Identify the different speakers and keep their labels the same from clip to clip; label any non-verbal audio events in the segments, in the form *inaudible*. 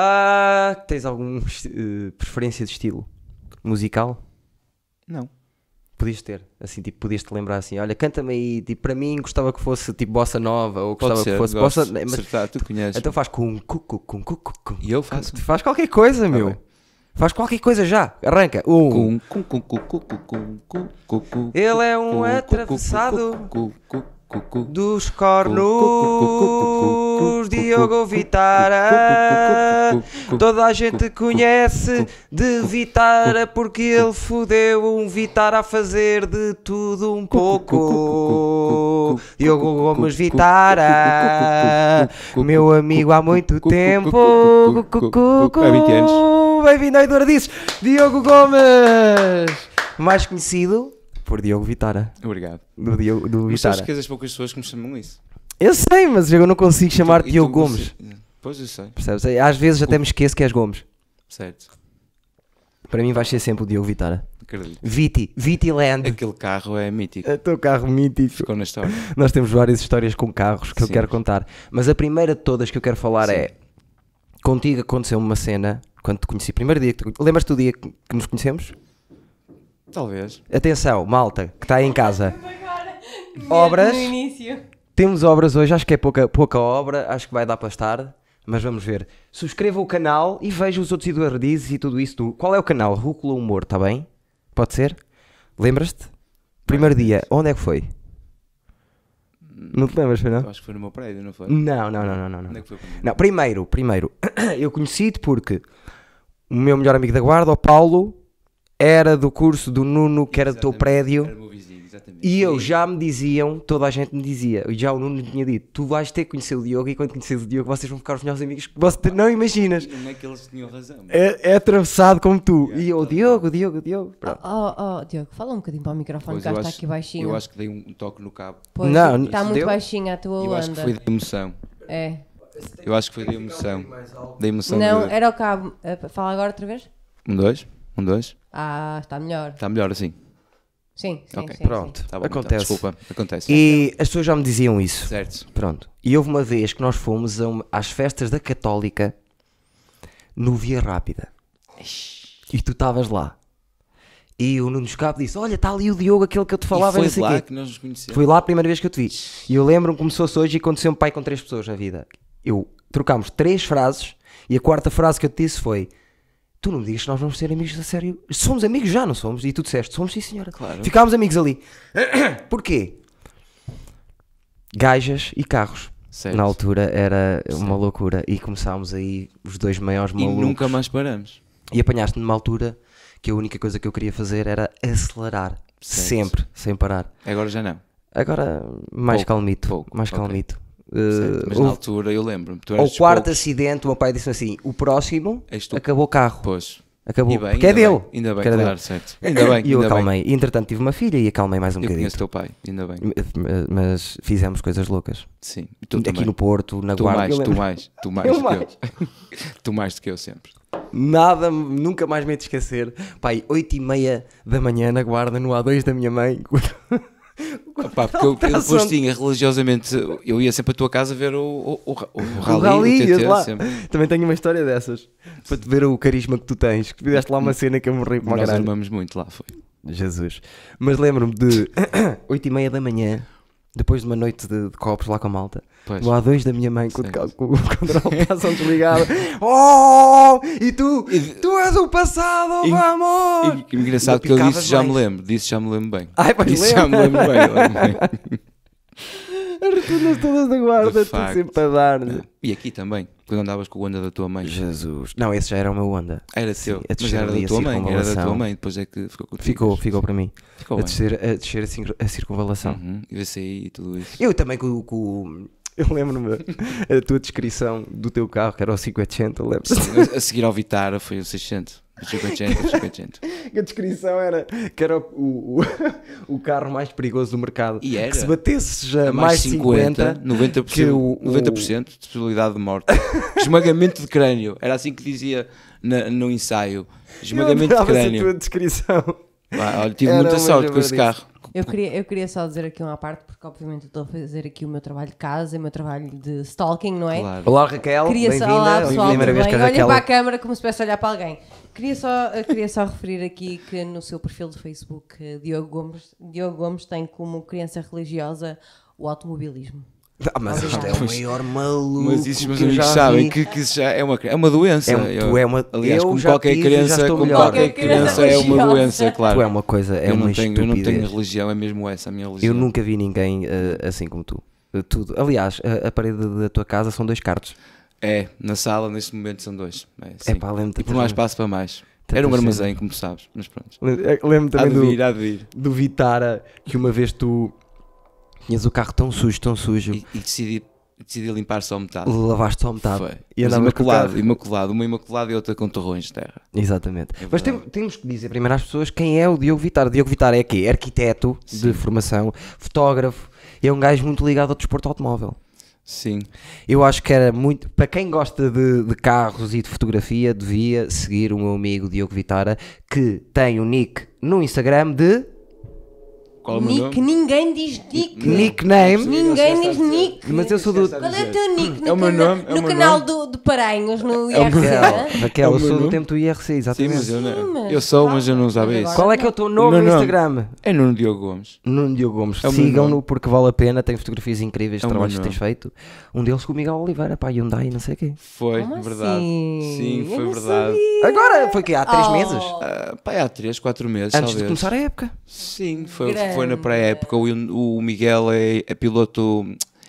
Speaker 1: Ah, tens alguma preferência de estilo musical?
Speaker 2: Não.
Speaker 1: Podias ter, assim, tipo, podias-te lembrar assim, olha, canta-me aí, tipo, para mim gostava que fosse tipo bossa nova, ou
Speaker 2: Pode
Speaker 1: gostava
Speaker 2: ser,
Speaker 1: que fosse
Speaker 2: gosto.
Speaker 1: bossa... Mas,
Speaker 2: Acertar, tu conheces.
Speaker 1: então faz com cucu, com cucu, com
Speaker 2: E eu faço.
Speaker 1: Faz qualquer coisa, meu.
Speaker 2: bem.
Speaker 1: Faz qualquer coisa já. Arranca. Um.
Speaker 2: Cum, cum, cum, cum, cum, cum, cum, cum, cum, cum,
Speaker 1: Ele é um
Speaker 2: cum, cum,
Speaker 1: atravessado
Speaker 2: cum, cum, cum, cum, cum.
Speaker 1: dos cornos, Diogo Vitara. Toda a gente conhece de Vitara porque ele fudeu um Vitara a fazer de tudo um pouco. Diogo Gomes Vitara, meu amigo há muito tempo.
Speaker 2: Há 20 anos.
Speaker 1: Bem-vindo ao Douradices, Diogo Gomes, mais conhecido por Diogo Vitara.
Speaker 2: Obrigado.
Speaker 1: Do Diogo, do
Speaker 2: Mas sabes
Speaker 1: Vitara.
Speaker 2: que és das poucas pessoas que me chamam isso.
Speaker 1: Eu sei, mas eu não consigo chamar
Speaker 2: E tu-
Speaker 1: te Diogo
Speaker 2: e tu-
Speaker 1: Gomes.
Speaker 2: Pois eu sei,
Speaker 1: Percebes? É, Às vezes até me esqueço que és Gomes.
Speaker 2: certo.
Speaker 1: Para mim vai ser sempre o Diogo Vitara.
Speaker 2: Acredito.
Speaker 1: Viti, Viti Land.
Speaker 2: Aquele carro é mítico.
Speaker 1: É teu carro mítico.
Speaker 2: Ficou na história.
Speaker 1: Nós temos várias histórias com carros que eu
Speaker 2: Sim.
Speaker 1: quero contar. Mas a primeira de todas que eu quero falar
Speaker 2: Sim.
Speaker 1: é: contigo aconteceu uma cena quando te conheci. Primeiro dia que te... Lembras-te do dia que que nos conhecemos?
Speaker 2: Talvez.
Speaker 1: Atenção, malta, que está aí em casa.
Speaker 3: Agora,
Speaker 1: Obras?
Speaker 3: No início.
Speaker 1: Temos obras hoje, acho que é pouca, pouca obra, acho que vai dar para estar, mas vamos ver. Subscreva o canal e veja os outros Eduardizes e tudo isso. do- Qual é o canal? Rúcula Humor, está bem? Pode ser? Lembras-te? Primeiro dia, onde é que foi? Não te lembras, foi
Speaker 2: Eu
Speaker 1: não?
Speaker 2: acho que foi no meu prédio, não foi?
Speaker 1: Não, não, não, não, não.
Speaker 2: Onde
Speaker 1: não.
Speaker 2: é que foi comigo?
Speaker 1: Não, primeiro, primeiro, *clears throat* eu conheci-te porque o meu melhor amigo da guarda, o Paulo, era do curso do Nuno, que era do teu
Speaker 2: Exatamente.
Speaker 1: prédio.
Speaker 2: Era o meu vizinho, exatamente.
Speaker 1: E eu já me diziam, toda a gente me dizia, e já o Nuno tinha dito: tu vais ter que conhecer o Diogo, e quando conheces o Diogo, vocês vão ficar os melhores amigos que você *laughs* não imaginas.
Speaker 2: Não é que eles tinham razão. mas-
Speaker 1: É, é atravessado como tu. E eu, "Oh, Diogo, Diogo, Diogo. Pronto.
Speaker 3: Oh, oh, Diogo, fala um bocadinho para o microfone,
Speaker 2: Pois,
Speaker 3: que
Speaker 2: eu
Speaker 3: está
Speaker 2: acho-
Speaker 3: aqui baixinho.
Speaker 2: Eu acho que dei um toque no cabo.
Speaker 3: Pois,
Speaker 1: Não,
Speaker 3: está
Speaker 1: isso
Speaker 3: muito
Speaker 1: deu-
Speaker 3: baixinha a tua
Speaker 2: Eu acho que
Speaker 3: onda.
Speaker 2: foi de emoção.
Speaker 3: É.
Speaker 2: Eu acho que foi de emoção. Da emoção.
Speaker 3: Não,
Speaker 2: de-
Speaker 3: era o cabo. Eh, Fala agora outra vez.
Speaker 2: Um, dois. Um, dois.
Speaker 3: Ah, está melhor.
Speaker 2: Está melhor assim.
Speaker 3: Sim, sim,
Speaker 2: Ok,
Speaker 3: sim.
Speaker 1: Pronto,
Speaker 2: Tá bom, então.
Speaker 1: acontece.
Speaker 2: Desculpa, acontece.
Speaker 1: E as pessoas já me diziam isso.
Speaker 2: Certo.
Speaker 1: Pronto. E houve uma vez que nós fomos a uma- às festas da Católica no Via Rápida. E tu estavas lá. E o Nuno Escapo disse: Olha, está ali o Diogo, aquele que eu te falava.
Speaker 2: e
Speaker 1: não
Speaker 2: foi
Speaker 1: sei
Speaker 2: lá
Speaker 1: quê."
Speaker 2: que nós nos conhecemos.
Speaker 1: Foi lá a primeira vez que eu te vi. E eu lembro-me como se fosse hoje e aconteceu um pai com três pessoas na vida. Eu trocámos três frases e a quarta frase que eu te disse foi: Tu não me digas que nós vamos ser amigos a sério. Somos amigos já, não somos? E tu disseste: Somos, sim, senhora.
Speaker 2: Claro.
Speaker 1: Ficámos amigos ali. *coughs* Porquê? Gajas e carros.
Speaker 2: Certo.
Speaker 1: Na altura era uma loucura e começámos aí os dois maiores
Speaker 2: E
Speaker 1: malucos.
Speaker 2: nunca mais paramos.
Speaker 1: E apanhaste-me numa altura que a única coisa que eu queria fazer era acelerar.
Speaker 2: Certo.
Speaker 1: Sempre, sem parar.
Speaker 2: Agora já não.
Speaker 1: Agora, mais
Speaker 2: Pouco,
Speaker 1: calmito.
Speaker 2: pouco,
Speaker 1: mais
Speaker 2: ok.
Speaker 1: calmito.
Speaker 2: Certo.
Speaker 1: Uh,
Speaker 2: Mas na
Speaker 1: houve-
Speaker 2: altura eu lembro-me. Tu
Speaker 1: ao
Speaker 2: eras
Speaker 1: quarto
Speaker 2: poucos.
Speaker 1: acidente, o meu pai disse assim: o próximo
Speaker 2: És tu.
Speaker 1: acabou o carro.
Speaker 2: Pois.
Speaker 1: Acabou.
Speaker 2: E bem,
Speaker 1: porque é
Speaker 2: ainda
Speaker 1: dele.
Speaker 2: bem, Ainda bem,
Speaker 1: Porque era
Speaker 2: claro,
Speaker 1: dele.
Speaker 2: certo. Ainda
Speaker 1: *laughs*
Speaker 2: bem,
Speaker 1: E eu
Speaker 2: ainda bem.
Speaker 1: acalmei. E, entretanto tive uma filha e acalmei mais um
Speaker 2: Eu
Speaker 1: bocadinho.
Speaker 2: conheço teu pai, ainda bem.
Speaker 1: Mas fizemos coisas loucas.
Speaker 2: Sim. E tu
Speaker 1: Aqui
Speaker 2: também.
Speaker 1: no Porto, na
Speaker 2: Tu
Speaker 1: Guarda.
Speaker 2: mais,
Speaker 1: eu
Speaker 2: tu
Speaker 1: lembro-
Speaker 2: mais, tu mais
Speaker 1: Eu
Speaker 2: do
Speaker 1: mais.
Speaker 2: que eu. *laughs* tu mais do que eu sempre.
Speaker 1: Nada, nunca mais me hei de esquecer. Pai, 8 e meia da manhã na Guarda, no A2 da minha mãe.
Speaker 2: Pá, porque eu, eu
Speaker 1: Tá
Speaker 2: depois
Speaker 1: só-
Speaker 2: tinha religiosamente, eu ia sempre à tua casa ver o, o, o, ra- o
Speaker 1: O
Speaker 2: rally,
Speaker 1: Rally,
Speaker 2: o TT,
Speaker 1: lá.
Speaker 2: sempre.
Speaker 1: Também tenho uma história dessas. Para te ver o carisma que tu tens. Que fizeste lá uma cena que eu morri para uma
Speaker 2: Hum. Nós
Speaker 1: grande.
Speaker 2: armamos muito lá, foi.
Speaker 1: Jesus. Mas lembro-me de *coughs* 8 e meia da manhã, depois de uma noite de, de copos lá com a malta,
Speaker 2: Pois.
Speaker 1: no A2 da minha mãe, com o
Speaker 2: Sim.
Speaker 1: ca- com o *laughs* controle de desligado.
Speaker 2: *laughs*
Speaker 1: Oh! E tu? Tu és o passado,
Speaker 2: E-
Speaker 1: vamos!
Speaker 2: E, engraçado que eu
Speaker 1: picavas
Speaker 2: disse já me
Speaker 1: bem.
Speaker 2: lembro, disse já me lembro *laughs* bem.
Speaker 1: Ai, Ah, pois
Speaker 2: Disse já me lembro bem,
Speaker 1: *laughs*
Speaker 2: lembro bem.
Speaker 1: As *laughs* rotundas todas da guarda,
Speaker 2: De
Speaker 1: tudo
Speaker 2: facto.
Speaker 1: sempre a dar.
Speaker 2: E aqui também, quando andavas com o onda da tua mãe.
Speaker 1: Jesus. Não, esse já era o meu onda.
Speaker 2: Era
Speaker 1: Sim,
Speaker 2: teu,
Speaker 1: a
Speaker 2: mas
Speaker 1: descer
Speaker 2: era
Speaker 1: ali
Speaker 2: da
Speaker 1: a
Speaker 2: tua mãe, era da tua
Speaker 1: circunvalação.
Speaker 2: mãe, depois é que ficou contigo.
Speaker 1: Ficou, ficou para mim.
Speaker 2: Ficou
Speaker 1: a
Speaker 2: bem.
Speaker 1: descer a, descer a sincro- a circunvalação.
Speaker 2: Uhum, E VCI e
Speaker 1: *laughs*
Speaker 2: tudo isso.
Speaker 1: Eu também com, o- com o- Eu lembro-me a tua descrição do teu carro, que era o 580, lembro
Speaker 2: Sim, a- a seguir ao Vitara foi o 600. o 500, o 500.
Speaker 1: *laughs* A descrição era que era o, o, o carro mais perigoso do mercado.
Speaker 2: E era.
Speaker 1: Que se batesse já
Speaker 2: A
Speaker 1: mais 50,
Speaker 2: 90%,
Speaker 1: que o- o-
Speaker 2: 90% de possibilidade de morte. *laughs* Esmagamento de crânio. Era assim que dizia na- no ensaio.
Speaker 1: eu
Speaker 2: Esmagamento de
Speaker 1: adorava essa
Speaker 2: crânio.
Speaker 1: tua descrição.
Speaker 2: Pá, olha, tive
Speaker 1: Era
Speaker 2: muita
Speaker 1: uma
Speaker 2: sorte com esse
Speaker 1: jabardice.
Speaker 2: carro.
Speaker 3: Eu queria, eu queria só dizer aqui uma parte, porque obviamente eu estou a fazer aqui o meu trabalho de casa, o meu trabalho de stalking, não é?
Speaker 2: Claro.
Speaker 1: Olá Raquel,
Speaker 3: Queria só, olá
Speaker 1: bem-vinda.
Speaker 3: pessoal,
Speaker 1: Primeira
Speaker 3: tudo
Speaker 1: vez que
Speaker 3: bem?
Speaker 1: a
Speaker 3: olhem
Speaker 1: Raquel.
Speaker 3: para a câmara como se estivesse a olhar para alguém. Queria só, eh, queria só referir aqui que no seu perfil do Facebook, eh, Diogo Gomes, Diogo Gomes tem como criança religiosa o automobilismo.
Speaker 1: *laughs* Ah, mas isto é o maior maluco.
Speaker 2: Mas isso, os meus
Speaker 1: que eu
Speaker 2: amigos
Speaker 1: já
Speaker 2: sabem
Speaker 1: vi.
Speaker 2: que, que isso já é uma, é uma doença.
Speaker 1: É um-
Speaker 2: Eu-
Speaker 1: tu é uma-
Speaker 2: aliás,
Speaker 1: eu
Speaker 2: como
Speaker 1: já
Speaker 2: qualquer
Speaker 1: tive e já
Speaker 2: criança,
Speaker 1: estou
Speaker 2: como
Speaker 1: melhor.
Speaker 2: qualquer
Speaker 3: Qualquer criança
Speaker 2: criança é uma
Speaker 3: religiosa.
Speaker 2: doença, claro.
Speaker 1: Tu é uma coisa, é
Speaker 2: eu,
Speaker 1: uma
Speaker 2: não tenho, eu não
Speaker 1: estupidez.
Speaker 2: tenho religião, é mesmo essa a minha religião.
Speaker 1: Eu nunca vi ninguém eh, assim como tu. Eh, Tudo. Aliás, a, a parede da tua casa são dois cartos.
Speaker 2: É, na sala, neste momento, são dois. É, sim.
Speaker 1: pá, lembro-me
Speaker 2: E por não há
Speaker 1: tantas-
Speaker 2: espaço para mais.
Speaker 1: tantas
Speaker 2: Era um
Speaker 1: cenas.
Speaker 2: armazém, como sabes, mas pronto.
Speaker 1: Lembro
Speaker 2: Há
Speaker 1: eh, também
Speaker 2: de
Speaker 1: do,
Speaker 2: vir, há de vir.
Speaker 1: do Vitara que uma vez tu tinhas o carro tão sujo, tão sujo,
Speaker 2: E, e decidi, decidi limpar só metade.
Speaker 1: lavaste só a metade.
Speaker 2: Foi.
Speaker 1: E
Speaker 2: Mas
Speaker 1: andavas com o
Speaker 2: imaculado,
Speaker 1: carro.
Speaker 2: imaculado. Uma imaculada e outra com torrões de terra.
Speaker 1: Exatamente.
Speaker 2: É
Speaker 1: Mas tem- temos que dizer primeiro às pessoas quem é o Diogo Vitar. Diogo Vitar é quê? Arquiteto de formação, fotógrafo, é um gajo muito ligado ao desporto automóvel.
Speaker 2: Sim.
Speaker 1: Eu acho que era muito. Para quem gosta de, de carros e de fotografia, devia seguir o meu amigo Diogo Vitara, que tem o nick no Instagram de
Speaker 2: Qual é o meu
Speaker 3: Nick,
Speaker 2: nome?
Speaker 3: ninguém diz Nick.
Speaker 1: nickname.
Speaker 3: Ninguém diz Nick.
Speaker 1: Mas eu sou do.
Speaker 3: Qual é o teu nick? No
Speaker 2: É o meu
Speaker 3: cana-
Speaker 2: nome, é o
Speaker 3: no
Speaker 2: meu
Speaker 3: canal
Speaker 2: nome.
Speaker 3: do, de Paranhos, no
Speaker 2: É o meu
Speaker 3: IRC, né?
Speaker 1: Raquel, Raquel,
Speaker 2: É o
Speaker 1: eu
Speaker 2: meu
Speaker 1: sou do
Speaker 2: nome?
Speaker 1: tempo do IRC,
Speaker 2: Sim,
Speaker 1: exatamente.
Speaker 2: mas eu, não,
Speaker 3: mas
Speaker 2: eu sou,
Speaker 3: calma,
Speaker 2: mas eu não usava
Speaker 3: mas
Speaker 2: isso.
Speaker 3: agora-
Speaker 1: Qual é que é o teu nome
Speaker 2: Meu
Speaker 1: no
Speaker 2: nome.
Speaker 1: Instagram?
Speaker 2: É Nuno Diogo Gomes.
Speaker 1: Nuno Diogo Gomes,
Speaker 2: É o meu
Speaker 1: sigam-no
Speaker 2: nome.
Speaker 1: porque vale a pena, tem fotografias incríveis de
Speaker 2: É o meu
Speaker 1: trabalhos que
Speaker 2: nome.
Speaker 1: tens feito. Um deles com o Miguel Oliveira, pá, Hyundai, não sei o quê.
Speaker 2: Foi,
Speaker 3: Como
Speaker 2: *laughs* verdade.
Speaker 3: assim?
Speaker 2: Sim,
Speaker 3: Ah, Eu
Speaker 2: foi
Speaker 3: não
Speaker 2: verdade.
Speaker 3: sabia.
Speaker 1: Agora, foi que há três
Speaker 3: Oh.
Speaker 1: meses?
Speaker 2: Ah, pá, há 3, 4 meses.
Speaker 1: Antes de
Speaker 2: talvez.
Speaker 1: começar a época.
Speaker 2: Sim, foi,
Speaker 3: Grande.
Speaker 2: foi na pré-época. O, o Miguel é, é piloto,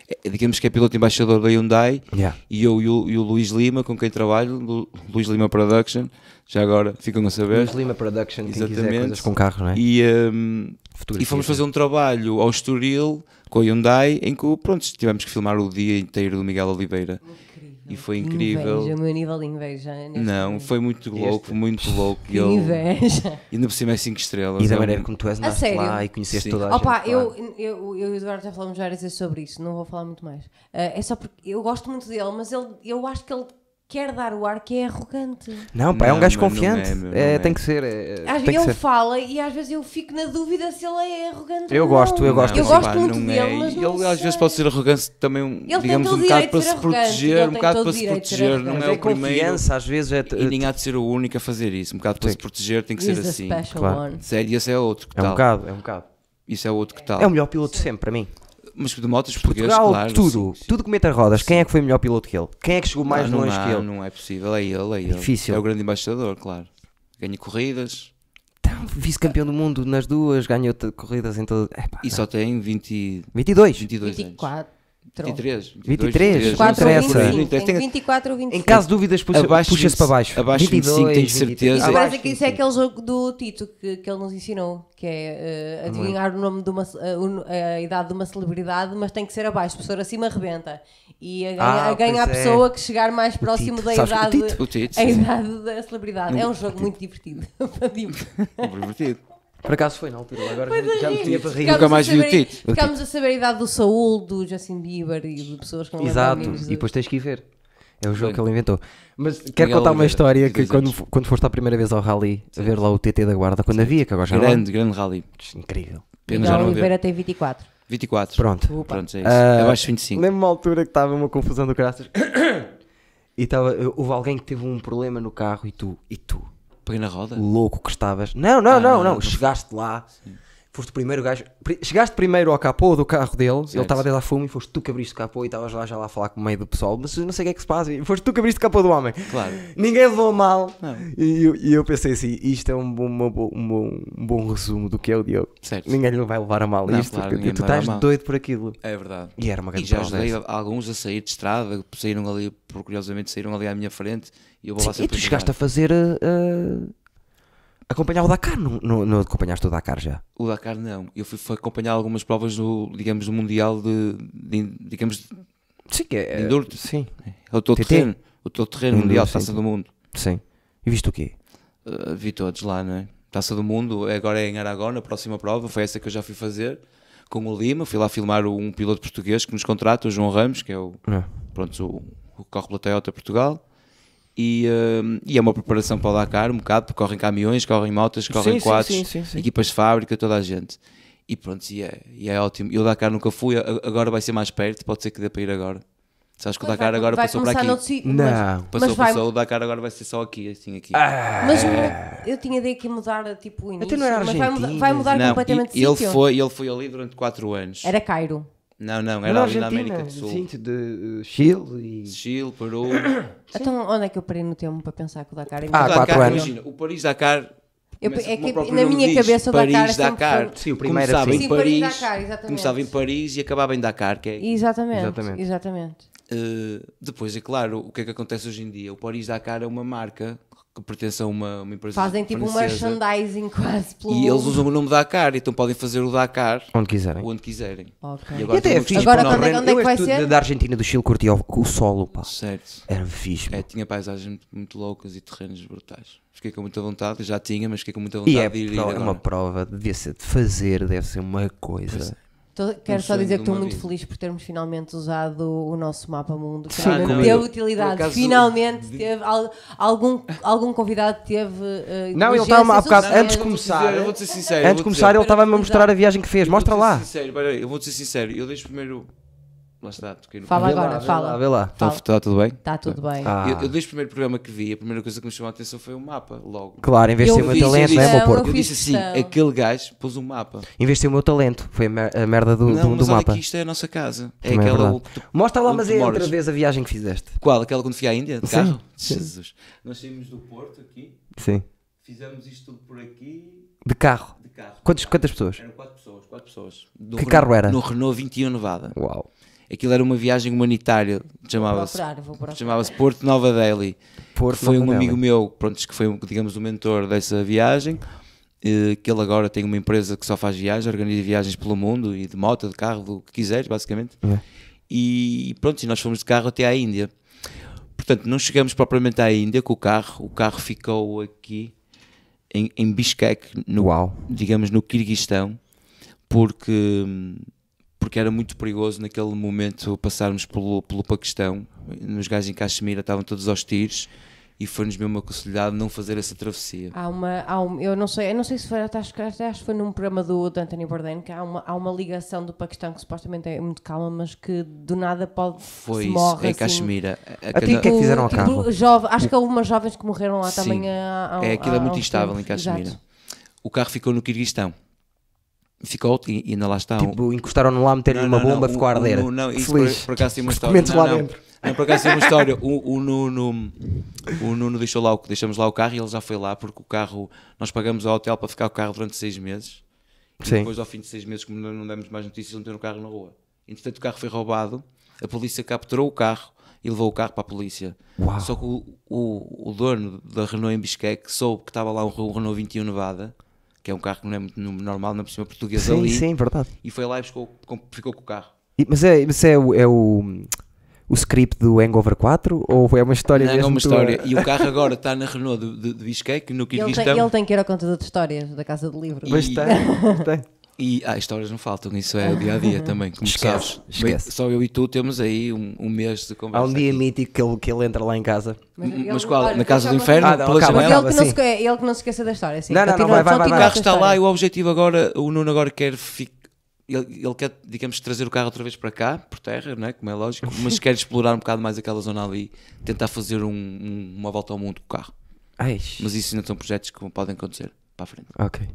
Speaker 2: é- digamos que é piloto embaixador da Hyundai.
Speaker 1: Yeah.
Speaker 2: E eu e o, e o Luís Lima, com quem trabalho, Lu, Luís Lima Production, já agora ficam a saber.
Speaker 1: Luís Lima Production, quem quiser
Speaker 2: Exatamente.
Speaker 1: coisas com carros, não é?
Speaker 2: E, hum,
Speaker 1: Fotografia.
Speaker 2: e fomos fazer um trabalho ao Estoril com a Hyundai em que pronto, tivemos que filmar o dia inteiro do Miguel Oliveira. E foi incrível.
Speaker 3: Inveja, o meu nível de inveja. neste
Speaker 2: Não,
Speaker 3: momento.
Speaker 2: foi muito louco, muito louco. E
Speaker 3: Que
Speaker 2: ele-
Speaker 3: inveja.
Speaker 2: e ainda por cima é 5 estrelas.
Speaker 1: E da
Speaker 2: é um-
Speaker 1: maneira como tu és, andaste
Speaker 3: sério?
Speaker 1: lá e conheceste
Speaker 2: Sim.
Speaker 1: toda a
Speaker 3: Opa,
Speaker 1: gente.
Speaker 3: eu,
Speaker 1: claro.
Speaker 3: eu, eu e o Eduardo já falamos várias vezes sobre isso, não vou falar muito mais. Ah, é só porque eu gosto muito dele, mas ele, eu acho que ele quer dar o ar que é arrogante.
Speaker 1: Não, pá, é um
Speaker 2: Não,
Speaker 1: gajo
Speaker 2: mas não
Speaker 1: confiante.
Speaker 2: é, meu,
Speaker 1: É,
Speaker 2: não é.
Speaker 1: Tem que ser. é,
Speaker 3: Às
Speaker 1: tem
Speaker 3: vezes
Speaker 1: que
Speaker 3: ele
Speaker 1: ser.
Speaker 3: fala e às vezes eu fico na dúvida se ele é arrogante
Speaker 1: Eu
Speaker 3: ou
Speaker 1: gosto,
Speaker 3: não.
Speaker 1: eu gosto.
Speaker 2: Não,
Speaker 3: Eu
Speaker 1: sim.
Speaker 3: gosto
Speaker 2: pá,
Speaker 3: muito
Speaker 2: não
Speaker 3: dele,
Speaker 2: é.
Speaker 3: mas não
Speaker 2: ele às
Speaker 3: sei.
Speaker 2: vezes pode ser arrogante também, um,
Speaker 3: tem
Speaker 2: digamos,
Speaker 3: todo
Speaker 2: um
Speaker 3: o
Speaker 2: bocado
Speaker 3: direito
Speaker 2: para
Speaker 3: de ser
Speaker 2: se
Speaker 3: arrogante,
Speaker 2: proteger,
Speaker 3: ele
Speaker 2: um
Speaker 3: tem
Speaker 2: bocado
Speaker 3: todo
Speaker 2: para
Speaker 3: o
Speaker 2: se
Speaker 3: direito de ser
Speaker 2: proteger, não é
Speaker 3: arrogante.
Speaker 1: É
Speaker 2: o primeiro.
Speaker 1: confiança, às vezes é.
Speaker 2: E nem há de ser o único a fazer isso, um bocado para se proteger tem que
Speaker 3: He's
Speaker 2: ser
Speaker 3: the
Speaker 2: assim.
Speaker 3: special
Speaker 1: Claro.
Speaker 3: one.
Speaker 2: Sério, esse é outro que
Speaker 1: É um
Speaker 2: tal.
Speaker 1: bocado, é um bocado.
Speaker 2: Isso é outro que tal.
Speaker 1: É o melhor piloto de sempre para mim.
Speaker 2: Mas que de motos portugueses,
Speaker 1: Portugal,
Speaker 2: claro.
Speaker 1: tudo,
Speaker 2: sim, sim.
Speaker 1: tudo que meta rodas. Quem é que foi melhor piloto que ele? Quem é que chegou mais
Speaker 2: Ah, não
Speaker 1: longe
Speaker 2: há,
Speaker 1: que ele?
Speaker 2: Não é possível, é ele, é ele.
Speaker 1: Difícil.
Speaker 2: É o grande embaixador, claro. Ganha corridas
Speaker 1: Então, vice-campeão do mundo nas duas, ganhou t- corridas em todo. Epá,
Speaker 2: e só tem 20,
Speaker 1: 22.
Speaker 2: 22 anos.
Speaker 3: 24.
Speaker 2: 23.
Speaker 1: 23,
Speaker 2: 23,
Speaker 1: quatro,
Speaker 2: não sei,
Speaker 1: interessa.
Speaker 2: não
Speaker 3: 25,
Speaker 2: interessa.
Speaker 3: tem
Speaker 2: Tem-
Speaker 3: 24 ou 25.
Speaker 1: Em caso de dúvidas, puxa-
Speaker 2: Abaixo
Speaker 1: puxa-se
Speaker 2: de-
Speaker 1: para baixo.
Speaker 2: abaixo de 25, tenho de
Speaker 1: 23.
Speaker 2: certeza.
Speaker 3: Isso
Speaker 2: Abaixo
Speaker 3: parece que isso é aquele jogo do Tito que, que ele nos ensinou, que é eh, adivinhar o nome de uma ce- eh, o no- a idade de uma celebridade, mas tem que ser abaixo, a pessoa acima arrebenta. E a ganha,
Speaker 1: Ah,
Speaker 3: a, ganha a
Speaker 1: pois é.
Speaker 3: pessoa que chegar mais próximo
Speaker 1: Tito.
Speaker 3: da
Speaker 1: Sabes, o
Speaker 3: idade,
Speaker 1: Tito-
Speaker 2: o Tito,
Speaker 3: a
Speaker 2: sim.
Speaker 3: idade da celebridade. É um jogo muito divertido. *laughs* Para divertir.
Speaker 2: *laughs* É pervertido.
Speaker 1: Por acaso foi na altura, agora já,
Speaker 3: é.
Speaker 1: já me tinha para rir.
Speaker 3: Ficámos
Speaker 2: Nunca
Speaker 3: a
Speaker 2: mais vi o
Speaker 3: saber-
Speaker 2: Tito.
Speaker 3: Ficámos a saber a idade do Saúl, do Justin Bieber e de pessoas com
Speaker 1: Exato, e depois tens que ir ver. É o jogo
Speaker 2: Foi.
Speaker 1: que ele inventou. Mas quero contar uma
Speaker 2: Oliveira,
Speaker 1: história que
Speaker 2: 22
Speaker 1: quando,
Speaker 2: anos.
Speaker 1: fo- quando foste a primeira vez ao rally, a ver lá o TT da Guarda, quando havia, que agora já não há.
Speaker 2: Grande, grande rally.
Speaker 1: Incrível.
Speaker 2: Pena já não
Speaker 3: Oliveira
Speaker 2: ver.
Speaker 3: tem 24.
Speaker 2: 24.
Speaker 1: Pronto.
Speaker 3: Opa.
Speaker 2: Pronto, é isso.
Speaker 1: Ah,
Speaker 2: Abaixo de 25.
Speaker 1: Lembro-me uma altura que estava uma confusão do
Speaker 2: *coughs*
Speaker 1: caraças. E estava, houve alguém que teve um problema no carro e tu, e tu,
Speaker 2: Peguei na roda.
Speaker 1: louco que estavas. Não, não, não,
Speaker 2: Ah, não,
Speaker 1: não.
Speaker 2: não.
Speaker 1: Chegaste lá, foste o primeiro gajo. pri- Chegaste primeiro ao capô do carro dele, ele estava a deitar fumo e foste tu que abriste o capô e estavas lá já lá a falar com o meio do pessoal, mas eu não sei o que é que se passa. E foste tu que abriste o capô do homem.
Speaker 2: Claro.
Speaker 1: Ninguém levou a mal. E, eu, e eu pensei assim: isto é um bom, uma bo- um bom, um bom resumo do que é o Diogo.
Speaker 2: Certo.
Speaker 1: Ninguém lhe vai levar a mal
Speaker 2: Não,
Speaker 1: isto.
Speaker 2: claro,
Speaker 1: porque
Speaker 2: ninguém
Speaker 1: tu
Speaker 2: vai levar
Speaker 1: estás
Speaker 2: a mal.
Speaker 1: doido por aquilo.
Speaker 2: É verdade.
Speaker 1: E era uma
Speaker 2: E
Speaker 1: grande
Speaker 2: já
Speaker 1: prova
Speaker 2: ajudei
Speaker 1: essa.
Speaker 2: a- alguns a sair de estrada, que saíram ali, por curiosamente, saíram ali à minha frente e eu vou lá
Speaker 1: Sim, e
Speaker 2: sempre
Speaker 1: tu chegaste a fazer. ah, ah, acompanhar o Dakar, não, não, não acompanhaste o Dakar já?
Speaker 2: O Dakar não. Eu fui, fui acompanhar algumas provas do, digamos, do Mundial de, de- digamos,
Speaker 1: Sim, que é.
Speaker 2: Enduro?
Speaker 1: Sim,
Speaker 2: é o teu
Speaker 1: TT.
Speaker 2: terreno, o teu terreno
Speaker 1: Enduro,
Speaker 2: Mundial de
Speaker 1: sim,
Speaker 2: Taça
Speaker 1: sim.
Speaker 2: do Mundo.
Speaker 1: sim. E viste o quê?
Speaker 2: Uh, vi todos lá, não é? Taça do Mundo, agora é em Aragão, a próxima prova, foi essa que eu já fui fazer com o Lima, fui lá filmar o- um piloto português que nos contrata, o João Ramos, que é o,
Speaker 1: Não.
Speaker 2: pronto, o, o que corre pela Toyota Portugal. E, hum, e é uma preparação para o Dakar, um bocado, porque correm caminhões, correm motas, correm
Speaker 1: Sim, sim,
Speaker 2: quadros,
Speaker 1: sim, sim, sim.
Speaker 2: equipas de fábrica, toda a gente. E pronto, e é, e é ótimo. Eu Dakar nunca fui, a- agora vai ser mais perto, pode ser que dê para ir agora. Sabes que o Dakar agora passou para
Speaker 3: começar
Speaker 2: aqui.
Speaker 3: noutro sítio,
Speaker 1: Não.
Speaker 3: mas,
Speaker 2: Passou,
Speaker 3: mas vai,
Speaker 2: passou, o Dakar agora vai ser só aqui, assim,
Speaker 1: Ah,
Speaker 2: aqui.
Speaker 3: Mas mu- eu tinha ideia que ia mudar tipo o início.
Speaker 1: não era
Speaker 3: mas vai muda-
Speaker 1: Argentina.
Speaker 3: vai mudar
Speaker 2: não,
Speaker 3: completamente
Speaker 2: e,
Speaker 3: de
Speaker 2: ele,
Speaker 3: sítio.
Speaker 2: foi, ele foi ali durante 4 anos.
Speaker 3: Era Cairo.
Speaker 2: Não, não,
Speaker 1: Mas na
Speaker 2: era ali na
Speaker 1: Argentina,
Speaker 2: América do Sul.
Speaker 1: sim, de eh, Chile e...
Speaker 2: Chile,
Speaker 3: *coughs*
Speaker 2: Peru.
Speaker 3: Então onde é que eu parei no tempo para pensar que o Dakar ainda
Speaker 1: Ah,
Speaker 2: O
Speaker 3: era?
Speaker 2: Dakar,
Speaker 1: quatro anos.
Speaker 2: Imagina, o Paris Dakar.
Speaker 3: Eu-
Speaker 2: começa
Speaker 3: é
Speaker 2: como
Speaker 3: que
Speaker 2: o próprio
Speaker 3: na
Speaker 2: nome
Speaker 3: minha
Speaker 2: diz,
Speaker 3: cabeça o Dakar é
Speaker 2: Paris
Speaker 3: sempre
Speaker 2: Dakar.
Speaker 3: foi-
Speaker 1: Sim, o primeiro é
Speaker 2: começava
Speaker 1: sempre.
Speaker 2: em
Speaker 3: Sim, Paris,
Speaker 2: Paris,
Speaker 3: Dakar, exatamente.
Speaker 2: começava em Paris e acabava em Dakar, que é
Speaker 3: Exatamente,
Speaker 1: Exatamente.
Speaker 3: exatamente.
Speaker 2: Uh, depois, é claro, o que é que acontece hoje em dia? O Paris Dakar é uma marca que pertence a uma, uma empresa
Speaker 3: Fazem tipo um
Speaker 2: francesa
Speaker 3: merchandising quase pelo
Speaker 2: E eles
Speaker 3: mundo.
Speaker 2: usam o nome Dakar, então podem fazer o Dakar
Speaker 1: Onde quiserem.
Speaker 2: onde quiserem.
Speaker 3: Ok.
Speaker 2: E
Speaker 1: E
Speaker 2: agora
Speaker 1: até é
Speaker 2: tem um
Speaker 1: fixe.
Speaker 3: Agora
Speaker 1: pá,
Speaker 3: quando é-
Speaker 1: não,
Speaker 3: onde é que
Speaker 1: eu
Speaker 3: vai
Speaker 1: este
Speaker 3: ser?
Speaker 1: da- Da Argentina, do Chile, curti o, o solo, pá.
Speaker 2: Certo.
Speaker 1: Era fixe, pá.
Speaker 2: É, tinha paisagens muito, muito loucas e terrenos brutais. Fiquei com muita vontade, já tinha, mas fiquei com muita
Speaker 1: E
Speaker 2: vontade
Speaker 1: é
Speaker 2: de ir
Speaker 1: pro-
Speaker 2: agora.
Speaker 1: uma prova, devia ser de fazer, deve ser uma coisa.
Speaker 3: Tô- quero
Speaker 2: Um
Speaker 3: só
Speaker 2: sonho
Speaker 3: dizer
Speaker 2: de
Speaker 3: que estou
Speaker 2: uma
Speaker 3: muito
Speaker 2: vida.
Speaker 3: feliz por termos finalmente usado o nosso mapa mundo.
Speaker 1: Sim,
Speaker 3: Finalmente
Speaker 1: como
Speaker 3: deu
Speaker 2: eu.
Speaker 3: utilidade.
Speaker 2: Ah, Por acaso-
Speaker 3: finalmente teve al- algum, algum convidado teve. eh,
Speaker 1: Não, ele
Speaker 3: inteligência
Speaker 2: tá
Speaker 1: estava há bocado-
Speaker 3: suficiente.
Speaker 1: antes de
Speaker 2: Vou-te
Speaker 1: começar-
Speaker 2: dizer, eu vou-te ser sincero. eu
Speaker 1: Antes de
Speaker 2: vou-te
Speaker 1: começar,
Speaker 2: dizer.
Speaker 1: ele estava-me a mostrar a viagem que fez. Mostra
Speaker 2: Eu vou-te
Speaker 1: lá.
Speaker 2: ser sincero, pera aí, eu vou-te ser sincero, eu deixo primeiro. Lá está, toquei no.
Speaker 3: Fala
Speaker 1: Vê lá,
Speaker 3: agora,
Speaker 1: vê
Speaker 3: fala.
Speaker 1: lá, vê lá.
Speaker 2: Está
Speaker 3: Fala.
Speaker 2: está tudo bem?
Speaker 3: Está tudo
Speaker 2: Tá.
Speaker 3: bem.
Speaker 1: Ah,
Speaker 2: Eu, eu desde o primeiro programa que vi, a primeira coisa que me chamou a atenção foi o mapa, logo.
Speaker 1: Claro, em vez de
Speaker 3: Eu
Speaker 1: ser o meu
Speaker 3: fiz
Speaker 1: talento, não é, meu
Speaker 3: questão, eu
Speaker 1: porco?
Speaker 2: Eu
Speaker 3: fiz
Speaker 2: disse assim,
Speaker 3: questão.
Speaker 2: aquele gajo pôs um mapa.
Speaker 1: Em vez de ser o meu talento, foi a mer- a merda do,
Speaker 2: não,
Speaker 1: do, do
Speaker 2: mas olha
Speaker 1: mapa.
Speaker 2: que isto é a nossa casa. É
Speaker 1: Também é
Speaker 2: aquela...
Speaker 1: verdade.
Speaker 2: que tu-
Speaker 1: Mostra lá,
Speaker 2: onde
Speaker 1: mas
Speaker 2: tu
Speaker 1: é outra
Speaker 2: moras.
Speaker 1: vez a viagem que fizeste.
Speaker 2: Qual? Aquela quando fui à Índia, de
Speaker 1: Sim,
Speaker 2: carro?
Speaker 1: sim.
Speaker 2: Jesus. Nós saímos do Porto aqui,
Speaker 1: Sim.
Speaker 2: fizemos isto tudo por aqui,
Speaker 1: De carro.
Speaker 2: de carro.
Speaker 1: Quantos, quantas pessoas?
Speaker 2: Eram quatro pessoas, quatro pessoas. No
Speaker 1: Que carro era?
Speaker 2: No Renault 21 Nevada.
Speaker 1: Uau.
Speaker 2: Aquilo era uma viagem humanitária, chamava-se...
Speaker 3: procurar, vou procurar.
Speaker 2: Chamava-se Porto Nova Delhi.
Speaker 1: Porto
Speaker 2: foi
Speaker 1: Nova
Speaker 2: um amigo
Speaker 1: Delhi.
Speaker 2: meu, pronto, que foi, digamos, o mentor dessa viagem. eh, Que ele agora tem uma empresa que só faz viagens, organiza viagens pelo mundo e de moto, de carro, do que quiseres, basicamente. E pronto, e nós fomos de carro até à Índia. Portanto, não chegamos propriamente à Índia com o carro, o carro ficou aqui em, em Bishkek, no,
Speaker 1: Uau.
Speaker 2: digamos, no Quirguistão, porque, porque era muito perigoso naquele momento passarmos pelo, pelo Paquistão. Nos gajos em Caxemira estavam todos aos tiros e foi-nos mesmo aconselhado não fazer essa travessia.
Speaker 3: Há uma, há um, eu não sei, eu não sei se foi, até acho, que- até acho que foi num programa do, do Anthony Bourdain que há uma, há uma ligação do Paquistão que supostamente é muito calma, mas que do nada pode
Speaker 2: Foi
Speaker 3: se
Speaker 2: isso,
Speaker 3: morre
Speaker 2: em
Speaker 3: assim.
Speaker 2: Caxemira. A- a
Speaker 1: ti
Speaker 2: cana-
Speaker 1: o que é que fizeram ao
Speaker 3: Tipo,
Speaker 1: carro?
Speaker 3: jove- acho que houve umas jovens que morreram lá
Speaker 2: Sim.
Speaker 3: também. há- há-
Speaker 2: é aquilo é
Speaker 3: há
Speaker 2: muito
Speaker 3: uns
Speaker 2: instável em
Speaker 3: tempos.
Speaker 2: Caxemira.
Speaker 3: Ah, Exato.
Speaker 2: O carro ficou no Quirguistão. Ficou e e ainda lá está. um-
Speaker 1: Tipo, encostaram-no lá, meteram-lhe uma
Speaker 2: Não, não, não,
Speaker 1: bomba,
Speaker 2: o-
Speaker 1: ficou a
Speaker 2: o-
Speaker 1: arder.
Speaker 2: Não, não, isso por,
Speaker 1: Feliz.
Speaker 2: por acaso tem uma
Speaker 1: Os
Speaker 2: história.
Speaker 1: documentos
Speaker 2: Não,
Speaker 1: lá
Speaker 2: não.
Speaker 1: dentro.
Speaker 2: Não, por acaso tem uma história. O, o Nuno, o Nuno deixou lá, o- deixamos lá o carro e ele já foi lá porque o carro, nós pagamos ao hotel para ficar o carro durante seis meses. E
Speaker 1: Sim.
Speaker 2: depois, ao fim de seis meses, como não- não demos mais notícias, não ter o carro na rua. Entretanto, o carro foi roubado, a polícia capturou o carro e levou o carro para a polícia.
Speaker 1: Uau.
Speaker 2: Só que o, o, o dono da Renault em Bisqueque soube que estava lá um, Re- um Renault 21 Nevada, que é um carro que não é muito normal, na por cima portuguesa
Speaker 1: Sim,
Speaker 2: ali,
Speaker 1: sim, verdade.
Speaker 2: e foi lá e buscou, com- ficou com o carro.
Speaker 1: E- mas é, mas é, o, é o, o script do Hangover 4? Ou é uma história
Speaker 2: Não, é
Speaker 1: mesmo
Speaker 2: uma
Speaker 1: tua?
Speaker 2: história.
Speaker 1: *laughs*
Speaker 2: E o carro agora está na Renault de, de, de Bisqueque, no
Speaker 3: Ele tem,
Speaker 2: Kirguistão.
Speaker 3: ele tem que ir ao contador de histórias da Casa de Livro.
Speaker 1: Mas
Speaker 2: *laughs* E-
Speaker 1: tem, tem.
Speaker 2: E ah, histórias não faltam, isso é o dia a
Speaker 3: Uhum.
Speaker 2: dia também. Como tu
Speaker 1: Esquece,
Speaker 2: sabes.
Speaker 1: esquece.
Speaker 2: Bem, Só eu e tu temos aí um, um mês de
Speaker 1: Há
Speaker 2: conversa.
Speaker 1: um dia
Speaker 2: aqui.
Speaker 1: mítico que ele, que ele entra lá em casa.
Speaker 2: Mas,
Speaker 3: ele-
Speaker 2: qual?
Speaker 3: olha,
Speaker 2: na Casa do
Speaker 3: deixa-me-
Speaker 2: Inferno?
Speaker 1: Ah, não,
Speaker 2: pela
Speaker 1: acaba,
Speaker 3: Mas
Speaker 2: janela?
Speaker 1: acaba.
Speaker 3: ele que,
Speaker 1: sim.
Speaker 3: não se, esque- ele que não se esqueça da história. Sim.
Speaker 1: Não, não, não,
Speaker 3: Continua-
Speaker 1: vai, vai, vai,
Speaker 2: O
Speaker 3: só continua
Speaker 1: vai.
Speaker 2: carro
Speaker 3: essa
Speaker 2: está lá
Speaker 3: história.
Speaker 2: e o objetivo agora, o Nuno agora quer. fi- Ele, ele quer, digamos, trazer o carro outra vez para cá, por terra, né? como é lógico, mas quer explorar um bocado mais aquela zona ali, tentar fazer um- um- uma volta ao mundo com o carro.
Speaker 1: Ai,
Speaker 2: Mas isso ainda são projetos que podem acontecer para a frente.
Speaker 1: ok.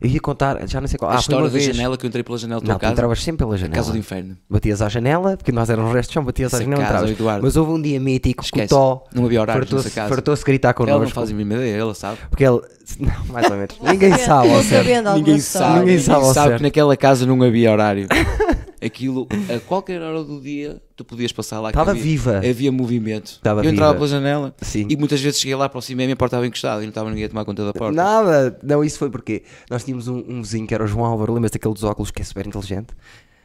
Speaker 1: Eu ia contar, já não sei qual.
Speaker 2: a
Speaker 1: ah, foi uma
Speaker 2: história da
Speaker 1: vez.
Speaker 2: janela que eu entrei pela janela do
Speaker 1: Não,
Speaker 2: teu
Speaker 1: tu
Speaker 2: casa.
Speaker 1: entravas sempre pela janela.
Speaker 2: Casa do Inferno.
Speaker 1: Batias à janela, porque nós éramos restos de chão, batias à
Speaker 2: Essa
Speaker 1: janela e
Speaker 2: casa,
Speaker 1: entravas.
Speaker 2: Eduardo.
Speaker 1: Mas houve um dia mítico que o
Speaker 2: Esquece.
Speaker 1: Tó
Speaker 2: Não havia horários
Speaker 1: fartou-se
Speaker 2: nessa casa.
Speaker 1: fartou-se gritar
Speaker 2: Ela não
Speaker 1: connosco.
Speaker 2: faz a mínima ideia, ela sabe.
Speaker 1: Porque ele. *laughs* Não, mais ou menos. Ninguém sabe ao
Speaker 3: Vou
Speaker 1: certo.
Speaker 3: sabendo algumas
Speaker 2: Ninguém
Speaker 3: histórias.
Speaker 2: sabe,
Speaker 1: Ninguém sabe ao certo.
Speaker 2: que naquela casa não havia horário. *laughs* Aquilo, a qualquer hora do dia, tu podias passar lá. que
Speaker 1: Estava
Speaker 2: havia-
Speaker 1: viva.
Speaker 2: Havia movimento.
Speaker 1: Estava
Speaker 2: eu entrava
Speaker 1: viva.
Speaker 2: pela janela
Speaker 1: Sim.
Speaker 2: e muitas vezes cheguei lá para cima e a minha porta estava encostada e não estava ninguém a tomar conta da porta.
Speaker 1: Nada. Não, isso foi porque nós tínhamos um, um vizinho que era o João Álvaro, lembras daquele dos óculos que é super inteligente?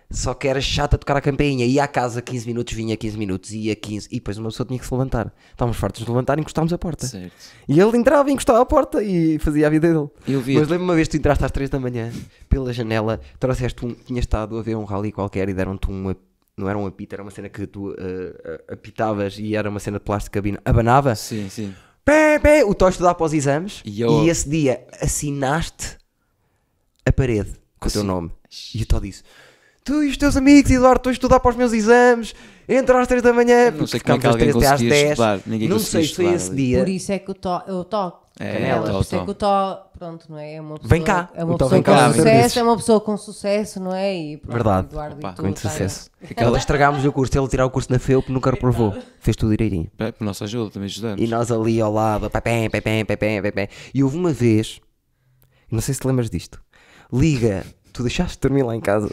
Speaker 1: Só que era chato a tocar a campainha. Ia à casa 15 minutos, vinha 15 minutos, ia 15. E depois uma pessoa tinha que se levantar. Estávamos fartos de levantar e encostámos a porta.
Speaker 2: Certo.
Speaker 1: E ele entrava e encostava à porta e fazia a vida dele.
Speaker 2: Eu vi.
Speaker 1: Mas lembro-me uma vez que tu entraste às 3 da manhã pela janela, trouxeste um. Tinhas estado a ver um rally qualquer e deram-te um. ap- Não era um apito, era uma cena que tu eh, apitavas e era uma cena de plástico abina- abanava.
Speaker 2: Sim, sim.
Speaker 1: Pé, pé, o Tó estudar para os exames
Speaker 2: E
Speaker 1: e,
Speaker 2: eu-
Speaker 1: esse dia assinaste a parede com o teu nome. E eu só disse: Tu e os teus amigos, Eduardo, estou a estudar para os meus exames, entra às 3 da manhã,
Speaker 2: Não sei
Speaker 1: porque
Speaker 2: como é que
Speaker 1: ficámos
Speaker 2: alguém
Speaker 1: das 3 até às
Speaker 2: conseguia
Speaker 1: 10.
Speaker 2: estudar, ninguém
Speaker 1: não
Speaker 2: conseguia
Speaker 1: sei se foi
Speaker 2: estudar,
Speaker 1: esse
Speaker 2: ali.
Speaker 1: dia.
Speaker 3: Por isso é que o Tó, o Tó,
Speaker 2: É,
Speaker 3: Canelas,
Speaker 2: é o Tó,
Speaker 3: por isso é
Speaker 2: Tó.
Speaker 3: que o Tó, pronto, não é? É uma pessoa,
Speaker 1: Vem cá,
Speaker 3: é uma
Speaker 1: o Tó
Speaker 3: pessoa
Speaker 1: vem
Speaker 3: com
Speaker 2: cá, vem
Speaker 1: disso.
Speaker 3: sucesso, é uma pessoa com sucesso, não é? E pronto,
Speaker 1: Verdade.
Speaker 3: Eduardo
Speaker 2: Opa,
Speaker 3: e tu,
Speaker 2: com
Speaker 1: Muito
Speaker 3: tá,
Speaker 1: sucesso.
Speaker 2: Aquela-
Speaker 1: Ela
Speaker 2: *laughs*
Speaker 1: estragámos o curso, ele tirar o curso na FEUP, nunca reprovou. Fez tudo direitinho.
Speaker 2: Pá, Por nossa ajuda, também ajudamos.
Speaker 1: E nós ali ao lado, pepém, pepém, pepém, pepém. E houve uma vez, não sei se te lembras disto, liga, tu deixaste de dormir lá em casa.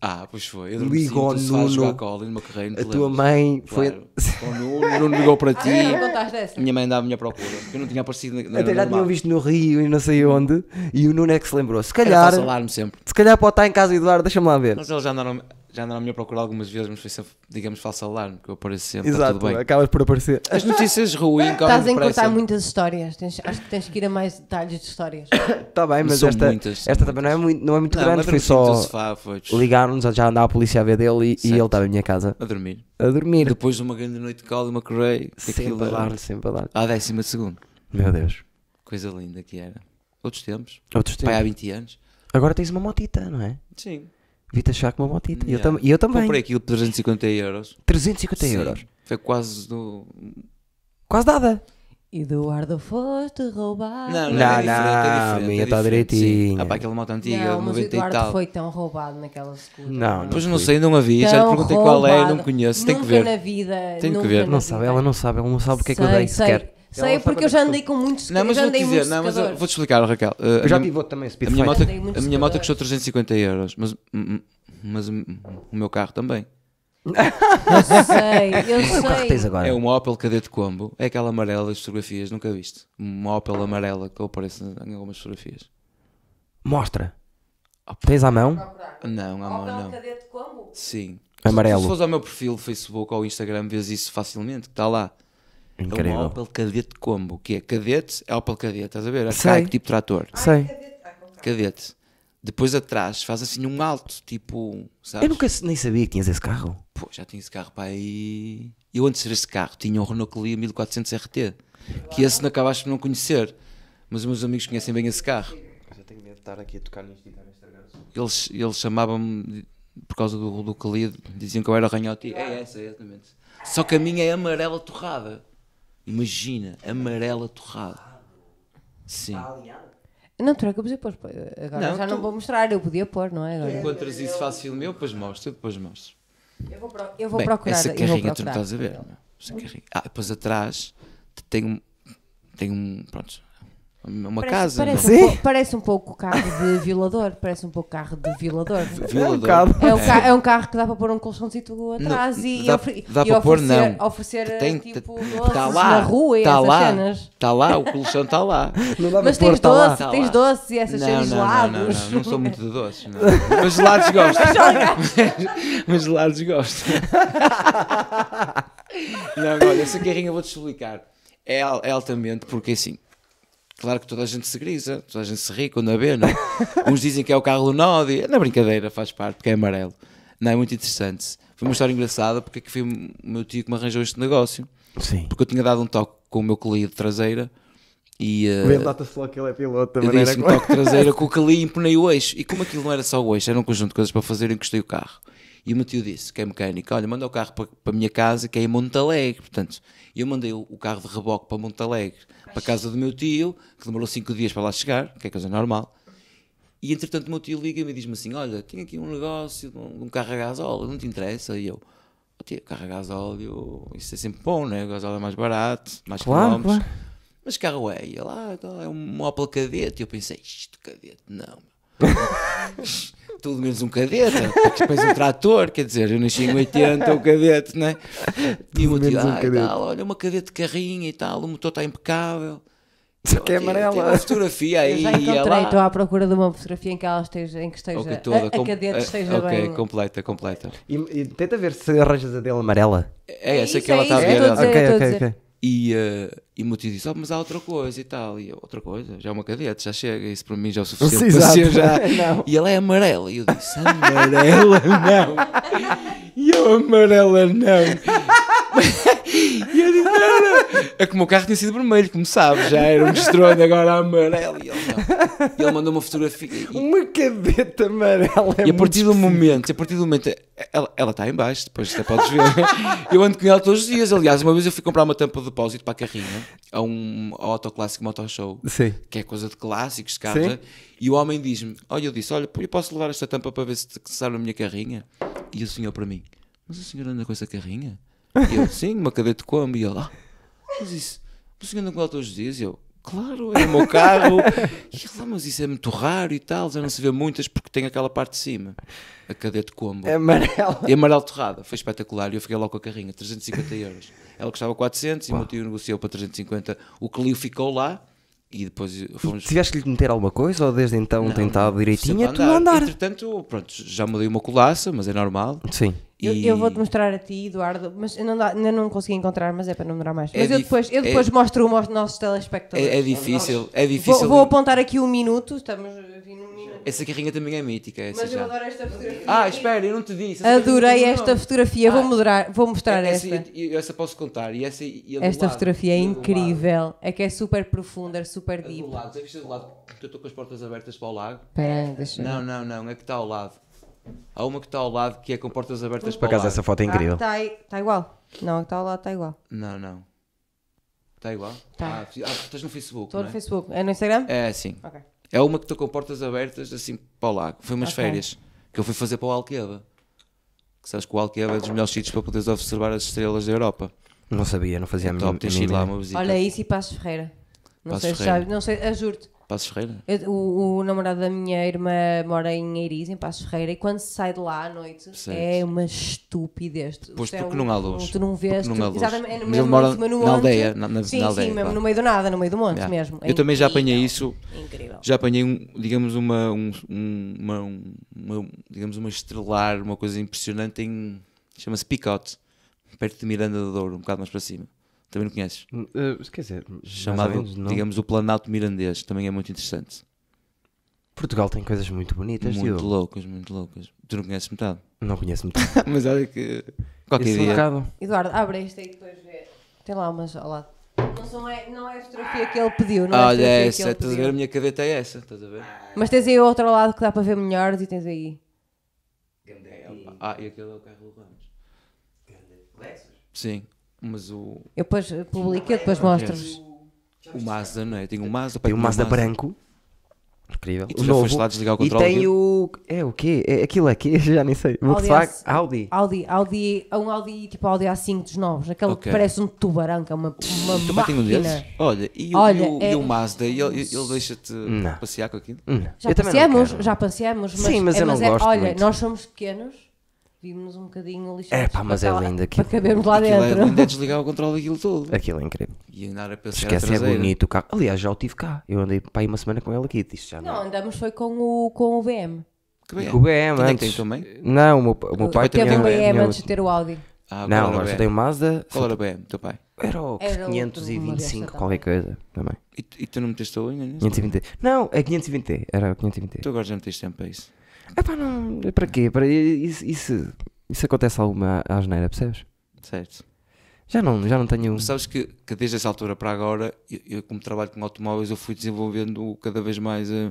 Speaker 2: Ah, pois foi. Eu dormi assim,
Speaker 1: Liga ao
Speaker 2: no sofá a jogar
Speaker 1: Nuno.
Speaker 2: cola e numa carreira.
Speaker 1: A tua mãe foi. *laughs*
Speaker 2: Claro. O Nuno, o Nuno ligou para ti.
Speaker 3: Ah, não contaste essa?
Speaker 2: Minha mãe andava à minha procura. porque Eu não tinha aparecido na, na,
Speaker 1: Até já
Speaker 2: no
Speaker 1: tinham
Speaker 2: mapa.
Speaker 1: visto no Rio e não sei onde. E o Nuno é que se lembrou. Se
Speaker 2: Era Tá
Speaker 1: calhar,
Speaker 2: falso alarme sempre.
Speaker 1: se calhar pode estar em casa, Eduardo, deixa-me lá ver.
Speaker 2: Mas eles já andaram, já andaram à minha procura algumas vezes, mas foi sempre, digamos, falso alarme, que eu apareço sempre. está
Speaker 1: Exato, é
Speaker 2: tudo bem.
Speaker 1: acabas por aparecer. *laughs*
Speaker 2: As notícias ruins,
Speaker 3: Estás a
Speaker 2: depressa.
Speaker 3: encurtar muitas histórias, tens- acho que tens que ir a mais detalhes de histórias.
Speaker 1: Está Tá bem, mas
Speaker 2: São
Speaker 1: esta,
Speaker 2: muitas, são
Speaker 1: esta também não é muito, não é muito
Speaker 2: Não,
Speaker 1: grande.
Speaker 2: mas
Speaker 1: Foi
Speaker 2: dormi no
Speaker 1: só
Speaker 2: sofá, foi
Speaker 1: ligar-nos, já andava a polícia a ver dele e, e ele estava em minha casa
Speaker 2: a dormir.
Speaker 1: a dormir.
Speaker 2: Depois de uma grande noite de cola e uma correia, aquilo é
Speaker 1: Sempre a
Speaker 2: lá
Speaker 1: dar, sempre a dar.
Speaker 2: à décima segunda.
Speaker 1: Meu Deus.
Speaker 2: Coisa linda que era. Outros tempos.
Speaker 1: Outros tempos.
Speaker 2: Pai há 20 anos.
Speaker 1: Agora tens uma motita, não é?
Speaker 2: Sim.
Speaker 1: Vi-te achar com uma motita. E eu,
Speaker 2: Yeah.
Speaker 1: tam e eu também.
Speaker 2: Comprei aquilo por 350 euros.
Speaker 1: 350
Speaker 2: Sim.
Speaker 1: euros.
Speaker 2: Foi quase do,
Speaker 1: Quase nada.
Speaker 3: Eduardo, foste roubar.
Speaker 2: Não, não,
Speaker 1: Não,
Speaker 2: é diferente, é
Speaker 1: não,
Speaker 2: diferente,
Speaker 1: a
Speaker 2: é
Speaker 1: minha tá
Speaker 2: diferente, sim.
Speaker 1: direitinha.
Speaker 2: Ah, pá, aquela moto antiga,
Speaker 3: Não, mas o
Speaker 2: 90 e
Speaker 3: Eduardo
Speaker 2: tal.
Speaker 3: foi tão roubado naquela escola.
Speaker 1: Não, não.
Speaker 2: Pois não sei, não a vi, já lhe perguntei qual é, não conheço, tem que
Speaker 3: Nunca na
Speaker 2: ver.
Speaker 3: vida.
Speaker 2: Tenho que
Speaker 3: nunca
Speaker 2: ver.
Speaker 3: na
Speaker 1: Não sabe,
Speaker 3: vida.
Speaker 1: ela não sabe, ela não sabe o que é que eu
Speaker 3: Sei,
Speaker 1: dei
Speaker 3: sei.
Speaker 1: sequer. Ela
Speaker 3: Sei,
Speaker 1: não sabe
Speaker 3: porque eu
Speaker 1: onde
Speaker 3: já
Speaker 1: é que
Speaker 3: andei com muitos
Speaker 2: Não, mas
Speaker 3: eu já
Speaker 2: vou
Speaker 3: andei
Speaker 2: dizer,
Speaker 3: muitos
Speaker 2: não, mas eu vou-te
Speaker 3: secadores.
Speaker 2: explicar, Raquel. Uh,
Speaker 1: Eu já
Speaker 2: a minha,
Speaker 1: tive outro também,
Speaker 2: a minha
Speaker 1: Speedfire.
Speaker 2: moto,
Speaker 3: Já andei muito
Speaker 2: a minha moto
Speaker 3: secador.
Speaker 2: custou 350 euros, mas, hum, mas hum, o meu carro também.
Speaker 3: Eu sei,
Speaker 1: Qual é
Speaker 3: eu
Speaker 1: o carro que
Speaker 3: sei.
Speaker 1: tens agora?
Speaker 2: É uma Opel Cadete Combo, é aquela amarela, as fotografias, nunca viste. Uma Opel amarela que aparece em algumas fotografias.
Speaker 1: Mostra. Tens à mão?
Speaker 2: Não, amor, não.
Speaker 3: cadete combo?
Speaker 2: Sim.
Speaker 1: Amarelo.
Speaker 2: Se fores ao meu perfil Facebook ou Instagram, vês isso facilmente, que está lá. É uma
Speaker 1: Incrível.
Speaker 2: Opel Cadete Combo, o que é cadete, é Opel Cadete, estás a ver?
Speaker 1: Sei.
Speaker 2: Arcaico, tipo trator.
Speaker 1: Sei.
Speaker 2: Cadete. Depois atrás faz assim um alto, tipo, sabes?
Speaker 1: Eu nunca se- nem sabia que tinhas esse carro.
Speaker 2: Pô, já tinha esse carro para aí. Eu antes de ter esse carro tinha um Renault Clio 1400 RT, que esse não acabaste por não conhecer, mas os meus amigos conhecem bem esse carro.
Speaker 4: Mas eu tenho medo de estar aqui a tocar nisto e estar a estragar o som.
Speaker 2: Eles, eles chamavam-me, de- por causa do, do Clio, diziam que eu era o ranhote. É essa, exatamente. Só que a minha é amarela torrada. Imagina, amarela torrada. Sim.
Speaker 3: Não, tu não acabas de pôr. pô, Agora
Speaker 2: Não,
Speaker 3: já
Speaker 2: tu-
Speaker 3: não vou mostrar, eu podia pôr, não é? Agora.
Speaker 2: Encontras isso facilmente, eu depois mostro, eu depois mostro.
Speaker 3: Eu vou, pro- eu vou
Speaker 2: Bem,
Speaker 3: procurar.
Speaker 2: Essa é
Speaker 3: eu vou
Speaker 2: carrinha tu não
Speaker 3: procurar.
Speaker 2: estás a ver. meu. Essa carrinha. Ah, depois atrás tem um. Tem um. Pronto. Uma
Speaker 3: Parece,
Speaker 2: casa.
Speaker 3: parece,
Speaker 1: não é?
Speaker 3: um
Speaker 1: Sim.
Speaker 3: pouco, parece um pouco o carro de violador. Parece um pouco o carro de
Speaker 2: *laughs*
Speaker 3: violador.
Speaker 2: Violador.
Speaker 1: um bocado.
Speaker 3: É um, ca- é um carro que dá para pôr um colchãozinho atrás
Speaker 2: Não,
Speaker 3: e,
Speaker 2: dá-
Speaker 3: e, ofre-
Speaker 2: dá
Speaker 3: e
Speaker 2: para pôr,
Speaker 3: oferecer,
Speaker 2: não.
Speaker 3: oferecer
Speaker 2: Tem,
Speaker 3: tipo
Speaker 2: tá-
Speaker 3: doces
Speaker 2: tá
Speaker 3: na rua e
Speaker 2: tá
Speaker 3: essas
Speaker 2: lá,
Speaker 3: cenas.
Speaker 2: Está lá, o colchão está
Speaker 3: *laughs*
Speaker 2: lá.
Speaker 1: Não dá
Speaker 3: Mas
Speaker 1: para pôr,
Speaker 3: tens
Speaker 1: tá lá.
Speaker 3: doce, tens doces e é essas
Speaker 2: Ah. não,
Speaker 3: cenas
Speaker 2: não, não, não,
Speaker 3: gelados.
Speaker 2: não, não sou muito de doces.
Speaker 3: *laughs*
Speaker 2: não. Mas gelados gosto. *laughs* Mas gelados
Speaker 3: *laughs*
Speaker 2: gosto. Não, olha, essa carrinha eu vou-te explicar. É, al- é altamente, porque assim, claro que toda a gente se grisa, toda a gente se ri quando a vê, não é? Uns dizem que é o carro do Nodi, na brincadeira faz parte, porque é amarelo. Não, é muito interessante. Foi uma história engraçada, porque é que foi o meu tio que me arranjou este negócio.
Speaker 1: Sim.
Speaker 2: Porque eu tinha dado um toque com o meu colírio de traseira e... eh,
Speaker 1: nota-se logo que ele é piloto da
Speaker 2: eu disse um
Speaker 1: *laughs*
Speaker 2: toque traseiro com o que ali empenei o eixo. E como aquilo não era só o eixo, era um conjunto de coisas para fazer, eu encostei o carro. E o meu tio disse, que é mecânico, olha, manda o carro para, para a minha casa, que é em Montalegre. Portanto, eu mandei o, o carro de reboque para Montalegre, para a casa do meu tio, que demorou cinco dias para lá chegar, que é coisa normal. E entretanto o meu tio liga-me e diz-me assim, olha, tenho aqui um negócio de um, de um carro a gasóleo, não te interessa? E eu, "Oh, tio, carro a gasóleo, isso é sempre bom, não é? O gasóleo é mais barato, mais
Speaker 1: Claro,
Speaker 2: quilómetros.
Speaker 1: claro.
Speaker 2: Mas que carro é? E ele, ah, então é um Opel Cadete. E eu pensei, isto, Cadete, não.
Speaker 1: *laughs*
Speaker 2: Tudo menos um cadete, porque depois um trator, quer dizer, eu nasci em 80, um cadete, né? E o meu tio,
Speaker 1: menos um
Speaker 2: ah, e
Speaker 1: cadete."
Speaker 2: tal, olha, uma cadete de carrinha e tal, o motor está impecável.
Speaker 1: Só que é
Speaker 2: Tem- tem
Speaker 1: amarela.
Speaker 2: uma fotografia
Speaker 3: Eu
Speaker 2: aí,
Speaker 3: já
Speaker 2: e é
Speaker 3: encontrei, estou
Speaker 2: lá.
Speaker 3: à procura de uma fotografia em que ela esteja, em que esteja
Speaker 2: Ok,
Speaker 3: a, a
Speaker 2: com-
Speaker 3: cadete
Speaker 2: eh,
Speaker 3: esteja
Speaker 2: ok,
Speaker 3: bem.
Speaker 2: completa, completa.
Speaker 1: E, é. e tenta ver se arranjas a dele amarela.
Speaker 2: É, essa
Speaker 3: isso,
Speaker 2: que ela
Speaker 3: é
Speaker 2: está a
Speaker 3: isso,
Speaker 2: ver.
Speaker 3: eu estou
Speaker 2: ela-
Speaker 3: a dizer.
Speaker 1: ok,
Speaker 3: tô
Speaker 1: ok,
Speaker 3: dizer.
Speaker 1: ok.
Speaker 2: E, eh, e o meu tio disse: "Oh, mas há outra coisa e tal. E eu, outra coisa, já é uma cadete, já chega. Isso para mim já é o suficiente.
Speaker 1: Sim,
Speaker 2: para
Speaker 1: exato.
Speaker 2: ser
Speaker 1: *laughs*
Speaker 2: já.
Speaker 1: Não.
Speaker 2: E ela é amarela. E eu disse: *laughs* Amarela não. *laughs* E eu, amarela não. E eu É como o carro tinha sido vermelho, como sabes, já era um estrondo agora amarelo. E ele, não. E ele mandou uma fotografia. E,
Speaker 1: Uma cadeta amarela é
Speaker 2: e a partir do momento, a partir do momento, ela, ela está em baixo, depois até podes ver. *laughs* Eu ando com ela todos os dias. Aliás, uma vez eu fui comprar uma tampa de depósito para a carrinha, a um ao autoclássico motoshow,
Speaker 1: Sim.
Speaker 2: que é coisa de clássicos, de carros.
Speaker 1: Sim.
Speaker 2: né? E o homem diz-me: Olha, eu disse, olha, eu posso levar esta tampa para ver se se sai na minha carrinha? E o senhor para mim: Mas o senhor anda com essa carrinha? E eu: Sim, uma cadete combo. E ele: ah, Mas isso, o senhor anda com ela todos os dias? E eu: Claro, é o meu carro. e ele: "Ah, Mas isso é muito raro e tal, já não se vê muitas porque tem aquela parte de cima, a cadete combo.
Speaker 1: É amarela.
Speaker 2: E amarelo torrada, foi espetacular. E eu fiquei logo com a carrinha, 350 euros. Ela custava 400 e o meu tio negociou para 350. O Clio ficou lá e depois fomos.
Speaker 1: Tiveste que lhe meter alguma coisa ou desde então tentado direitinho? É
Speaker 2: sempre a
Speaker 1: tudo a andar.
Speaker 2: Entretanto, pronto, já mudei uma colaça, mas é normal.
Speaker 1: Sim.
Speaker 3: Eu,
Speaker 2: E-
Speaker 3: eu vou-te mostrar a ti, Eduardo, mas eu não dá- ainda não consegui encontrar, mas é para não demorar mais.
Speaker 2: É
Speaker 3: mas eu
Speaker 2: dif-
Speaker 3: depois, eu
Speaker 2: é-
Speaker 3: depois mostro o aos nossos telespectadores.
Speaker 2: É, é difícil, é
Speaker 3: Vou,
Speaker 2: difícil.
Speaker 3: vou apontar aqui um minuto, estamos aqui num minuto.
Speaker 2: Essa carrinha também é mítica. Essa
Speaker 3: Mas eu
Speaker 2: já.
Speaker 3: adoro esta fotografia.
Speaker 2: Ah, espera, eu não te disse. essa
Speaker 3: Adorei
Speaker 2: carrinha tem um
Speaker 3: esta
Speaker 2: nome.
Speaker 3: fotografia, vou, moderar, vou mostrar
Speaker 2: Essa,
Speaker 3: esta.
Speaker 2: e- e- essa posso contar. E essa, e a É, do
Speaker 3: Esta
Speaker 2: lado,
Speaker 3: fotografia é
Speaker 2: e a do lado.
Speaker 3: incrível. É que é super profunda, é super
Speaker 2: A Do
Speaker 3: deep.
Speaker 2: lado, já viste a do lado? que Eu estou com as portas abertas para o lago.
Speaker 3: Espera, aí, deixa
Speaker 2: Não, não, não, é que está ao lado. Há uma que está ao lado que é com portas abertas
Speaker 1: Por
Speaker 2: para o
Speaker 1: acaso
Speaker 2: lado.
Speaker 1: essa
Speaker 3: Ah,
Speaker 1: foto é incrível.
Speaker 3: Está tá igual. Não, está ao lado, está igual.
Speaker 2: Não, não. Está igual?
Speaker 3: Tá.
Speaker 2: Ah, fi- ah, estás no Facebook,
Speaker 3: Estou
Speaker 2: não
Speaker 3: no
Speaker 2: é?
Speaker 3: Facebook. É no Instagram?
Speaker 2: É, sim.
Speaker 3: Ok.
Speaker 2: É uma que estou com portas abertas assim para o lago. Foi umas
Speaker 3: Ok.
Speaker 2: férias que eu fui fazer para o Alqueva. Que sabes que o Alqueva é dos melhores sítios para poderes observar as estrelas da Europa.
Speaker 1: Não sabia, não fazia a
Speaker 2: Top,
Speaker 1: mínima.
Speaker 2: tens de ir lá uma visita.
Speaker 3: Olha isso e Passos Ferreira. Não
Speaker 2: Passos
Speaker 3: sei se
Speaker 2: Ferreira.
Speaker 3: sabes, não sei, ah, juro-te.
Speaker 2: Passos Ferreira?
Speaker 3: Eu- O, o namorado da minha irmã mora em Eiriz, em Passos Ferreira, e quando se sai de lá à noite
Speaker 2: Certo.
Speaker 3: é uma estupidez. O
Speaker 2: Pois,
Speaker 3: céu,
Speaker 2: porque não há luz.
Speaker 3: um Tu não vês,
Speaker 2: Porque não
Speaker 3: tu-
Speaker 2: há luz.
Speaker 3: exatamente, é no
Speaker 2: Mas
Speaker 3: meio
Speaker 2: ele
Speaker 3: do
Speaker 2: mora
Speaker 3: monte, mas no
Speaker 2: na
Speaker 3: monte.
Speaker 2: aldeia, na- na-
Speaker 3: sim,
Speaker 2: na
Speaker 3: sim,
Speaker 2: aldeia,
Speaker 3: mesmo
Speaker 2: vá.
Speaker 3: no meio do nada, no meio do monte
Speaker 2: Yeah.
Speaker 3: mesmo. É
Speaker 2: Eu também já
Speaker 3: incrível,
Speaker 2: apanhei isso
Speaker 3: Incrível.
Speaker 2: já apanhei um, digamos uma um, um- uma, um- uma- digamos uma estrelar uma coisa impressionante em chama-se Picote perto de Miranda do Douro um bocado mais para cima também não conheces
Speaker 1: Uh, quer dizer,
Speaker 2: chamado
Speaker 1: chamado,
Speaker 2: digamos o Planalto Mirandês também é muito interessante
Speaker 1: Portugal tem coisas muito bonitas,
Speaker 2: muito
Speaker 1: Diogo.
Speaker 2: loucas muito loucas tu não conheces metade
Speaker 1: Não conheço muito.
Speaker 2: *laughs* mas olha que qualquer
Speaker 1: Esse é um
Speaker 2: dia
Speaker 1: bocado.
Speaker 3: Eduardo, abre esta e depois vê. Tem lá umas ao lado. Não, são- é, não é a fotografia que ele pediu, não
Speaker 2: olha
Speaker 3: é a
Speaker 2: essa
Speaker 3: fotografia que
Speaker 2: estás a
Speaker 3: ele
Speaker 2: ver a
Speaker 3: pediu.
Speaker 2: minha cadeta é essa estás a ver
Speaker 3: Mas tens aí outro ao lado que dá para ver melhores e tens aí.
Speaker 2: ah e aquele é o Carlos Ramos sim mas o
Speaker 3: Eu depois publico e depois mostro-vos.
Speaker 2: o Mazda não é tem um Mazda
Speaker 1: Tem o
Speaker 2: um
Speaker 1: Mazda branco. Incrível.
Speaker 2: E tu já foste lá desligar o controle
Speaker 1: E tem
Speaker 2: daquilo?
Speaker 1: o. É o quê? *laughs* É aquilo aqui? Já nem sei. Volkswagen.
Speaker 3: A-
Speaker 1: Audi.
Speaker 3: Audi, Audi, é um Audi tipo Audi A5 dos novos, aquele que
Speaker 2: Ok.
Speaker 3: parece um tubarão, que é uma, uma
Speaker 2: Também tenho um desses.
Speaker 3: máquina.
Speaker 2: Olha, e o,
Speaker 3: Olha,
Speaker 2: e o-
Speaker 3: é-
Speaker 2: e o Mazda, ele, ele- ele deixa-te
Speaker 1: Não.
Speaker 2: passear com aquilo?
Speaker 1: Não,
Speaker 3: Já
Speaker 1: Hum, eu também não
Speaker 3: passeamos,
Speaker 1: quero.
Speaker 3: já passeamos, mas,
Speaker 1: Sim, mas
Speaker 3: é,
Speaker 1: eu não
Speaker 3: é-
Speaker 1: gosto
Speaker 3: Olha,
Speaker 1: muito.
Speaker 3: nós somos pequenos, vimos um bocadinho lixados.
Speaker 1: É pá, mas
Speaker 3: para
Speaker 1: é
Speaker 3: cá-
Speaker 1: lindo aquilo.
Speaker 3: Para cabermos lá
Speaker 2: Aquilo é,
Speaker 3: dentro.
Speaker 2: lindo, é desligar o controle daquilo todo.
Speaker 1: Aquilo é incrível.
Speaker 2: E andar a passear
Speaker 1: Esquece,
Speaker 2: a
Speaker 1: é
Speaker 2: traseira.
Speaker 1: bonito o carro. Aliás, já o tive cá. Eu andei para aí uma semana com ele aqui. Disse já
Speaker 3: Não,
Speaker 1: não.
Speaker 3: andamos foi com o, com o BM.
Speaker 2: Que bem é.
Speaker 1: O BM
Speaker 2: Onde é que
Speaker 1: antes.
Speaker 2: tem também?
Speaker 1: Não, o meu, o meu pai
Speaker 3: teve
Speaker 1: tinha
Speaker 2: é
Speaker 3: o
Speaker 2: um
Speaker 3: BM
Speaker 1: tinha
Speaker 3: antes de ter o Audi.
Speaker 2: Ah, qual
Speaker 1: Não,
Speaker 2: era o
Speaker 1: agora só um
Speaker 2: BM?
Speaker 1: tem o Mazda.
Speaker 2: Qual é? era o BM, teu pai?
Speaker 1: Era o
Speaker 3: Era outro,
Speaker 1: 525,
Speaker 3: uma
Speaker 1: qualquer coisa. Também.
Speaker 2: E, tu- e tu não meteste a unha, né?
Speaker 1: 520. Não, é 520. Era o 520.
Speaker 2: Tu agora já não tens tempo para isso.
Speaker 1: É pá, não. Para quê? Para, isso, isso, isso acontece alguma asneira, percebes?
Speaker 2: Certo.
Speaker 1: Hum. Já não, já não tenho. um
Speaker 2: Mas sabes que, que desde essa altura para agora, eu, eu como trabalho com automóveis, eu fui desenvolvendo cada vez mais eh,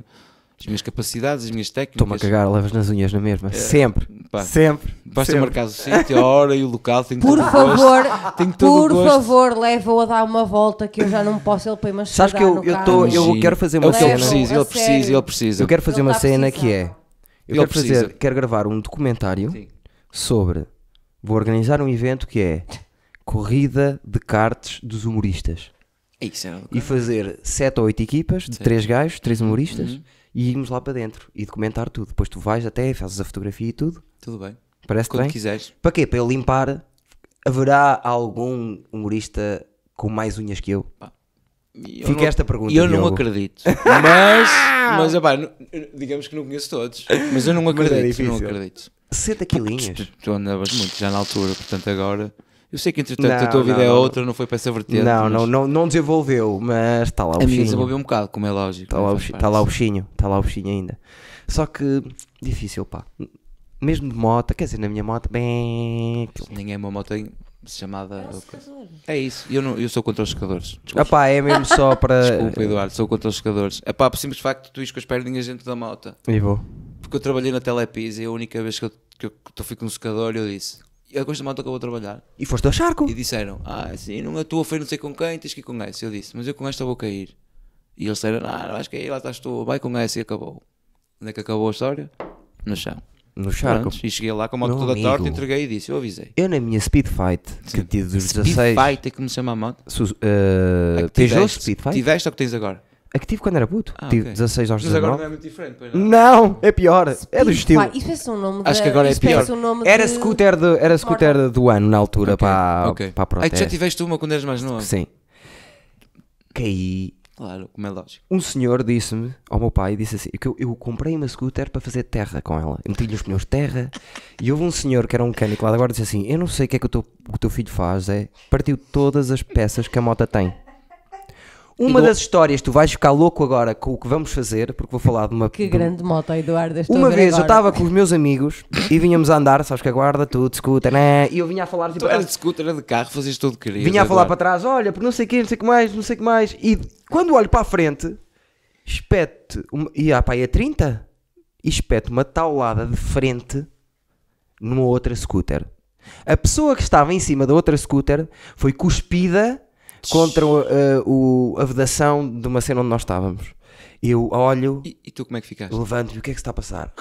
Speaker 2: as minhas capacidades, as minhas técnicas.
Speaker 1: Estou-me a cagar, levas nas unhas na mesma. Sempre.
Speaker 2: É. Pá,
Speaker 1: Sempre.
Speaker 2: basta
Speaker 1: Sempre.
Speaker 2: marcar o sítio, a hora e o local. Tenho
Speaker 3: Por
Speaker 2: todo o gosto.
Speaker 3: favor,
Speaker 2: *laughs* Tenho todo o
Speaker 3: por
Speaker 2: gosto.
Speaker 3: favor, leva-o a dar uma volta que eu já não posso. Ele põe uma
Speaker 1: Sabes que eu-
Speaker 3: no
Speaker 1: eu
Speaker 3: carro.
Speaker 1: tô- eu-
Speaker 2: Imagina.
Speaker 1: quero fazer
Speaker 2: é
Speaker 1: uma
Speaker 2: o que ele
Speaker 1: cena.
Speaker 2: precisa,
Speaker 3: A
Speaker 2: ele precisa,
Speaker 3: sério.
Speaker 2: ele precisa.
Speaker 1: Eu quero fazer
Speaker 3: Ele
Speaker 1: uma
Speaker 3: tá
Speaker 1: cena
Speaker 3: precisando.
Speaker 1: que é. Eu
Speaker 2: Ele
Speaker 1: quero fazer,
Speaker 2: precisa.
Speaker 1: quero gravar um documentário
Speaker 2: Sim.
Speaker 1: sobre. Vou organizar um evento que é Corrida de Cartes dos Humoristas.
Speaker 2: Isso é era do
Speaker 1: E fazer sete ou oito equipas de três gajos, três humoristas,
Speaker 2: Uhum.
Speaker 1: e irmos lá para dentro e documentar tudo. Depois tu vais até, fazes a fotografia e tudo.
Speaker 2: Tudo bem.
Speaker 1: Parece
Speaker 2: Quando
Speaker 1: bem?
Speaker 2: quiseres.
Speaker 1: Para quê? Para eu limpar. Haverá algum humorista com mais unhas que eu?
Speaker 2: E eu
Speaker 1: Fica
Speaker 2: não-
Speaker 1: esta pergunta,
Speaker 2: E eu não
Speaker 1: Diogo.
Speaker 2: acredito.
Speaker 3: *laughs*
Speaker 2: Mas, mas opá, n- digamos que não conheço todos. Mas eu não
Speaker 1: Mas é
Speaker 2: acredito. não
Speaker 1: difícil.
Speaker 2: acredito.
Speaker 1: 60 quilinhos.
Speaker 2: Tu, tu andavas muito já na altura, portanto agora. Eu sei que entretanto a
Speaker 1: Não,
Speaker 2: tua vida
Speaker 1: não,
Speaker 2: é
Speaker 1: não.
Speaker 2: outra, não foi para essa vertente.
Speaker 1: Não,
Speaker 2: mas
Speaker 1: não, não, não desenvolveu, mas está lá o
Speaker 2: A minha
Speaker 1: bichinho.
Speaker 2: desenvolveu um bocado, como é lógico.
Speaker 1: Está
Speaker 2: né,
Speaker 1: lá, o
Speaker 2: faz
Speaker 1: bichinho-
Speaker 2: parte.
Speaker 1: tá lá o bichinho, está lá o bichinho ainda. Só que, difícil, pá. Mesmo de moto, quer dizer, na minha moto, bem. aquilo-
Speaker 2: Ninguém é uma moto. em- chamada.
Speaker 3: É um secador.
Speaker 2: É isso, eu, não, eu sou contra os secadores. Desculpa,
Speaker 1: Opá, é mesmo só para.
Speaker 2: *laughs* Desculpa, Eduardo, sou contra os secadores. É pá, por simples facto, tu ires com as perninhas dentro da moto.
Speaker 1: E vou.
Speaker 2: Porque eu trabalhei na Telepisa e a única vez que eu, que eu, que eu fui com um secador eu disse: É com esta moto que eu vou trabalhar.
Speaker 1: E foste ao charco?
Speaker 2: E disseram, ah, sim, não, a tua foi não sei com quem, tens que ir com essa. Eu disse, mas eu com esta vou cair. E eles disseram, ah, não vais cair, lá estás tu, vai com essa e acabou. Onde é que acabou a história? No chão.
Speaker 1: No charco.
Speaker 2: Prontos, e cheguei lá com a moto
Speaker 1: Meu
Speaker 2: toda
Speaker 1: amigo.
Speaker 2: torta, entreguei e disse, eu avisei.
Speaker 1: Eu na minha speed fight, que tive dos 16.
Speaker 2: Speedfight é que me chama a moto.
Speaker 1: Su- eh,
Speaker 2: A que
Speaker 1: Peugeot
Speaker 2: tiveste-
Speaker 1: speed fight?
Speaker 2: Tiveste ou que tens agora?
Speaker 1: A que tive quando era puto.
Speaker 2: Ah,
Speaker 1: tive
Speaker 2: ok.
Speaker 1: 16 aos
Speaker 2: Mas agora não
Speaker 1: 19.
Speaker 2: é muito diferente, pois não?
Speaker 1: Não, é pior. É do
Speaker 3: Ih,
Speaker 1: estilo.
Speaker 3: pá, isso parece um nome
Speaker 2: Acho
Speaker 3: da-
Speaker 2: que agora é
Speaker 3: isso parece
Speaker 2: pior.
Speaker 3: um nome
Speaker 1: Era
Speaker 3: de-
Speaker 1: scooter, de, era scooter do ano na altura para,
Speaker 2: Ok.
Speaker 1: para a
Speaker 2: Ah, tu já
Speaker 1: protesto.
Speaker 2: tiveste uma quando eras mais novo?
Speaker 1: é. Sim. Caí.
Speaker 2: Claro, como é lógico.
Speaker 1: Um senhor disse-me, ao meu pai, disse assim: que eu, eu comprei uma scooter para fazer terra com ela. Eu Meti-lhe os pneus de terra. E houve um senhor que era um mecânico lá de agora disse assim: Eu não sei o que é que o teu, o teu filho faz, é partiu todas as peças que a moto tem. Uma das histórias, tu vais ficar louco agora com o que vamos fazer, porque vou falar de uma.
Speaker 3: Que
Speaker 1: de uma-
Speaker 3: grande moto, Eduardo. estou a
Speaker 1: Uma
Speaker 3: ver
Speaker 1: vez eu
Speaker 3: agora.
Speaker 1: estava com os meus amigos e vinhamos a andar, sabes que a guarda, tudo, scooter, né? e eu vinha a falar tipo,
Speaker 2: Tu eras de scooter, era de carro, fazias tudo o que querias.
Speaker 1: vinha a falar para
Speaker 2: Eduardo.
Speaker 1: trás, olha, porque não sei o que, não sei o que mais, não sei o que mais, e quando olho para a frente, espete, uma, e ah, pá, e a 30, e espete uma taulada de frente numa outra scooter. A pessoa que estava em cima da outra scooter foi cuspida contra o- a- o, a vedação de uma cena onde nós estávamos. Eu olho,
Speaker 2: E, e tu como é que ficaste?
Speaker 1: Levanto-me, o que é que se está a passar?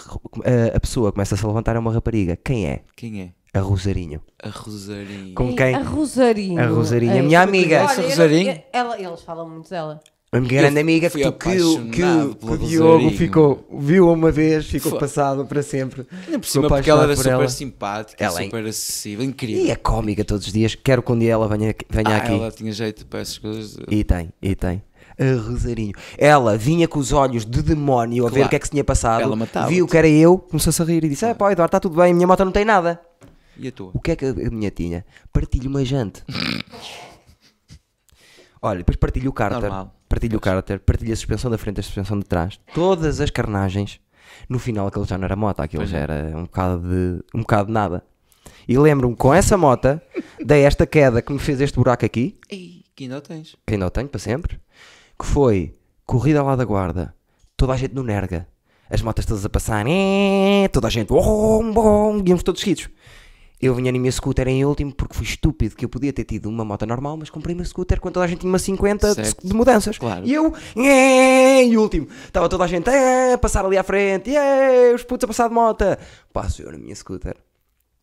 Speaker 1: A, a pessoa começa-se a levantar, é uma rapariga. Quem é?
Speaker 2: Quem é?
Speaker 1: A Rosarinho.
Speaker 2: A Rosarinha.
Speaker 1: Com
Speaker 3: Ei,
Speaker 1: quem?
Speaker 3: A Rosarinha.
Speaker 1: A Rosarinha,
Speaker 3: Ei,
Speaker 1: minha amiga.
Speaker 3: Olha,
Speaker 2: Essa
Speaker 3: eu não-
Speaker 2: Rosarinha?
Speaker 3: ela- eles falam muito dela.
Speaker 1: A minha grande
Speaker 2: Eu
Speaker 1: amiga que,
Speaker 2: fui
Speaker 1: tu- que, o- que, o-
Speaker 2: apaixonado
Speaker 1: que o
Speaker 2: pela
Speaker 1: Diogo
Speaker 2: Rosarinho.
Speaker 1: ficou, viu uma vez, ficou
Speaker 2: Fo-
Speaker 1: passado para sempre.
Speaker 2: Ainda
Speaker 1: Ficou
Speaker 2: por cima, porque ela era
Speaker 1: apaixonado por
Speaker 2: super
Speaker 1: ela.
Speaker 2: simpática,
Speaker 1: Ela é-
Speaker 2: super acessível, incrível.
Speaker 1: E é cómica todos os dias. Quero que um dia ela venha, venha
Speaker 2: Ah,
Speaker 1: aqui.
Speaker 2: ela tinha jeito para essas coisas.
Speaker 1: E tem, e tem. A Rosarinho. Ela vinha com os olhos de demónio a ver
Speaker 2: Claro.
Speaker 1: o que é que se tinha passado.
Speaker 2: Ela matava-te.
Speaker 1: Viu que era eu, começou-se a rir e disse: É pá, Eduardo, está tudo bem, a minha moto não tem nada.
Speaker 2: E a tua?
Speaker 1: O que é que a a minha tinha? Partilho uma jante. Olha, depois partilho o cárter.
Speaker 2: Normal.
Speaker 1: Partilho o cárter, partilho a suspensão da frente, a suspensão de trás. Todas as carnagens. No final aquilo já não era moto, aquilo já era um bocado de, um bocado de nada. E lembro-me, com essa moto, *laughs* dei esta queda que me fez este buraco aqui,
Speaker 2: Ei, que ainda o tens.
Speaker 1: que ainda o tenho para sempre, que foi corrida lá da guarda, toda a gente no Nerga, as motas todas a passar, eh, toda a gente, bom, bom, íamos todos seguidos. Eu vinha na minha scooter em último porque fui estúpido que eu podia ter tido uma moto normal, mas comprei uma scooter quando toda a gente tinha uma 50 de,
Speaker 2: Certo.
Speaker 1: de mudanças.
Speaker 2: Claro.
Speaker 1: E eu, eh, em último, estava toda a gente eh, a passar ali à frente, eh, os putos a passar de moto. Passo eu na minha scooter.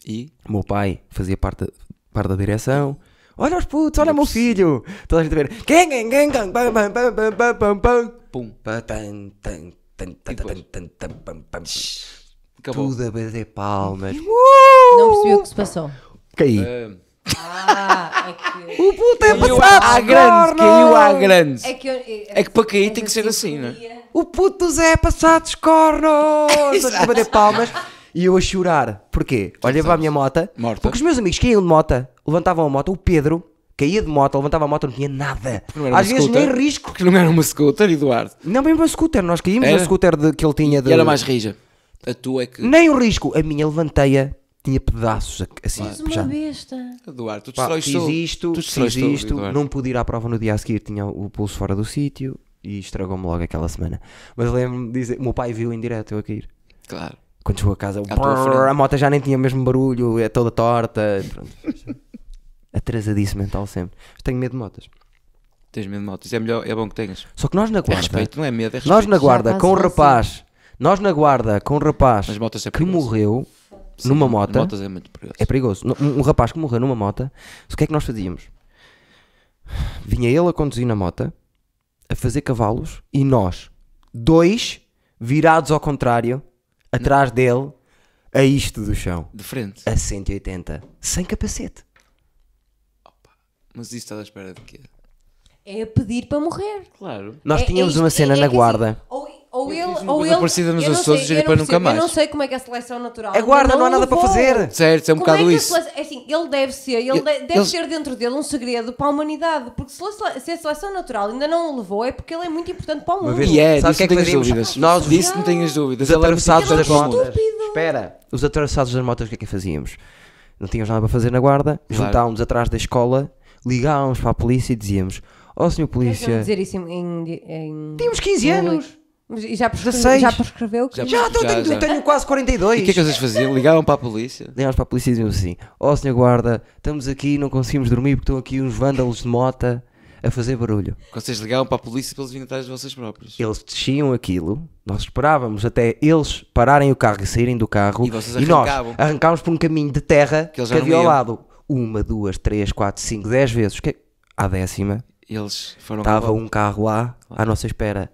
Speaker 2: E?
Speaker 1: O meu pai fazia parte, parte da direção. Olha os putos, olha o meu filho. Toda a gente a ver. Gang, gang, gang, gang, bam, bam, bam, bam, bam, bam, bam.
Speaker 2: Pum.
Speaker 1: Pa, tan, tan, tan, tan,
Speaker 2: E depois?
Speaker 1: tan, tan, tan, pam, pam.
Speaker 2: Acabou.
Speaker 1: Tudo a bater palmas.
Speaker 3: Não percebi o que é se passou.
Speaker 1: Caí.
Speaker 2: Ah,
Speaker 3: Ah, é que.
Speaker 1: O puto é
Speaker 2: caiu
Speaker 1: passado.
Speaker 2: à grande, caiu à grande.
Speaker 3: É que, eu- é,
Speaker 2: É que para cair
Speaker 3: é
Speaker 2: tem que
Speaker 3: eu
Speaker 2: ser
Speaker 3: tive
Speaker 2: assim, não é?
Speaker 3: fobia.
Speaker 1: O puto Zé é passado dos
Speaker 2: *laughs*
Speaker 1: cornos. Toda a gente a bater palmas. E eu a chorar. Porquê? Olha para a minha moto.
Speaker 2: Morta.
Speaker 1: Porque os meus amigos caíam de moto, levantavam a moto. O Pedro caía de moto, levantava a moto, não tinha nada.
Speaker 2: não era
Speaker 1: Às
Speaker 2: uma
Speaker 1: vezes nem
Speaker 2: scooter.
Speaker 1: risco.
Speaker 2: Porque não era uma scooter, Eduardo.
Speaker 1: Não, mesmo a scooter, nós caímos
Speaker 2: Era?
Speaker 1: na scooter de- que ele tinha de.
Speaker 2: E era mais rija. A tua é que.
Speaker 1: Nem o risco. A minha levantei-a, tinha pedaços a- assim.
Speaker 3: És uma
Speaker 1: já.
Speaker 3: besta.
Speaker 2: Eduardo, tu
Speaker 1: Pá,
Speaker 2: destróis
Speaker 1: fiz
Speaker 2: tudo.
Speaker 1: isto,
Speaker 2: tu
Speaker 1: fiz
Speaker 2: destróis tudo,
Speaker 1: isto,
Speaker 2: Eduardo.
Speaker 1: não pude ir à prova no dia a seguir, tinha o pulso fora do sítio e estragou-me logo aquela semana. Mas lembro-me de dizer, o meu pai viu em direto eu a cair.
Speaker 2: Claro.
Speaker 1: Quando chegou a casa,
Speaker 2: À tua frente.
Speaker 1: a moto já nem tinha o mesmo barulho, é toda torta. Pronto.
Speaker 2: *laughs*
Speaker 1: Atrasadiço mental sempre. Mas tenho medo de motas.
Speaker 2: Tens medo de moto. Isso é melhor, é bom que tenhas.
Speaker 1: Só que nós na
Speaker 2: É
Speaker 1: guarda.
Speaker 2: respeito, não é medo, é respeito.
Speaker 1: Nós na guarda
Speaker 3: Já
Speaker 1: com um
Speaker 3: passou
Speaker 1: rapaz, nós na guarda com um rapaz
Speaker 2: Mas motas é
Speaker 1: que
Speaker 2: perigoso.
Speaker 1: morreu numa moto.
Speaker 2: Motas é muito perigoso.
Speaker 1: É perigoso. No- Um um rapaz que morreu numa moto, o que é que nós fazíamos? Vinha ele a conduzir na moto, a fazer cavalos, e nós, dois, virados ao contrário, atrás dele, a isto do chão,
Speaker 2: De frente.
Speaker 1: a 180, sem capacete.
Speaker 2: Mas isso está à espera de quê?
Speaker 3: É a pedir para morrer.
Speaker 2: Claro.
Speaker 1: Nós
Speaker 3: É- é
Speaker 1: tínhamos
Speaker 3: isto-
Speaker 1: uma
Speaker 3: é-
Speaker 1: cena
Speaker 3: é
Speaker 1: na
Speaker 3: que assim,
Speaker 1: guarda.
Speaker 3: ou,
Speaker 2: Eu
Speaker 3: ou ele,
Speaker 2: fiz uma
Speaker 3: ou
Speaker 2: coisa
Speaker 3: ele,
Speaker 2: parecida nos
Speaker 3: eu não
Speaker 2: Açores
Speaker 3: sei-
Speaker 2: e girei
Speaker 3: eu não
Speaker 2: para nunca
Speaker 3: percebo,
Speaker 2: mais.
Speaker 3: Eu não sei como é que é a seleção natural.
Speaker 1: A guarda
Speaker 3: mas
Speaker 1: não há nada para
Speaker 3: levou.
Speaker 1: fazer.
Speaker 2: Certo, é um
Speaker 3: Como
Speaker 2: bocado
Speaker 3: é que a
Speaker 2: isso.
Speaker 3: seleção- é assim, ele deve ser, ele
Speaker 2: Ele-
Speaker 3: de- deve
Speaker 2: eles-
Speaker 3: ser dentro dele um segredo para a humanidade, porque se, a sele- se a seleção natural ainda não o levou é porque ele é muito importante para o mundo.
Speaker 1: vez-
Speaker 2: E é,
Speaker 1: Sabe
Speaker 2: disso
Speaker 1: o que é que
Speaker 2: não tenhas
Speaker 1: fazíamos?
Speaker 2: dúvidas.
Speaker 1: Nós-
Speaker 2: disso não tenhas dúvidas.
Speaker 1: Os
Speaker 2: Ela é muito
Speaker 1: atravessados das
Speaker 2: importante para o
Speaker 1: motas.
Speaker 3: estúpido.
Speaker 1: Espera, os atravessados das motas, o que é que fazíamos? não tínhamos nada para fazer na guarda,
Speaker 2: Claro.
Speaker 1: juntávamos atrás da escola, ligávamos para a polícia e dizíamos: Ó senhor
Speaker 3: Queres não
Speaker 1: polícia,
Speaker 3: dizer isso em. em, em
Speaker 1: tínhamos 15 anos!
Speaker 3: Mas e já, prescreve,
Speaker 1: 16.
Speaker 3: já prescreveu?
Speaker 2: Já
Speaker 1: Já, então eu
Speaker 2: Já,
Speaker 1: tenho,
Speaker 2: já.
Speaker 1: eu tenho quase 42!
Speaker 2: E o que é que vocês faziam? Ligavam para a polícia?
Speaker 1: Ligámos para a polícia e dizíamos assim: Ó senhor guarda, estamos aqui, não conseguimos dormir porque estão aqui uns vândalos de mota a fazer barulho.
Speaker 2: Vocês ligavam para a polícia para eles virem atrás de vocês próprios.
Speaker 1: Eles desciam aquilo, nós esperávamos até eles pararem o carro e saírem do carro
Speaker 2: E vocês
Speaker 1: nós
Speaker 2: arrancavam.
Speaker 1: arrancámos por um caminho de terra
Speaker 2: Que
Speaker 1: que,
Speaker 2: eles já não
Speaker 1: havia ao
Speaker 2: iam.
Speaker 1: lado. Uma, duas, três, quatro, cinco, dez vezes. Que... é- À décima,
Speaker 2: Eles foram
Speaker 1: estava um carro lá à nossa espera.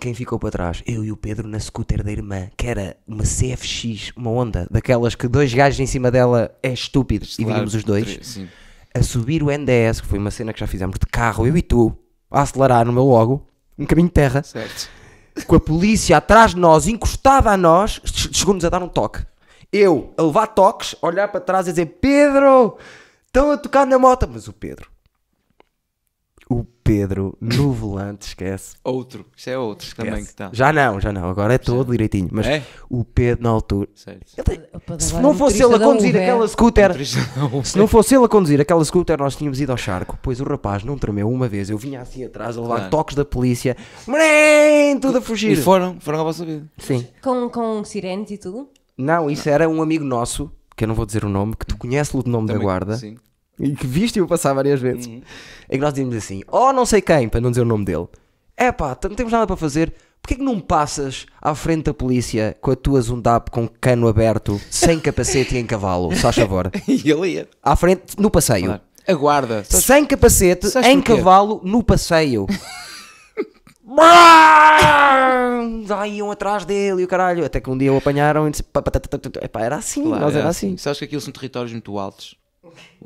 Speaker 1: Quem ficou para trás? Eu e o Pedro na scooter da irmã, que era uma CFX, uma onda, daquelas que dois gajos em cima dela é estúpido. e
Speaker 2: Claro,
Speaker 1: vínhamos os dois
Speaker 2: tre- Sim.
Speaker 1: a subir o NDS, que foi uma cena que já fizemos de carro, eu e tu, a acelerar no meu logo, um caminho de terra,
Speaker 2: Certo.
Speaker 1: com a polícia atrás de nós, encostada a nós, che- chegou-nos a dar um toque. Eu, a levar toques, a olhar para trás e dizer: Pedro, estão a tocar na moto. Mas o Pedro, o Pedro
Speaker 2: *coughs*
Speaker 1: no volante, esquece.
Speaker 2: Outro. Isto é outro também que está.
Speaker 1: Já não, já não, agora é todo direitinho. Mas
Speaker 2: É?
Speaker 1: o Pedro, na altura,
Speaker 2: Certo.
Speaker 1: ele-
Speaker 3: Opa,
Speaker 1: se
Speaker 3: agora um
Speaker 1: não
Speaker 3: o
Speaker 1: fosse
Speaker 3: motorista
Speaker 1: ele a
Speaker 3: da
Speaker 1: conduzir
Speaker 3: Uber.
Speaker 1: aquela scooter,
Speaker 2: Triste não.
Speaker 1: se não fosse ele a conduzir aquela scooter, nós tínhamos ido ao charco. Pois o rapaz não tremeu uma vez. Eu vinha assim atrás a levar
Speaker 2: Claro.
Speaker 1: toques da polícia. Mrém, tudo a
Speaker 2: E
Speaker 1: fugir.
Speaker 2: foram, foram à vossa vida.
Speaker 1: Sim.
Speaker 3: Com, com sirenes e tudo?
Speaker 1: Não, isso era um amigo nosso, que eu não vou dizer o nome, que tu conheces o nome da
Speaker 2: Também-
Speaker 1: guarda.
Speaker 2: Sim. *laughs* Uhum.
Speaker 1: E que viste eu passar várias vezes. É que nós dizíamos assim, oh não sei quem, para não dizer o nome dele. É pá, t- não temos nada para fazer. Porquê que não passas à frente da polícia com a tua zundap com cano aberto, sem capacete e em cavalo? Só a favor.
Speaker 2: E ele ia.
Speaker 1: À frente, no passeio.
Speaker 2: Claro. A guarda. Sabes-
Speaker 1: Sem capacete,
Speaker 2: Sabes
Speaker 1: em
Speaker 2: porquê?
Speaker 1: cavalo, no passeio. *laughs* Ai, iam atrás dele e o caralho. Até que um dia o apanharam e disse: "Pá, pá, tá, tá, tá, tá." Epá, era assim,
Speaker 2: Claro,
Speaker 1: nós
Speaker 2: é
Speaker 1: era assim.
Speaker 2: Sabes que aquilo são territórios muito altos.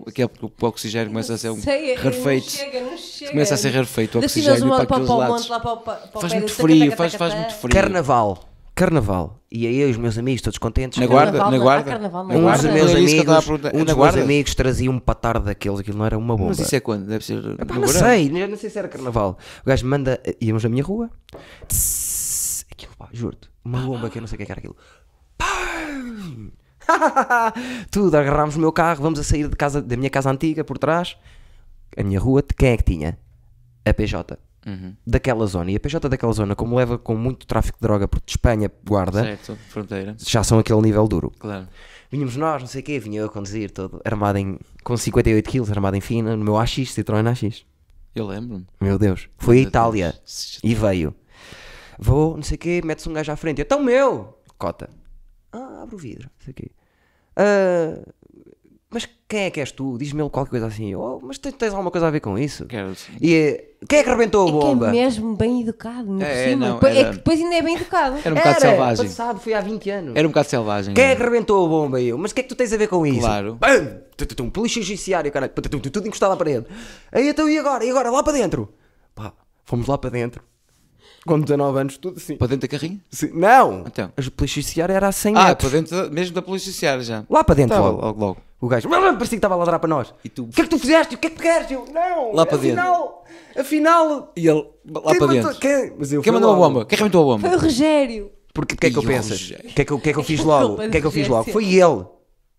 Speaker 2: Aqui é porque o oxigênio começa a ser um
Speaker 3: Sei, não
Speaker 2: refeito.
Speaker 3: chega, não chega.
Speaker 2: Começa a ser rarefeito o
Speaker 3: Das cidades
Speaker 2: oxigênio
Speaker 3: do
Speaker 2: para
Speaker 3: monte,
Speaker 2: aqueles
Speaker 3: para o
Speaker 2: lados.
Speaker 3: monte, lá para o- para o
Speaker 2: Faz
Speaker 3: pé do
Speaker 2: muito
Speaker 3: taca, taca,
Speaker 2: frio,
Speaker 3: taca,
Speaker 2: faz, faz
Speaker 3: taca.
Speaker 2: muito frio.
Speaker 1: Carnaval, carnaval. E aí eu e os meus amigos, todos contentes.
Speaker 2: Na guarda,
Speaker 3: Carnaval,
Speaker 2: na
Speaker 3: na-
Speaker 2: guarda.
Speaker 3: há carnaval na
Speaker 2: na
Speaker 1: Um dos
Speaker 3: guarda?
Speaker 1: meus
Speaker 2: Era isso que eu estava a
Speaker 1: amigos,
Speaker 2: perguntar. É
Speaker 1: um
Speaker 2: na
Speaker 1: dos meus
Speaker 2: guarda?
Speaker 1: amigos trazia um patar daqueles, aquilo não era uma bomba.
Speaker 2: Mas isso é quando? Deve ser no
Speaker 1: Epá,
Speaker 2: verão.
Speaker 1: não sei, eu não sei se era carnaval. O gajo manda, íamos na minha rua, tss, aquilo, pá, juro-te, uma bomba que eu não sei o que é que era aquilo. Pam! *laughs* Tudo, agarrámos o meu carro, vamos a sair de casa, da minha casa antiga por trás. A minha rua, de quem é que tinha? A PJ.
Speaker 2: Uhum.
Speaker 1: Daquela zona. E a PJ daquela zona, como leva com muito tráfico de droga por de Espanha, guarda,
Speaker 2: Certo, fronteira.
Speaker 1: já são aquele nível duro.
Speaker 2: Claro.
Speaker 1: Vínhamos nós, não sei o quê, vinha eu a conduzir todo, armado em, com 58 kg, armado em fina, no meu AX, Citroën AX.
Speaker 2: Eu lembro-me.
Speaker 1: Meu Deus. Foi a
Speaker 2: Meu
Speaker 1: Itália.
Speaker 2: Deus.
Speaker 1: E veio. Vou, não sei o quê, mete-se um gajo à frente. Então, meu! Cota. Ah, abre o vidro. Não sei o quê. "Ah, mas quem é que és tu? Diz-me ele qualquer coisa assim. Oh, mas tens, tens alguma coisa a ver com isso?
Speaker 2: Quero. Um
Speaker 1: E eh, quem é que arrebentou a
Speaker 3: É
Speaker 1: bomba?
Speaker 3: que é mesmo bem educado, ainda por
Speaker 2: É, é,
Speaker 3: cima.
Speaker 2: não,
Speaker 3: Pô, É
Speaker 2: era-
Speaker 3: que depois ainda é bem educado.
Speaker 2: Era um bocado
Speaker 1: Era,
Speaker 2: selvagem.
Speaker 1: passado, foi há 20 anos.
Speaker 2: Era um bocado selvagem.
Speaker 1: Quem é
Speaker 2: era.
Speaker 1: que arrebentou a bomba? E Eu, mas o que é que tu tens a ver com isso?
Speaker 2: Claro.
Speaker 1: Bam! Tututum, Polícia judiciária, um caralho. Tututum, Tudo encostado à parede. Aí então, e agora? E agora? Lá para dentro. Pá, fomos lá para dentro. Com 19 anos, tudo assim.
Speaker 2: Para dentro da carrinha?
Speaker 1: Sim, Não!
Speaker 2: Então.
Speaker 1: A polícia judiciária era a 100
Speaker 2: Ah,
Speaker 1: metros.
Speaker 2: para dentro da- mesmo da polícia judiciária já.
Speaker 1: Lá para dentro
Speaker 2: Estava
Speaker 1: logo.
Speaker 2: logo, logo.
Speaker 1: O gajo "Brrr", parecia que estava a ladrar para nós.
Speaker 2: E tu-
Speaker 1: O que é que tu fizeste? O que é que tu queres? Eu, não!
Speaker 2: Lá para dentro.
Speaker 1: afinal, dentro. Afinal.
Speaker 2: E ele lá
Speaker 1: quem
Speaker 2: para
Speaker 1: matou-
Speaker 2: dentro.
Speaker 1: Quem, Mas eu
Speaker 2: Quem
Speaker 1: fui
Speaker 2: mandou a
Speaker 1: logo.
Speaker 2: bomba? Quem arrebentou a
Speaker 3: Foi o
Speaker 2: bomba?
Speaker 3: Rogério.
Speaker 1: Porque o que é que eu
Speaker 2: Ih,
Speaker 1: penso?
Speaker 2: Rogério.
Speaker 1: O que é que eu- o que é que eu fiz logo? O
Speaker 3: Culpa
Speaker 1: que é que eu
Speaker 3: do
Speaker 1: fiz
Speaker 3: Rogério.
Speaker 1: logo? Foi ele.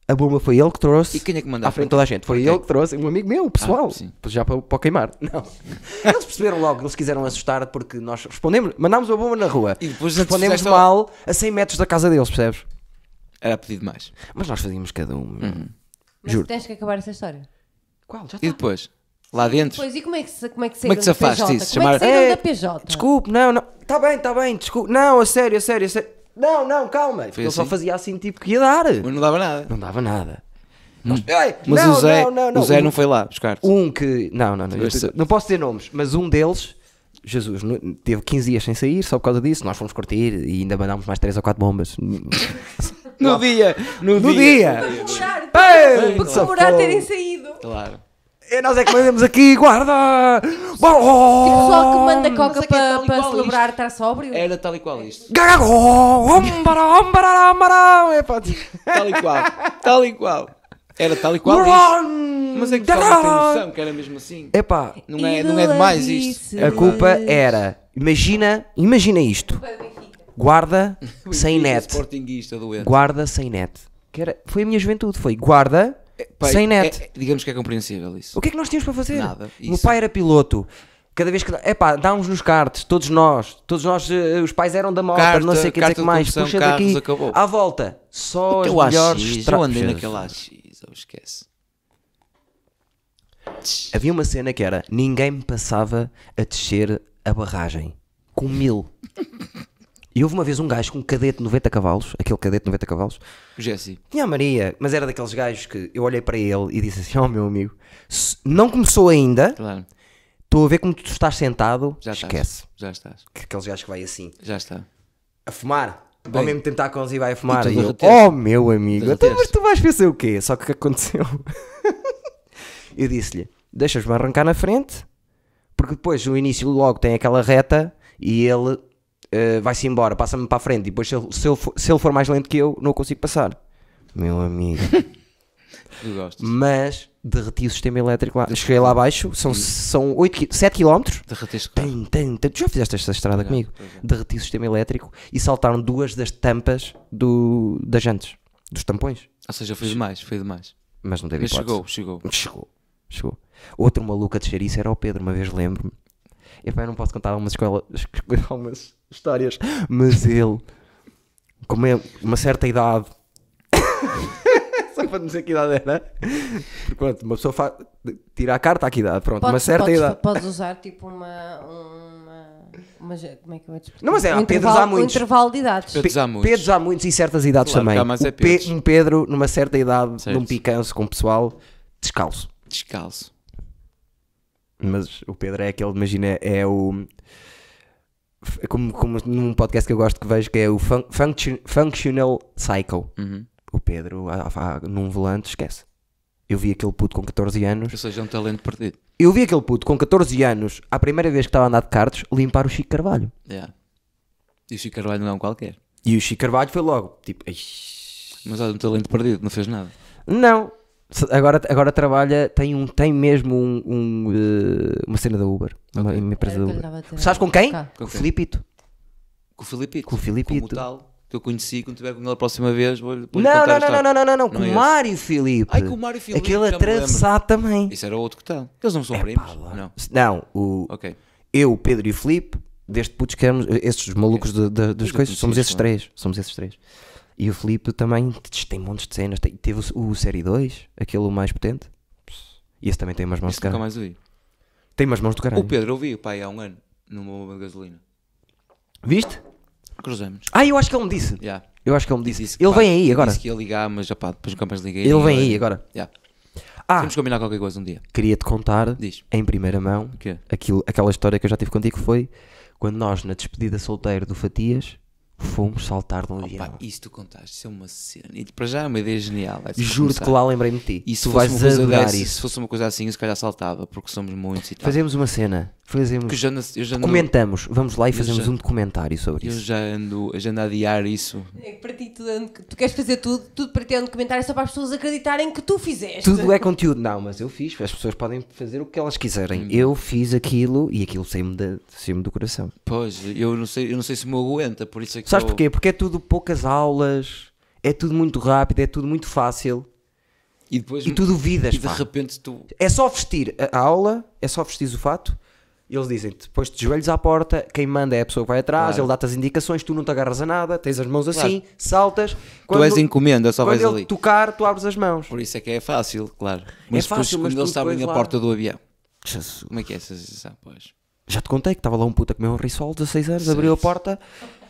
Speaker 1: A bomba foi ele que trouxe.
Speaker 2: E quem é que mandou?
Speaker 1: À frente de toda a gente. Foi ele que trouxe. Um amigo meu, pessoal.
Speaker 2: Ah, sim.
Speaker 1: já para, para queimar. *laughs* Não. Eles perceberam logo, eles quiseram assustar porque nós respondemos. Mandámos a bomba na rua.
Speaker 2: E depois
Speaker 1: respondemos
Speaker 2: fizeste-
Speaker 1: mal a 100 metros da casa deles, percebes?
Speaker 2: Era pedido mais.
Speaker 1: Mas nós fazíamos cada um.
Speaker 2: Uhum.
Speaker 3: Mas
Speaker 1: Juro.
Speaker 3: tens que acabar essa história.
Speaker 1: Qual? Já
Speaker 2: E depois? Lá dentro?
Speaker 3: Pois, e como é que, se- como é que
Speaker 2: Como é que
Speaker 3: saíram da
Speaker 2: se afaste
Speaker 3: PJ?
Speaker 2: disso?
Speaker 3: Como é que
Speaker 2: Chamar-
Speaker 3: saíram
Speaker 1: É,
Speaker 3: da PJ?
Speaker 1: Desculpe, não, não. Está bem, está bem, desculpe. Não, a sério, a sério, a sério. Não, não, calma. Porque ele só
Speaker 2: assim?
Speaker 1: fazia assim, tipo, que ia dar.
Speaker 2: Mas não dava nada.
Speaker 1: Não dava nada. Nós- Ei,
Speaker 2: Mas
Speaker 1: não,
Speaker 2: o Zé,
Speaker 1: não, não, não.
Speaker 2: o Zé
Speaker 1: Um-
Speaker 2: não foi lá buscar. te
Speaker 1: Um que. Não, não, não. eu
Speaker 2: Tiveste-
Speaker 1: te- não posso dizer nomes, mas um deles, Jesus, nu- teve 15 dias sem sair só por causa disso. Nós fomos curtir e ainda mandámos mais 3 ou 4 bombas.
Speaker 2: No dia, no,
Speaker 1: No dia!
Speaker 3: Para comemorar,
Speaker 1: Ei,
Speaker 3: para
Speaker 1: claro.
Speaker 3: comemorar terem saído.
Speaker 2: Claro.
Speaker 1: *laughs* É nós é que mandamos aqui, guarda!
Speaker 3: E o pessoal Tipo, que
Speaker 1: Bom!
Speaker 3: manda coca
Speaker 2: é que é
Speaker 3: para,
Speaker 2: tal e
Speaker 3: para
Speaker 2: qual
Speaker 3: celebrar estar sóbrio?
Speaker 2: Era tal e qual isto.
Speaker 1: Gagago! Ombara, ombara, ombara! É pá, tipo-
Speaker 2: Tal e qual. Tal e qual. Era tal e qual isto.
Speaker 1: Run!
Speaker 2: Mas é que o pessoal não tem noção que era mesmo assim.
Speaker 1: É pá,
Speaker 2: Não é, não é demais isto.
Speaker 3: Idolice.
Speaker 1: a É culpa era. Imagina, *laughs* imagina isto: guarda sem net.
Speaker 2: Sportinguista doente.
Speaker 1: Guarda sem net. que era, foi a minha juventude, foi guarda,
Speaker 2: Pá,
Speaker 1: sem
Speaker 2: é-
Speaker 1: net.
Speaker 2: é- digamos que é compreensível isso.
Speaker 1: O que é que nós tínhamos para fazer?
Speaker 2: Nada,
Speaker 1: O meu
Speaker 2: isso.
Speaker 1: pai era piloto. Cada vez que. Epá, dá-nos nos cartes, todos nós. Todos nós, eh, os pais eram da moto,
Speaker 2: Carta,
Speaker 1: não sei o que dizer
Speaker 2: carta
Speaker 1: que
Speaker 2: de
Speaker 1: mais.
Speaker 2: condução,
Speaker 1: Puxa
Speaker 2: carros,
Speaker 1: daqui
Speaker 2: acabou.
Speaker 1: à volta. Só as
Speaker 2: Aquele
Speaker 1: melhores
Speaker 2: AX,
Speaker 1: estra-
Speaker 2: eu andei
Speaker 1: Puxa,
Speaker 2: naquele AX, eu esquece.
Speaker 1: Havia uma cena que era: ninguém me passava a descer a barragem. Com mil. E houve uma vez um gajo com um cadete de 90 cavalos, aquele cadete de 90 cavalos,
Speaker 2: O Jesse,
Speaker 1: Tinha a Maria, mas era daqueles gajos que eu olhei para ele e disse assim: Ó meu amigo, se não começou ainda,
Speaker 2: claro,
Speaker 1: estou a ver como tu estás sentado,
Speaker 2: já estás.
Speaker 1: esquece.
Speaker 2: Já estás,
Speaker 1: Que Aqueles gajos que vai assim,
Speaker 2: já está.
Speaker 1: a fumar, ao
Speaker 2: Bem.
Speaker 1: mesmo tempo está a conduzir e vai a fumar.
Speaker 2: tu
Speaker 1: E eu,
Speaker 2: derreteste.
Speaker 1: oh meu amigo, então, mas
Speaker 2: Derreteste.
Speaker 1: tu vais pensar o quê? Só que o que aconteceu? *laughs* eu disse-lhe: Deixas-me arrancar na frente, porque depois o início logo tem aquela reta e ele eh, vai-se embora, passa-me para a frente. E depois, se ele, se ele for- se ele for mais lento que eu, não o consigo passar. Meu amigo.
Speaker 2: Tu gostas.
Speaker 1: mas derreti o sistema elétrico lá. Cheguei lá abaixo, são, são 8, 7 km.
Speaker 2: Derreteste com
Speaker 1: Tem, tem, tem. Tu já fizeste esta estrada
Speaker 2: Tá. Já,
Speaker 1: comigo?
Speaker 2: pois já.
Speaker 1: Derreti o sistema elétrico e saltaram duas das tampas do, das jantes, dos tampões.
Speaker 2: Ou seja, foi demais, foi demais.
Speaker 1: Mas não teve
Speaker 2: Mas
Speaker 1: hipótese.
Speaker 2: chegou, chegou.
Speaker 1: Chegou. Chegou. Outro maluco a descer isso era o Pedro, uma vez lembro-me. Eu pá, eu não posso contar algumas, escola, *laughs* algumas histórias, mas ele, como é uma certa idade, *coughs* só para dizer que idade era, porque pronto, uma pessoa fa... tira a carta à que idade, pronto, uma
Speaker 3: Podes-
Speaker 1: certa
Speaker 3: podes-
Speaker 1: idade.
Speaker 3: Podes usar tipo uma. uma, uma ge- como é que eu vou te explicar?
Speaker 1: Não, mas é, há Pedros,
Speaker 3: intervalo-
Speaker 1: há muitos.
Speaker 3: Um intervalo de idades.
Speaker 2: Pedros há muitos.
Speaker 1: Pedros há muitos e certas idades
Speaker 2: Claro,
Speaker 1: também.
Speaker 2: cá mais é
Speaker 1: O Pe-
Speaker 2: Pedros.
Speaker 1: um Pedro, numa certa idade,
Speaker 2: Certo.
Speaker 1: num picanço com o pessoal, descalço.
Speaker 2: Descalço.
Speaker 1: Mas o Pedro é aquele, imagina, é o. f- Como, como num podcast que eu gosto que vejo, que é o fun- function- Functional Cycle.
Speaker 2: Uhum.
Speaker 1: O Pedro, a- a- num volante, esquece. Eu vi aquele puto com 14 anos.
Speaker 2: Ou seja, é um talento perdido.
Speaker 1: Eu vi aquele puto com 14 anos, à primeira vez que estava a andar de cartas, limpar o Chico Carvalho.
Speaker 2: Yeah. E o Chico Carvalho não é um qualquer.
Speaker 1: E o Chico Carvalho foi logo, tipo, "Ai,
Speaker 2: Mas olha, um talento perdido, não fez nada.
Speaker 1: não. Se- Agora, agora trabalha, tem, um, tem mesmo um, um, eh, uma cena da Uber. Uma, uma empresa
Speaker 3: Era
Speaker 1: da
Speaker 3: o que eu lhe
Speaker 1: Uber.
Speaker 3: estava a dizer.
Speaker 1: Sabes com quem?
Speaker 3: Cá.
Speaker 1: Com o
Speaker 2: quem?
Speaker 1: Filipito.
Speaker 2: Com o Filipito.
Speaker 1: Com o Filipito.
Speaker 2: Como tal, que eu conheci, quando tiver com ele a próxima vez, vou-lhe vou-lhe
Speaker 1: Não,
Speaker 2: contar a
Speaker 1: não, não,
Speaker 2: história.
Speaker 1: não, não, não, não, não, com
Speaker 2: Não
Speaker 1: o
Speaker 2: é esse.
Speaker 1: Mário Filipe.
Speaker 2: Ai, com o Mário Filipe,
Speaker 1: Aquele
Speaker 2: já me lembro.
Speaker 1: atravessado também.
Speaker 2: Isso era outro que tal. Eles não são primos? Não.
Speaker 1: Não, o,
Speaker 2: Ok.
Speaker 1: eu, o Pedro e o Filipe, desde putos que éramos, estes malucos de- de- das
Speaker 2: Eu
Speaker 1: coisas,
Speaker 2: conheci
Speaker 1: somos
Speaker 2: isso,
Speaker 1: esses
Speaker 2: não é?
Speaker 1: três. Somos esses três. E o Filipe também tch, tem montes de cenas. Tem- teve o, o Série 2, aquele o mais potente. E esse também tem umas mãos
Speaker 2: Isso
Speaker 1: de
Speaker 2: nunca
Speaker 1: caralho.
Speaker 2: mais ouvi.
Speaker 1: Tem umas mãos do
Speaker 2: O
Speaker 1: caralho.
Speaker 2: Pedro eu vi o pai há um ano no meu bomba de gasolina.
Speaker 1: Viste?
Speaker 2: Cruzamos.
Speaker 1: Ah, eu acho que ele me disse.
Speaker 2: Yeah.
Speaker 1: Eu acho que ele me
Speaker 2: E
Speaker 1: disse.
Speaker 2: disse que,
Speaker 1: ele
Speaker 2: pá,
Speaker 1: vem aí agora.
Speaker 2: Disse que ia ligar, mas já pá, depois nunca mais liguei.
Speaker 1: Ele vem aí agora.
Speaker 2: Yeah.
Speaker 1: Ah,
Speaker 2: Temos que combinar qualquer coisa um dia.
Speaker 1: queria-te contar
Speaker 2: Diz.
Speaker 1: em primeira mão
Speaker 2: O quê?
Speaker 1: aquilo- aquela história que eu já tive contigo que foi quando nós, na despedida solteiro do Fatias, fomos saltar de um avião.
Speaker 2: Pá, isso tu contaste, isso é uma cena. E para já é uma ideia genial. é de
Speaker 1: Juro-te
Speaker 2: começar.
Speaker 1: que lá lembrei-me de ti.
Speaker 2: E se
Speaker 1: tu
Speaker 2: fosse
Speaker 1: vais
Speaker 2: uma coisa
Speaker 1: adorar
Speaker 2: dessas,
Speaker 1: isso.
Speaker 2: Se fosse uma coisa assim, eu se calhar saltava, porque somos muitos e tal.
Speaker 1: Fazemos uma cena. Fazemos.
Speaker 2: Porque eu já, ando- eu já ando,
Speaker 1: Comentamos. Vamos lá e fazemos
Speaker 2: já-
Speaker 1: um documentário sobre
Speaker 2: eu
Speaker 1: isso.
Speaker 2: já ando, eu já ando a adiar isso.
Speaker 3: É que para ti, tu, tu queres fazer tudo, tudo para ti é um documentário só para as pessoas acreditarem que tu fizeste.
Speaker 1: Tudo é conteúdo. Não, mas eu fiz. As pessoas podem fazer o que elas quiserem.
Speaker 2: Uhum.
Speaker 1: Eu fiz aquilo e aquilo saiu-me da- saiu-me do coração.
Speaker 2: Pois, eu não sei, eu não sei se me aguenta, por isso é que
Speaker 1: Sabes
Speaker 2: eu-
Speaker 1: porquê? Porque é tudo poucas aulas, é tudo muito rápido, é tudo muito fácil
Speaker 2: E depois
Speaker 1: e tu duvidas.
Speaker 2: Hum. e de
Speaker 1: pá.
Speaker 2: repente tu
Speaker 1: É só vestir a- a aula, é só vestir o fato. E eles dizem-te, depois de joelhos à porta, quem manda é a pessoa que vai atrás,
Speaker 2: Claro.
Speaker 1: ele dá-te as indicações, tu não te agarras a nada, tens as mãos
Speaker 2: Claro.
Speaker 1: assim, saltas.
Speaker 2: tu és encomenda, só
Speaker 1: quando
Speaker 2: vais
Speaker 1: ele
Speaker 2: ali.
Speaker 1: tocar, tu abres as mãos.
Speaker 2: Por isso é que é fácil, claro. Mas depois
Speaker 1: fácil, mas
Speaker 2: quando eles
Speaker 1: tu
Speaker 2: abrem
Speaker 1: depois
Speaker 2: a
Speaker 1: lá-
Speaker 2: porta do avião. Como é que é essa sensação? Pois.
Speaker 1: Já te contei que estava lá um puta a comer um risol, 16 anos,
Speaker 2: Certo.
Speaker 1: abriu a porta,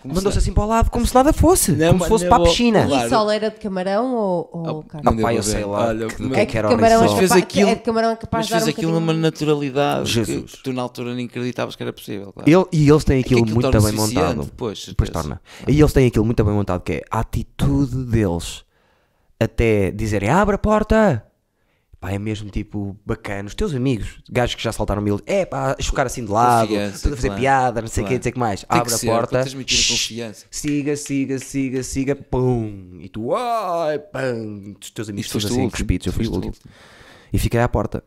Speaker 2: Como
Speaker 1: mandou-se assim para o lado, como se nada fosse,
Speaker 2: Não,
Speaker 1: como
Speaker 2: mas
Speaker 1: se fosse
Speaker 2: não
Speaker 1: para a
Speaker 2: vou-
Speaker 1: piscina.
Speaker 2: Claro.
Speaker 3: E sol era de camarão ou, ou carne?
Speaker 1: Ah,
Speaker 2: Não deu
Speaker 1: pá,
Speaker 2: para
Speaker 1: eu
Speaker 2: ver.
Speaker 1: sei lá
Speaker 2: Olha,
Speaker 1: que-
Speaker 2: mas-
Speaker 1: do que é que era o
Speaker 3: camarão
Speaker 1: risol.
Speaker 2: Mas fez
Speaker 3: capaz-
Speaker 2: aquilo-
Speaker 3: é de camarão é capaz
Speaker 2: Mas
Speaker 3: de dar
Speaker 2: fez
Speaker 3: um
Speaker 2: aquilo numa
Speaker 3: bocadinho-
Speaker 2: naturalidade
Speaker 1: Jesus.
Speaker 2: que tu na altura nem acreditavas que era possível. Claro.
Speaker 1: Ele- e eles têm
Speaker 2: É que
Speaker 1: aquilo, muito
Speaker 2: torna-se
Speaker 1: bem
Speaker 2: viciante
Speaker 1: montado.
Speaker 2: Depois,
Speaker 1: Depois
Speaker 2: certeza.
Speaker 1: torna. E eles têm aquilo muito bem montado, que é a atitude deles até dizerem abre a porta. Pá, é mesmo tipo bacana. Os teus amigos, gajos que já saltaram mil, é pá, a chocar assim de lado,
Speaker 2: Confiança,
Speaker 1: tudo a fazer
Speaker 2: claro.
Speaker 1: piada, não sei o que,
Speaker 2: Claro.
Speaker 1: dizer que mais.
Speaker 2: Tem
Speaker 1: abre
Speaker 2: que
Speaker 1: a
Speaker 2: ser,
Speaker 1: porta,
Speaker 2: para transmitir a
Speaker 1: shhh,
Speaker 2: confiança.
Speaker 1: siga, siga, siga, siga, pum. E tu, ai, pum. Os teus
Speaker 2: E
Speaker 1: amigos
Speaker 2: foste
Speaker 1: todos
Speaker 2: o
Speaker 1: assim
Speaker 2: último,
Speaker 1: cuspidos, eu fui o
Speaker 2: foste o
Speaker 1: último. E fiquei à porta.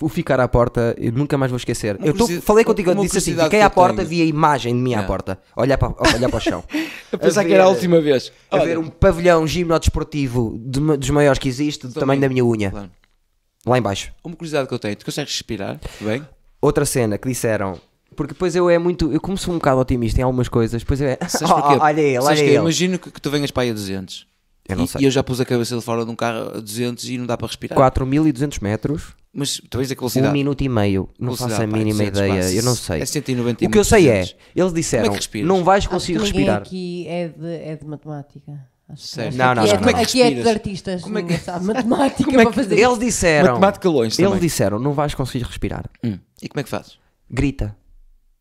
Speaker 1: o ficar à porta, eu nunca mais vou esquecer. eu tô-
Speaker 2: curiosi-
Speaker 1: falei contigo,
Speaker 2: uma
Speaker 1: disse assim:
Speaker 2: curiosidade
Speaker 1: fiquei
Speaker 2: que
Speaker 1: à
Speaker 2: eu
Speaker 1: porta,
Speaker 2: tenho.
Speaker 1: vi a imagem de mim à
Speaker 2: Yeah.
Speaker 1: porta, olhar para, olhar para o chão.
Speaker 2: Eu pensava que era a
Speaker 1: ver-
Speaker 2: última vez.
Speaker 1: A
Speaker 2: *laughs* Olha,
Speaker 1: ver um pavilhão gimnodesportivo de ma- dos maiores que existe, do tamanho da minha unha,
Speaker 2: claro.
Speaker 1: lá embaixo.
Speaker 2: Uma curiosidade que eu tenho, tu consegues respirar? Bem?
Speaker 1: Outra cena que disseram, porque depois eu é muito, eu como sou um bocado otimista em algumas coisas, depois eu é. *laughs*
Speaker 2: Sabes porquê?
Speaker 1: olha ele, olha
Speaker 2: Sabes que é eu
Speaker 1: ele.
Speaker 2: Imagino que, que tu venhas para aí a 200.
Speaker 1: Eu não
Speaker 2: e,
Speaker 1: sei.
Speaker 2: e eu já pus a cabeça de fora de um carro a 200 e não dá para respirar.
Speaker 1: 4.200 metros,
Speaker 2: Mas tu vens a que velocidade?
Speaker 1: um minuto e meio, não
Speaker 2: Velocidade,
Speaker 1: faço a
Speaker 2: pá,
Speaker 1: mínima
Speaker 2: 200,
Speaker 1: ideia,
Speaker 2: pá,
Speaker 1: eu não sei.
Speaker 2: É 190 e
Speaker 1: O que eu sei é,
Speaker 2: 200.
Speaker 1: eles disseram,
Speaker 2: respiras?
Speaker 1: não vais
Speaker 3: Acho que
Speaker 1: conseguir
Speaker 3: Ah, ninguém
Speaker 1: respirar.
Speaker 3: aqui é de, é de matemática. Acho que
Speaker 2: Certo.
Speaker 1: Não, não,
Speaker 3: aqui
Speaker 1: não,
Speaker 3: é, de-
Speaker 1: não. Como
Speaker 2: é que
Speaker 3: aqui é de
Speaker 2: respiras?
Speaker 3: artistas,
Speaker 2: Como é que- é *laughs*
Speaker 3: ninguém sabe matemática para fazer
Speaker 1: Eles disseram,
Speaker 2: Matemática longe
Speaker 1: eles
Speaker 2: também.
Speaker 1: disseram, não vais conseguir respirar.
Speaker 2: Hum. E como é que fazes?
Speaker 1: Grita.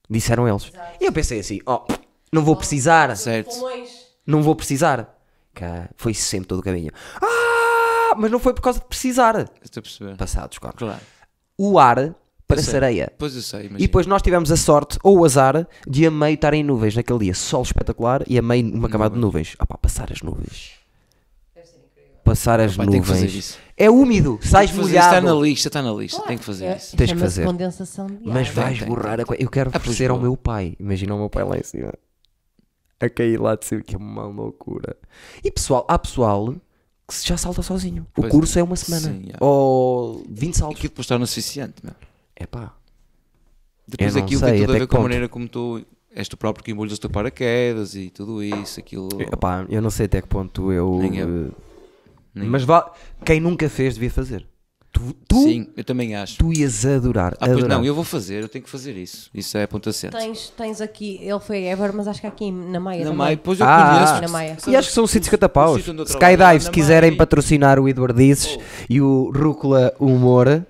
Speaker 1: Disseram eles. E eu pensei assim, ó, não vou precisar.
Speaker 2: Certo.
Speaker 3: pulmões.
Speaker 1: não vou precisar. Cá, foi sempre todo o caminho. Ah, mas não foi por causa de precisar.
Speaker 2: Estou a perceber.
Speaker 1: Passados, claro.
Speaker 2: Claro.
Speaker 1: O ar parece
Speaker 2: sei.
Speaker 1: areia.
Speaker 2: Pois eu sei, imagina.
Speaker 1: E depois nós tivemos a sorte ou o azar de a meio estar em nuvens naquele dia. Sol espetacular e a meio uma camada de nuvens. Ah pá, passar as nuvens. Passar as
Speaker 2: Pá, tem que fazer
Speaker 1: nuvens.
Speaker 2: isso.
Speaker 1: É úmido, sais
Speaker 2: Fazer isso Está na
Speaker 1: molhado.
Speaker 2: lista, está na lista. Tem que fazer
Speaker 3: É,
Speaker 2: isso.
Speaker 1: Tens que
Speaker 3: chama-se
Speaker 1: fazer.
Speaker 3: condensação de
Speaker 1: Mas
Speaker 3: ar.
Speaker 1: vais
Speaker 2: tem,
Speaker 1: borrar a coisa. Eu quero
Speaker 2: Ah, pois
Speaker 1: oferecer ao
Speaker 2: vou.
Speaker 1: meu pai. Imagina o meu pai lá em cima. A cair lá de cima, que é uma loucura. E pessoal, há pessoal que se já salta sozinho. O
Speaker 2: Pois
Speaker 1: curso é uma semana.
Speaker 2: Sim, já.
Speaker 1: Ou 20 saltos.
Speaker 2: Aquilo depois está no suficiente, meu.
Speaker 1: É pá.
Speaker 2: Depois
Speaker 1: não
Speaker 2: aquilo
Speaker 1: sei,
Speaker 2: tem tudo a
Speaker 1: até
Speaker 2: ver
Speaker 1: que
Speaker 2: com a
Speaker 1: ponto.
Speaker 2: maneira como tu és tu próprio que embolhas o teu paraquedas e tudo isso, aquilo.
Speaker 1: Epá, eu não sei até que ponto eu.
Speaker 2: Oh. Nem eu.
Speaker 1: eh, Mas vá. Quem nunca fez devia fazer. Tu, tu,
Speaker 2: Sim, eu também acho.
Speaker 1: tu ias adorar.
Speaker 2: Ah, pois
Speaker 1: adorar.
Speaker 2: não, eu vou fazer, eu tenho que fazer isso. Isso é ponto assente.
Speaker 3: Tens, tens aqui, ele foi Ever, mas acho que aqui na Maia
Speaker 2: Na
Speaker 3: também.
Speaker 2: Maia, pois eu
Speaker 1: Ah,
Speaker 2: conheço.
Speaker 3: Na Maia.
Speaker 1: E acho que são 150
Speaker 2: O
Speaker 1: paus.
Speaker 2: sítio onde eu
Speaker 1: Skydive,
Speaker 2: trabalho,
Speaker 1: se
Speaker 2: na
Speaker 1: quiserem
Speaker 2: Maia.
Speaker 1: patrocinar o Eduardo Dizes e o Rúcula Humor,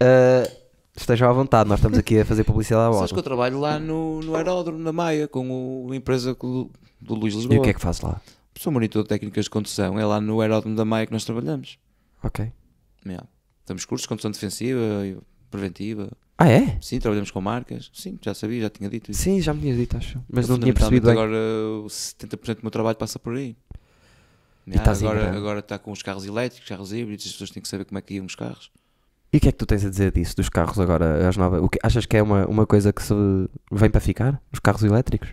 Speaker 1: eh, estejam à vontade. Nós estamos aqui a fazer publicidade à
Speaker 2: Sabes que eu
Speaker 1: volta.
Speaker 2: trabalho lá no, no aeródromo, na Maia, com o- a empresa do, do Luís Lisboa.
Speaker 1: E o que é que faz lá?
Speaker 2: Sou monitor de técnicas de condução, é lá no aeródromo da Maia que nós trabalhamos.
Speaker 1: Ok.
Speaker 2: Yeah. Temos cursos de condução defensiva e preventiva.
Speaker 1: Ah, é?
Speaker 2: Sim, trabalhamos com marcas. Sim, já sabia, já tinha dito isso.
Speaker 1: Sim, já me tinhas dito, acho. Mas
Speaker 2: Eu,
Speaker 1: não tinha percebido
Speaker 2: fundamentalmente,
Speaker 1: bem.
Speaker 2: Agora o 70% do meu trabalho passa por aí.
Speaker 1: E tá assim, né?
Speaker 2: Yeah,
Speaker 1: estás
Speaker 2: agora,
Speaker 1: ignorante.
Speaker 2: agora está com os carros elétricos, carros híbridos, as pessoas têm que saber como é que iam os carros.
Speaker 1: E o que é que tu tens a dizer disso, dos carros agora, às novas? O que, achas que é uma, uma coisa que se vem para ficar? Os carros elétricos?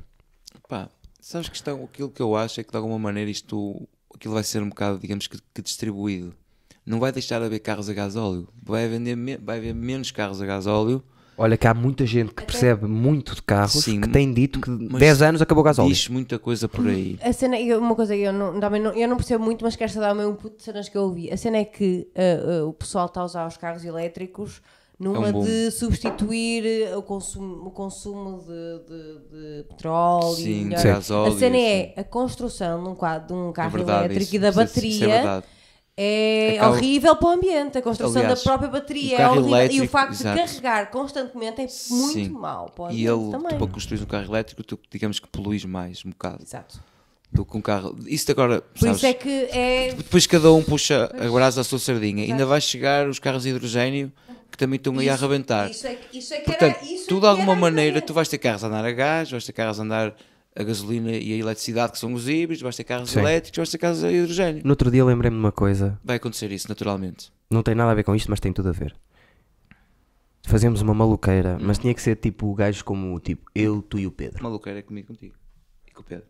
Speaker 2: Pá, sabes que estão, aquilo que eu acho é que de alguma maneira isto aquilo vai ser um bocado, digamos que, que distribuído. Não vai deixar de haver carros a gasóleo. Vai, vender me- vai haver menos carros a gasóleo.
Speaker 1: Olha que há muita gente que percebe muito de carros
Speaker 2: Sim,
Speaker 1: que tem dito que
Speaker 2: mas
Speaker 1: 10 anos acabou o gasóleo.
Speaker 2: Diz muita coisa por aí.
Speaker 3: A cena, eu- uma coisa que eu não, também não, eu não percebo muito, mas quero só dar o meu input de cenas que eu ouvi. A cena é que ah, ah, o pessoal está a usar os carros elétricos numa
Speaker 2: É um boom.
Speaker 3: de substituir ah, o consumo, o consumo de, de- de petróleo. e
Speaker 2: Sim,
Speaker 3: melhor-
Speaker 2: de gasóleo,
Speaker 3: A cena é
Speaker 2: sim. É
Speaker 3: a construção de um, quadro, de um carro
Speaker 2: verdade,
Speaker 3: elétrico
Speaker 2: isso-
Speaker 3: e da
Speaker 2: isso- isso é
Speaker 3: bateria.
Speaker 2: verdade.
Speaker 3: é
Speaker 2: Acaba-
Speaker 3: horrível para o ambiente, a construção
Speaker 2: Aliás,
Speaker 3: da própria
Speaker 2: o
Speaker 3: bateria é
Speaker 2: carro
Speaker 3: horrível e o
Speaker 2: elétrico,
Speaker 3: facto
Speaker 2: exato.
Speaker 3: de carregar constantemente é
Speaker 2: Sim.
Speaker 3: muito mau para o
Speaker 2: E
Speaker 3: ambiente
Speaker 2: ele, tu,
Speaker 3: também.
Speaker 2: para construir um carro elétrico, tu, digamos que poluís mais um bocado
Speaker 3: Exato.
Speaker 2: do que um carro. Isso agora,
Speaker 3: Por
Speaker 2: sabes, tipo,
Speaker 3: isso é que é
Speaker 2: depois cada um puxa a brasa à sua sardinha. Ainda vai chegar os carros de hidrogênio que também estão aí a
Speaker 3: Isso-
Speaker 2: arrebentar.
Speaker 3: Isso é, que- isso é que
Speaker 2: Portanto,
Speaker 3: era, isso é
Speaker 2: tu
Speaker 3: que
Speaker 2: de alguma
Speaker 3: era
Speaker 2: maneira,
Speaker 3: diferente.
Speaker 2: tu vais ter carros a andar a gás, vais ter carros a andar a gasolina e a eletricidade, que são os híbridos, vais ter carros
Speaker 1: Sim.
Speaker 2: elétricos, vais ter carros a hidrogênio.
Speaker 1: No outro dia lembrei-me de uma coisa,
Speaker 2: Vai acontecer isso, naturalmente.
Speaker 1: não tem nada a ver com isto, mas tem tudo a ver. Fazemos uma maluqueira, mas tinha que ser tipo gajos como tipo eu, tu e o Pedro.
Speaker 2: Maluqueira comigo contigo. E com o Pedro.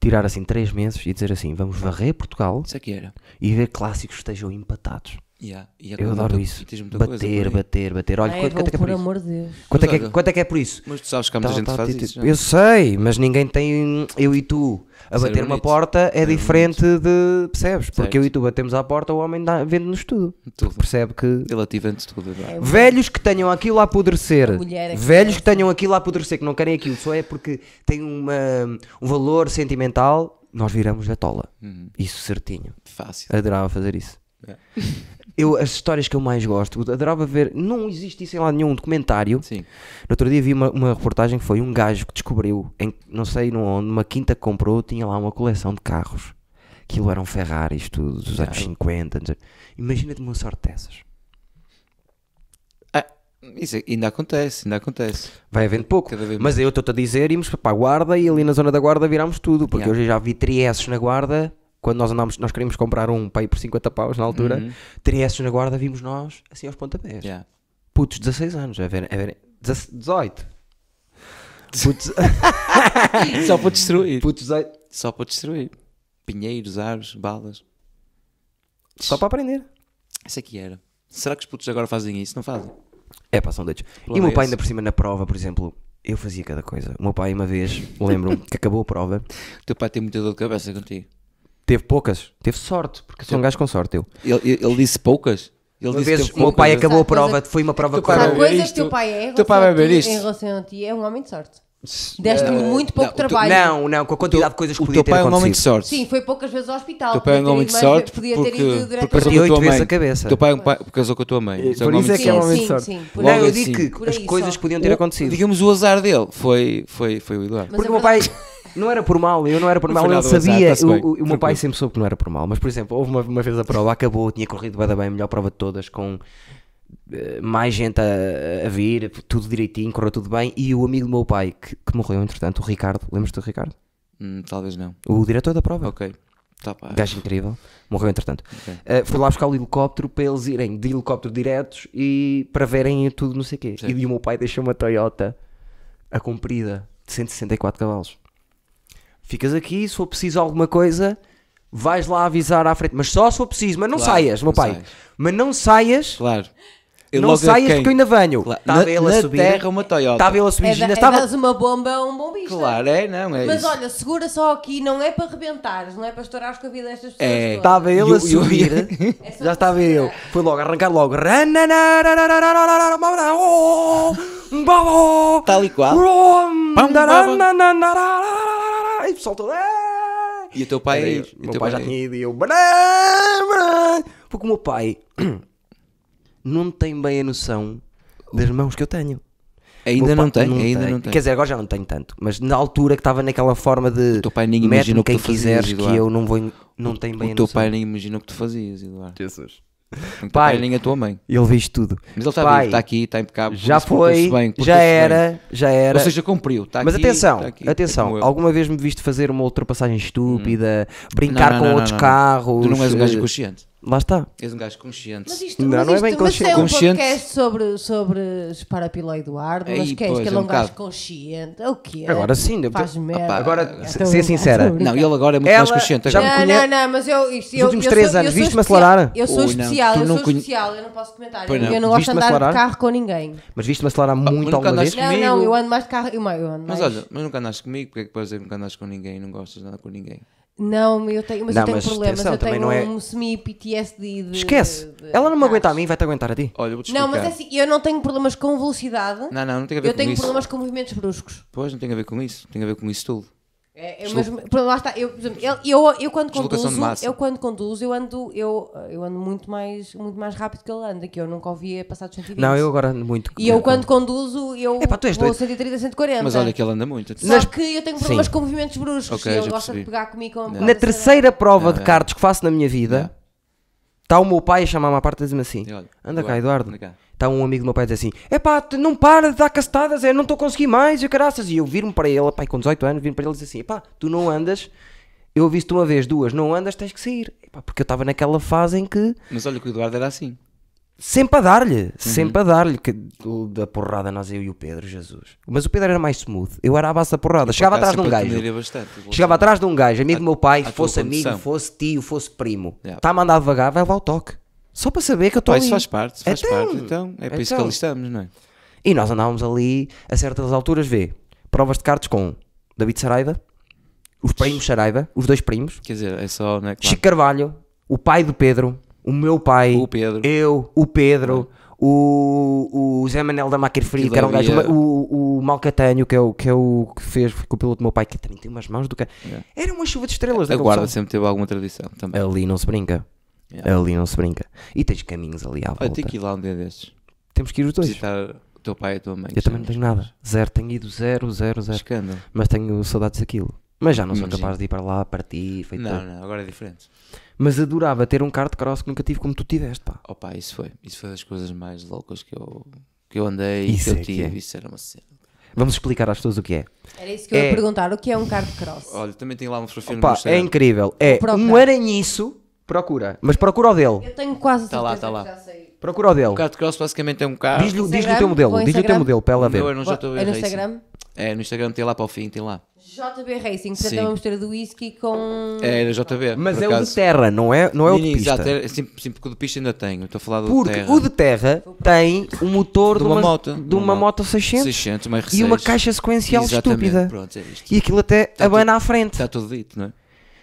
Speaker 1: Tirar assim 3 meses e dizer assim: vamos varrer Portugal
Speaker 2: Isso é que era.
Speaker 1: e ver clássicos que estejam empatados.
Speaker 2: Yeah. E é
Speaker 1: Eu
Speaker 2: com
Speaker 1: adoro
Speaker 2: muita-
Speaker 1: isso.
Speaker 2: e tens muita coisa por
Speaker 1: Bater,
Speaker 2: aí.
Speaker 1: bater, bater. Olha, quanto,
Speaker 3: Ai, Ah, vou,
Speaker 1: quanto é que é por
Speaker 3: por
Speaker 1: isso?
Speaker 3: amor de Deus.
Speaker 1: Quanto é, que, é-
Speaker 2: olha-
Speaker 1: quanto é que é por isso?
Speaker 2: Mas tu sabes que há muita
Speaker 1: Tal,
Speaker 2: gente
Speaker 1: tal,
Speaker 2: que faz
Speaker 1: ti- ti-
Speaker 2: isso. é? já.
Speaker 1: Eu sei, mas ninguém tem. Eu e tu a
Speaker 2: Isso era
Speaker 1: bater uma
Speaker 2: bonito.
Speaker 1: porta é
Speaker 2: Era
Speaker 1: diferente de. Percebes? Porque
Speaker 2: Certo.
Speaker 1: eu e tu batemos à porta, o homem dá- vende-nos tudo.
Speaker 2: Tudo.
Speaker 1: Percebe que.
Speaker 2: Relativamente tudo. É.
Speaker 1: Velhos que tenham aquilo a apodrecer,
Speaker 3: um A mulher é que
Speaker 1: velhos que tenham aquilo a apodrecer, que não querem aquilo, só é porque têm uma, um valor sentimental, nós viramos da tola. Isso certinho.
Speaker 2: Fácil.
Speaker 1: Adorava fazer isso.
Speaker 2: É.
Speaker 1: Eu, as histórias que eu mais gosto, adorava ver. Não existe isso em lado nenhum, um documentário.
Speaker 2: Sim.
Speaker 1: No outro dia vi uma, uma reportagem que foi um gajo que descobriu, em, não sei não onde, numa quinta que comprou, tinha lá uma coleção de carros. Aquilo eram Ferraris, tudo, dos anos 50. não sei. Imagina-te uma sorte dessas.
Speaker 2: Ah, isso ainda acontece, ainda acontece.
Speaker 1: Vai havendo pouco.
Speaker 2: Cada vez
Speaker 1: Mas eu estou-te a dizer, íamos para a guarda e ali na zona da guarda virámos tudo, porque
Speaker 2: Yeah.
Speaker 1: hoje eu já vi 3S na guarda. Quando nós andámos, nós queríamos comprar um pai por 50 paus na altura, 3S na guarda, vimos nós assim aos pontapés.
Speaker 2: Uhum. Yeah.
Speaker 1: Putos, 16 anos, a verem. A verem 18. Putos,
Speaker 2: *laughs* Só para destruir.
Speaker 1: putos 18.
Speaker 2: Só para destruir. Pinheiros, árvores, balas.
Speaker 1: Só para aprender.
Speaker 2: Isso aqui era. Será que os putos agora fazem isso? Não fazem?
Speaker 1: É pá, são doidos. E o
Speaker 2: Problema
Speaker 1: meu
Speaker 2: é
Speaker 1: pai,
Speaker 2: esse.
Speaker 1: ainda por cima, na prova, por exemplo, eu fazia cada coisa. O meu pai, uma vez,
Speaker 2: *laughs*
Speaker 1: lembro-me que acabou a prova,
Speaker 2: O teu pai tem muita dor de cabeça contigo.
Speaker 1: teve poucas, teve sorte, porque sou um gajo com sorte. Eu.
Speaker 2: Ele, ele- ele disse poucas. Ele
Speaker 1: Uma
Speaker 2: disse
Speaker 1: vez,
Speaker 2: teve
Speaker 1: o meu
Speaker 2: poucas.
Speaker 1: pai acabou a
Speaker 3: Sabe coisa
Speaker 1: prova, foi uma prova
Speaker 2: teu pai
Speaker 1: com-
Speaker 2: vai
Speaker 3: Há
Speaker 2: ver
Speaker 3: coisas que
Speaker 2: isto.
Speaker 3: teu pai é em
Speaker 2: Teu pai
Speaker 3: relação
Speaker 2: vai
Speaker 3: a
Speaker 2: ver
Speaker 3: ti-
Speaker 2: isto. eh,
Speaker 3: em relação a ti, é um homem de sorte. Deste-lhe muito pouco
Speaker 2: não, tu-
Speaker 3: trabalho.
Speaker 1: Não, não, com a quantidade de coisas que
Speaker 2: O
Speaker 1: podia
Speaker 2: teu
Speaker 1: ter
Speaker 2: pai é um homem de
Speaker 1: acontecido.
Speaker 2: sorte.
Speaker 3: Sim, foi poucas vezes ao hospital.
Speaker 2: O teu pai é um
Speaker 3: Podia ter
Speaker 2: homem
Speaker 3: ido
Speaker 2: de
Speaker 3: mais
Speaker 2: sorte
Speaker 3: ve- Podia ter ido
Speaker 2: porque, porque
Speaker 3: durante
Speaker 2: casou
Speaker 3: a
Speaker 1: Partiu
Speaker 2: com a tua
Speaker 1: oito vezes
Speaker 2: mãe.
Speaker 1: a cabeça.
Speaker 2: O teu pai é um pai porque casou com a tua mãe. Isso é
Speaker 5: Por
Speaker 2: um
Speaker 5: isso
Speaker 2: homem
Speaker 5: é
Speaker 2: de
Speaker 5: que é um
Speaker 2: sorte.
Speaker 5: homem de
Speaker 3: Sim,
Speaker 5: sorte.
Speaker 3: sim, por
Speaker 1: Não,
Speaker 2: Logo
Speaker 1: eu
Speaker 2: assim.
Speaker 1: digo que
Speaker 3: Por
Speaker 1: as
Speaker 3: aí
Speaker 1: coisas
Speaker 3: só.
Speaker 1: podiam ter
Speaker 2: O-
Speaker 1: acontecido.
Speaker 2: Digamos o azar dele foi, foi, foi o Eduardo.
Speaker 3: Mas
Speaker 1: Porque
Speaker 3: a
Speaker 1: o meu pai
Speaker 3: verdade-
Speaker 1: não era por mal, eu não era por
Speaker 2: Não
Speaker 1: mal,
Speaker 2: foi
Speaker 1: ele
Speaker 2: nada do azar,
Speaker 1: sabia.
Speaker 2: está-se
Speaker 1: o- o,
Speaker 2: bem,
Speaker 1: o meu pai
Speaker 2: tranquilo.
Speaker 1: sempre soube que não era por mal, mas por exemplo, houve uma, uma vez a prova, acabou, tinha corrido bada bem, a melhor prova de todas, com eh, mais gente a, a vir, tudo direitinho, correu tudo bem. E o amigo do meu pai, que, que morreu entretanto, o Ricardo, lembras-te do Ricardo?
Speaker 2: Hum, talvez não.
Speaker 1: O diretor da prova,
Speaker 2: Ok. Tá, pá.
Speaker 1: gajo incrível, morreu entretanto. Eh, foi lá buscar o helicóptero para eles irem de helicóptero diretos e para verem tudo, não sei o quê. E o meu pai deixou uma Toyota a comprida de 164 cavalos. Ficas aqui, se for preciso alguma coisa, vais lá avisar à frente, mas só se for preciso, mas não
Speaker 2: Claro,
Speaker 1: saias, meu
Speaker 2: não
Speaker 1: pai.
Speaker 2: saias.
Speaker 1: Mas não saias,
Speaker 2: Claro. é
Speaker 1: não saias porque eu ainda venho.
Speaker 2: Claro.
Speaker 1: Estava
Speaker 2: Na-
Speaker 1: ele a
Speaker 2: na
Speaker 1: subir.
Speaker 2: terra uma Toyota.
Speaker 1: Estava ele Tá a subir,
Speaker 3: É, da-
Speaker 1: ainda
Speaker 3: é
Speaker 1: estava.
Speaker 3: dás uma bomba a um bombista.
Speaker 2: Claro, é, não, é
Speaker 3: Mas
Speaker 2: isso.
Speaker 3: olha, segura só aqui, não é para arrebentares, não é para estourares com a vida destas pessoas.
Speaker 2: É.
Speaker 3: todas.
Speaker 1: Estava ele
Speaker 2: E o-
Speaker 1: a
Speaker 2: e o-
Speaker 1: subir.
Speaker 3: só
Speaker 1: *laughs* Já estava
Speaker 3: para
Speaker 1: eu. Foi logo arrancar logo. Está
Speaker 2: Tal e qual.
Speaker 1: E o pessoal todo. "Eh".
Speaker 2: E o teu pai.
Speaker 1: Era eu.
Speaker 2: e o
Speaker 1: O meu
Speaker 2: teu
Speaker 1: pai já
Speaker 2: pai-
Speaker 1: tinha ido e eu. "Bará, bará". Porque o meu pai *clears throat* não tem bem a noção das mãos que eu tenho. O
Speaker 2: Ainda
Speaker 1: meu
Speaker 2: não
Speaker 1: pai
Speaker 2: tem, ainda não tem.
Speaker 1: Quer dizer, agora já não tenho tanto, mas na altura que estava naquela forma de
Speaker 2: teu pai nem
Speaker 1: mete-me
Speaker 2: imaginou que
Speaker 1: quem
Speaker 2: tu fazias,
Speaker 1: quiseres que
Speaker 2: Eduardo.
Speaker 1: eu não vou, não tenho bem a
Speaker 2: o teu
Speaker 1: noção.
Speaker 2: pai nem imaginou o que tu fazias, Eduardo.
Speaker 1: Jesus.
Speaker 2: Nem o teu
Speaker 1: Pai.
Speaker 2: pai nem a tua mãe.
Speaker 1: Ele vê isto tudo.
Speaker 2: Mas ele está
Speaker 1: Pai,
Speaker 2: vivo, está aqui, tá está impecável.
Speaker 1: Já foi,
Speaker 2: portou-se bem,
Speaker 1: já
Speaker 2: portou-se
Speaker 1: era, já
Speaker 2: bem.
Speaker 1: era.
Speaker 2: Ou seja, cumpriu. Está
Speaker 1: mas
Speaker 2: aqui,
Speaker 1: atenção,
Speaker 2: está aqui, É
Speaker 1: atenção,
Speaker 2: como eu. Hum.
Speaker 1: alguma vez me viste fazer uma ultrapassagem estúpida, brincar
Speaker 2: Não, não,
Speaker 1: com
Speaker 2: não,
Speaker 1: outros
Speaker 2: não, não.
Speaker 1: carros.
Speaker 2: Tu não és um gajo
Speaker 1: eh,
Speaker 2: consciente.
Speaker 1: Lá está.
Speaker 2: És um gajo consciente.
Speaker 3: Mas isto,
Speaker 1: Não,
Speaker 3: mas
Speaker 1: não é
Speaker 3: isto-
Speaker 1: bem
Speaker 3: mas isto é um
Speaker 2: consciente.
Speaker 3: podcast sobre, sobre Esparapiló Eduardo, mas
Speaker 2: Aí,
Speaker 3: que é isso,
Speaker 2: pois,
Speaker 3: que ele é
Speaker 2: é
Speaker 3: um
Speaker 2: um
Speaker 3: gajo
Speaker 2: bocado.
Speaker 3: consciente, é o quê?
Speaker 1: Agora sim, deu-
Speaker 3: Faz merda.
Speaker 2: Opa,
Speaker 1: Agora,
Speaker 2: Ah,
Speaker 1: se-
Speaker 3: Estou a
Speaker 1: ser
Speaker 3: brincar,
Speaker 1: sincera,
Speaker 3: estou a
Speaker 2: Não,
Speaker 3: brincar.
Speaker 2: ele agora é muito
Speaker 1: Ela
Speaker 2: mais consciente.
Speaker 1: já
Speaker 2: Agora.
Speaker 1: me
Speaker 3: Não,
Speaker 1: conhece-
Speaker 3: não, não, mas eu. Isto, eu
Speaker 1: últimos
Speaker 3: eu
Speaker 1: três
Speaker 3: sou,
Speaker 1: anos,
Speaker 3: eu sou
Speaker 1: viste-me
Speaker 3: especial-
Speaker 1: acelerar?
Speaker 3: Eu sou
Speaker 2: Ui, não,
Speaker 3: especial,
Speaker 2: tu
Speaker 3: eu
Speaker 2: não
Speaker 3: sou
Speaker 2: conhe-
Speaker 3: especial, eu não posso comentar.
Speaker 2: Pois não,
Speaker 3: Eu não gosto de
Speaker 1: viste-me
Speaker 3: andar de
Speaker 1: acelerar?
Speaker 3: carro com ninguém.
Speaker 1: Mas viste-me acelerar muito
Speaker 2: Ah, nunca
Speaker 1: alguma vez?
Speaker 2: andaste-
Speaker 3: Não,
Speaker 2: Comigo?
Speaker 3: não, eu ando mais de carro. Eu, eu ando mais.
Speaker 2: Mas olha, mas nunca andaste comigo, porque é que podes dizer que nunca andaste com ninguém, não gostas nada com ninguém?
Speaker 3: Não, eu tenho, mas
Speaker 1: Não,
Speaker 3: eu tenho
Speaker 1: mas
Speaker 3: problemas.
Speaker 1: atenção,
Speaker 3: eu
Speaker 1: também
Speaker 3: tenho
Speaker 1: não é-
Speaker 3: um semi-PTSD de.
Speaker 1: Esquece.
Speaker 3: de- de
Speaker 1: Ela não me aguenta a
Speaker 3: carros.
Speaker 1: mim, vai-te aguentar a ti.
Speaker 2: Olha, eu vou-te explicar.
Speaker 3: Não, mas é assim, eu não tenho problemas com velocidade.
Speaker 2: Não, não, não tem a ver
Speaker 3: eu
Speaker 2: com
Speaker 3: tenho um
Speaker 2: isso.
Speaker 3: problemas com movimentos bruscos.
Speaker 2: Pois, não tem a ver com isso. Tem a ver com isso tudo.
Speaker 3: É, é mesmo- por- lá está, eu, por exemplo, eu, eu, eu quando
Speaker 2: Deslocação de
Speaker 3: conduzo,
Speaker 2: massa.
Speaker 3: eu quando conduzo, eu ando, eu, eu ando muito mais, muito mais rápido que ele anda, que eu nunca ouvia passar dos 120.
Speaker 1: Não, eu agora ando muito.
Speaker 3: E eu quando conduzo, eu
Speaker 1: Epá, tu és
Speaker 3: vou
Speaker 1: doido.
Speaker 3: 130,
Speaker 1: É
Speaker 3: 140.
Speaker 2: Mas olha que ele anda muito.
Speaker 3: Só
Speaker 1: Nas-
Speaker 3: que eu tenho problemas
Speaker 1: Sim.
Speaker 3: com movimentos bruscos
Speaker 2: Ok,
Speaker 3: e ele
Speaker 2: já
Speaker 3: gosta de
Speaker 2: percebi.
Speaker 3: pegar comigo
Speaker 2: É.
Speaker 3: com a
Speaker 1: Na terceira prova de cartas que faço na minha
Speaker 2: Não.
Speaker 1: vida, está o meu pai a chamar-me à parte e dizer-me assim:
Speaker 2: É. E olha,
Speaker 1: Anda cá, Eduardo.
Speaker 2: Eduardo, anda cá.
Speaker 1: Está um amigo do meu pai a dizer assim: Epá, tu não para de dar castadas, eu não estou a conseguir mais, e caraças. E eu viro-me para ele, pai, com 18 anos, viro para ele e dizer assim: Epá, tu não andas, eu vi-te uma vez, duas, não andas, tens que sair. Epá, porque eu estava naquela fase em que
Speaker 2: Mas olha que o Eduardo era assim.
Speaker 1: sempre a dar-lhe,
Speaker 2: Uhum.
Speaker 1: sempre a dar-lhe, que do- da porrada nós eu e o Pedro, Jesus. Mas o Pedro era mais smooth, eu era à base da porrada, chegava atrás de um
Speaker 2: Sempre a
Speaker 1: gajo.
Speaker 2: temer bastante.
Speaker 1: Chegava atrás de um gajo, amigo do meu pai,
Speaker 2: à tua
Speaker 1: fosse amigo,
Speaker 2: condição.
Speaker 1: fosse tio, fosse primo.
Speaker 2: Yeah.
Speaker 1: Está a mandar devagar, vai levar o toque. Só para saber que eu estou
Speaker 2: Pá,
Speaker 1: ali.
Speaker 2: isso faz parte, isso faz
Speaker 1: Então,
Speaker 2: parte. Então, é para isso que
Speaker 1: então.
Speaker 2: ali estamos, não é?
Speaker 1: E nós andávamos ali, a certas alturas, vê, provas de cartas com David Saraiva, os primos Saraiva, os dois primos,
Speaker 2: Quer dizer, é só, não é? Claro.
Speaker 1: Chico Carvalho, o pai do Pedro, o meu pai,
Speaker 2: O Pedro.
Speaker 1: eu, o Pedro, o, o Zé Manel da Maquer Frio, que era um
Speaker 2: Aquilo
Speaker 1: gajo,
Speaker 2: havia-
Speaker 1: o, o Malcatanho, que é o, que é o que fez foi com o piloto do meu pai, que também tem umas mãos do cara. Era uma chuva de estrelas
Speaker 2: A
Speaker 1: daquele
Speaker 2: guarda
Speaker 1: pessoal.
Speaker 2: sempre teve alguma tradição também.
Speaker 1: Ali não se brinca. Ali não se brinca. E tens caminhos ali à volta.
Speaker 2: Olha, tem que ir lá um dia destes.
Speaker 1: Temos que ir os dois.
Speaker 2: Visitar o teu pai e a tua mãe. que
Speaker 1: Eu também
Speaker 2: já-
Speaker 1: não tenho nada. Zero, tenho ido zero, zero, zero.
Speaker 2: Escândalo.
Speaker 1: Mas tenho saudades daquilo. Mas já não sou
Speaker 2: Imagino.
Speaker 1: capaz de ir para lá, partir, feito.
Speaker 2: Não,
Speaker 1: Não.
Speaker 2: não, agora é diferente.
Speaker 1: Mas adorava ter um kart de cross que nunca tive como tu tiveste, pá.
Speaker 2: Opa, Oh, isso foi. Isso foi das coisas mais loucas que eu, que eu andei
Speaker 1: Isso
Speaker 2: e
Speaker 1: é
Speaker 2: que eu
Speaker 1: que
Speaker 2: tive.
Speaker 1: é.
Speaker 2: Isso era uma cena.
Speaker 1: Vamos explicar às pessoas o que é.
Speaker 3: Era isso que eu ia
Speaker 1: É.
Speaker 3: perguntar, o que é um kart cross?
Speaker 2: Olha, também tem lá uma fotografia no
Speaker 1: Pá,
Speaker 2: meu
Speaker 1: é
Speaker 2: Instagram.
Speaker 1: incrível. É
Speaker 3: Procura.
Speaker 1: um aranhiço. Procura. Mas procura o dele.
Speaker 3: Eu tenho quase
Speaker 2: Tá
Speaker 3: certeza
Speaker 2: lá, tá
Speaker 3: que
Speaker 2: lá.
Speaker 3: já sei.
Speaker 1: Procura o dele.
Speaker 2: O kart cross basicamente é um carro.
Speaker 1: Diz-lhe diz-lhe o
Speaker 3: Instagram,
Speaker 1: teu modelo.
Speaker 3: vou ao
Speaker 1: Diz-lhe o teu
Speaker 3: Instagram.
Speaker 1: modelo para ela
Speaker 2: O meu
Speaker 1: ver.
Speaker 2: era um JB
Speaker 3: É no
Speaker 2: Racing.
Speaker 3: Instagram?
Speaker 2: É, no Instagram tem lá para o fim, tem lá.
Speaker 3: JB Racing, portanto
Speaker 2: Sim.
Speaker 3: é uma mistura do whisky com.
Speaker 2: É, era JB.
Speaker 1: Mas
Speaker 2: por
Speaker 1: é o de
Speaker 2: acaso.
Speaker 1: terra, não é, não é o de
Speaker 2: Sim,
Speaker 1: pista.
Speaker 2: Exato, era- sim, sim, porque o de pista ainda tenho. Estou a falar do
Speaker 1: Porque
Speaker 2: de terra.
Speaker 1: o de terra tem o motor
Speaker 2: De uma moto.
Speaker 1: de uma moto 600,
Speaker 2: 600, uma
Speaker 1: e uma
Speaker 2: R6.
Speaker 1: caixa sequencial
Speaker 2: Exatamente,
Speaker 1: estúpida.
Speaker 2: pronto, é isto.
Speaker 1: E aquilo até
Speaker 2: Tá
Speaker 1: abana à frente.
Speaker 2: Está tudo dito, não é?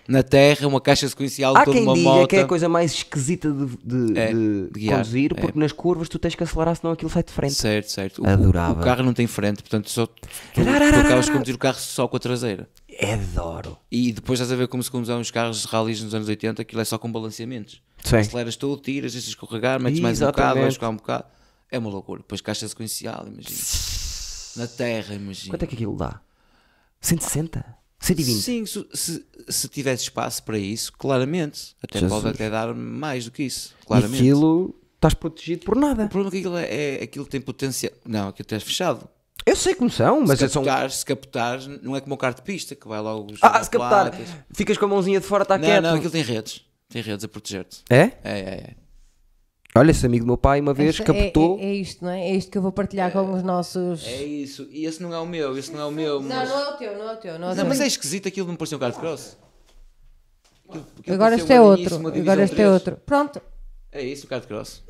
Speaker 2: Na terra, uma caixa sequencial,
Speaker 1: Há
Speaker 2: toda
Speaker 1: quem
Speaker 2: uma
Speaker 1: diga
Speaker 2: tá moto.
Speaker 1: que é a coisa mais esquisita de, de-
Speaker 2: É,
Speaker 1: de
Speaker 2: de guiar,
Speaker 1: conduzir,
Speaker 2: é.
Speaker 1: porque nas curvas tu tens que acelerar, senão aquilo sai de frente.
Speaker 2: Certo, certo. O,
Speaker 1: Adorava.
Speaker 2: O carro não tem frente, portanto só tu, tu acabas de conduzir o carro só com a traseira.
Speaker 1: É Adoro.
Speaker 2: E depois estás a ver como se conduziam os carros de rallies nos anos 80, aquilo é só com balanceamentos.
Speaker 1: Sim.
Speaker 2: Aceleras tudo, tiras, deixas escorregar, metes mais um bocado,
Speaker 1: Exatamente.
Speaker 2: vais jogar um bocado. É uma loucura. Depois caixa sequencial, imagina. Na terra, imagina.
Speaker 1: Quanto é que aquilo dá? 160? 120?
Speaker 2: Sim, se, se, se tivesse espaço para isso, claramente. Até
Speaker 1: Jesus.
Speaker 2: pode até dar mais do que isso.
Speaker 1: E
Speaker 2: Claramente.
Speaker 1: aquilo estás protegido por nada.
Speaker 2: O problema é que aquilo, é, é- aquilo tem potencial. Não, aquilo tens fechado.
Speaker 1: Eu sei como são, mas
Speaker 2: se,
Speaker 1: é só um.
Speaker 2: captares, se captares, não é como o carro de pista que vai logo.
Speaker 1: Ah, se
Speaker 2: jogar
Speaker 1: captar.
Speaker 2: placas.
Speaker 1: Ficas com a mãozinha de fora, está
Speaker 2: Não,
Speaker 1: quieto.
Speaker 2: não, aquilo tem redes. Tem redes a proteger-te.
Speaker 1: É?
Speaker 2: É, é, é.
Speaker 1: Olha, esse amigo do meu pai uma vez
Speaker 3: Esta- é-
Speaker 1: captou.
Speaker 3: É, é isto, não é? É isto que eu vou partilhar com os nossos.
Speaker 2: É isso. E esse não é o meu, esse não é o meu.
Speaker 3: Não,
Speaker 2: Mas...
Speaker 3: não é o teu, não é o teu. Não é
Speaker 2: Não,
Speaker 3: o teu.
Speaker 2: mas é esquisito aquilo não parecer um carro de cross. Aquilo- aquilo
Speaker 3: Agora
Speaker 2: parecia
Speaker 3: este é
Speaker 2: uma início, uma
Speaker 3: outro.
Speaker 2: divisão
Speaker 3: Agora este é
Speaker 2: três.
Speaker 3: outro. Pronto.
Speaker 2: É isso, o carro de cross.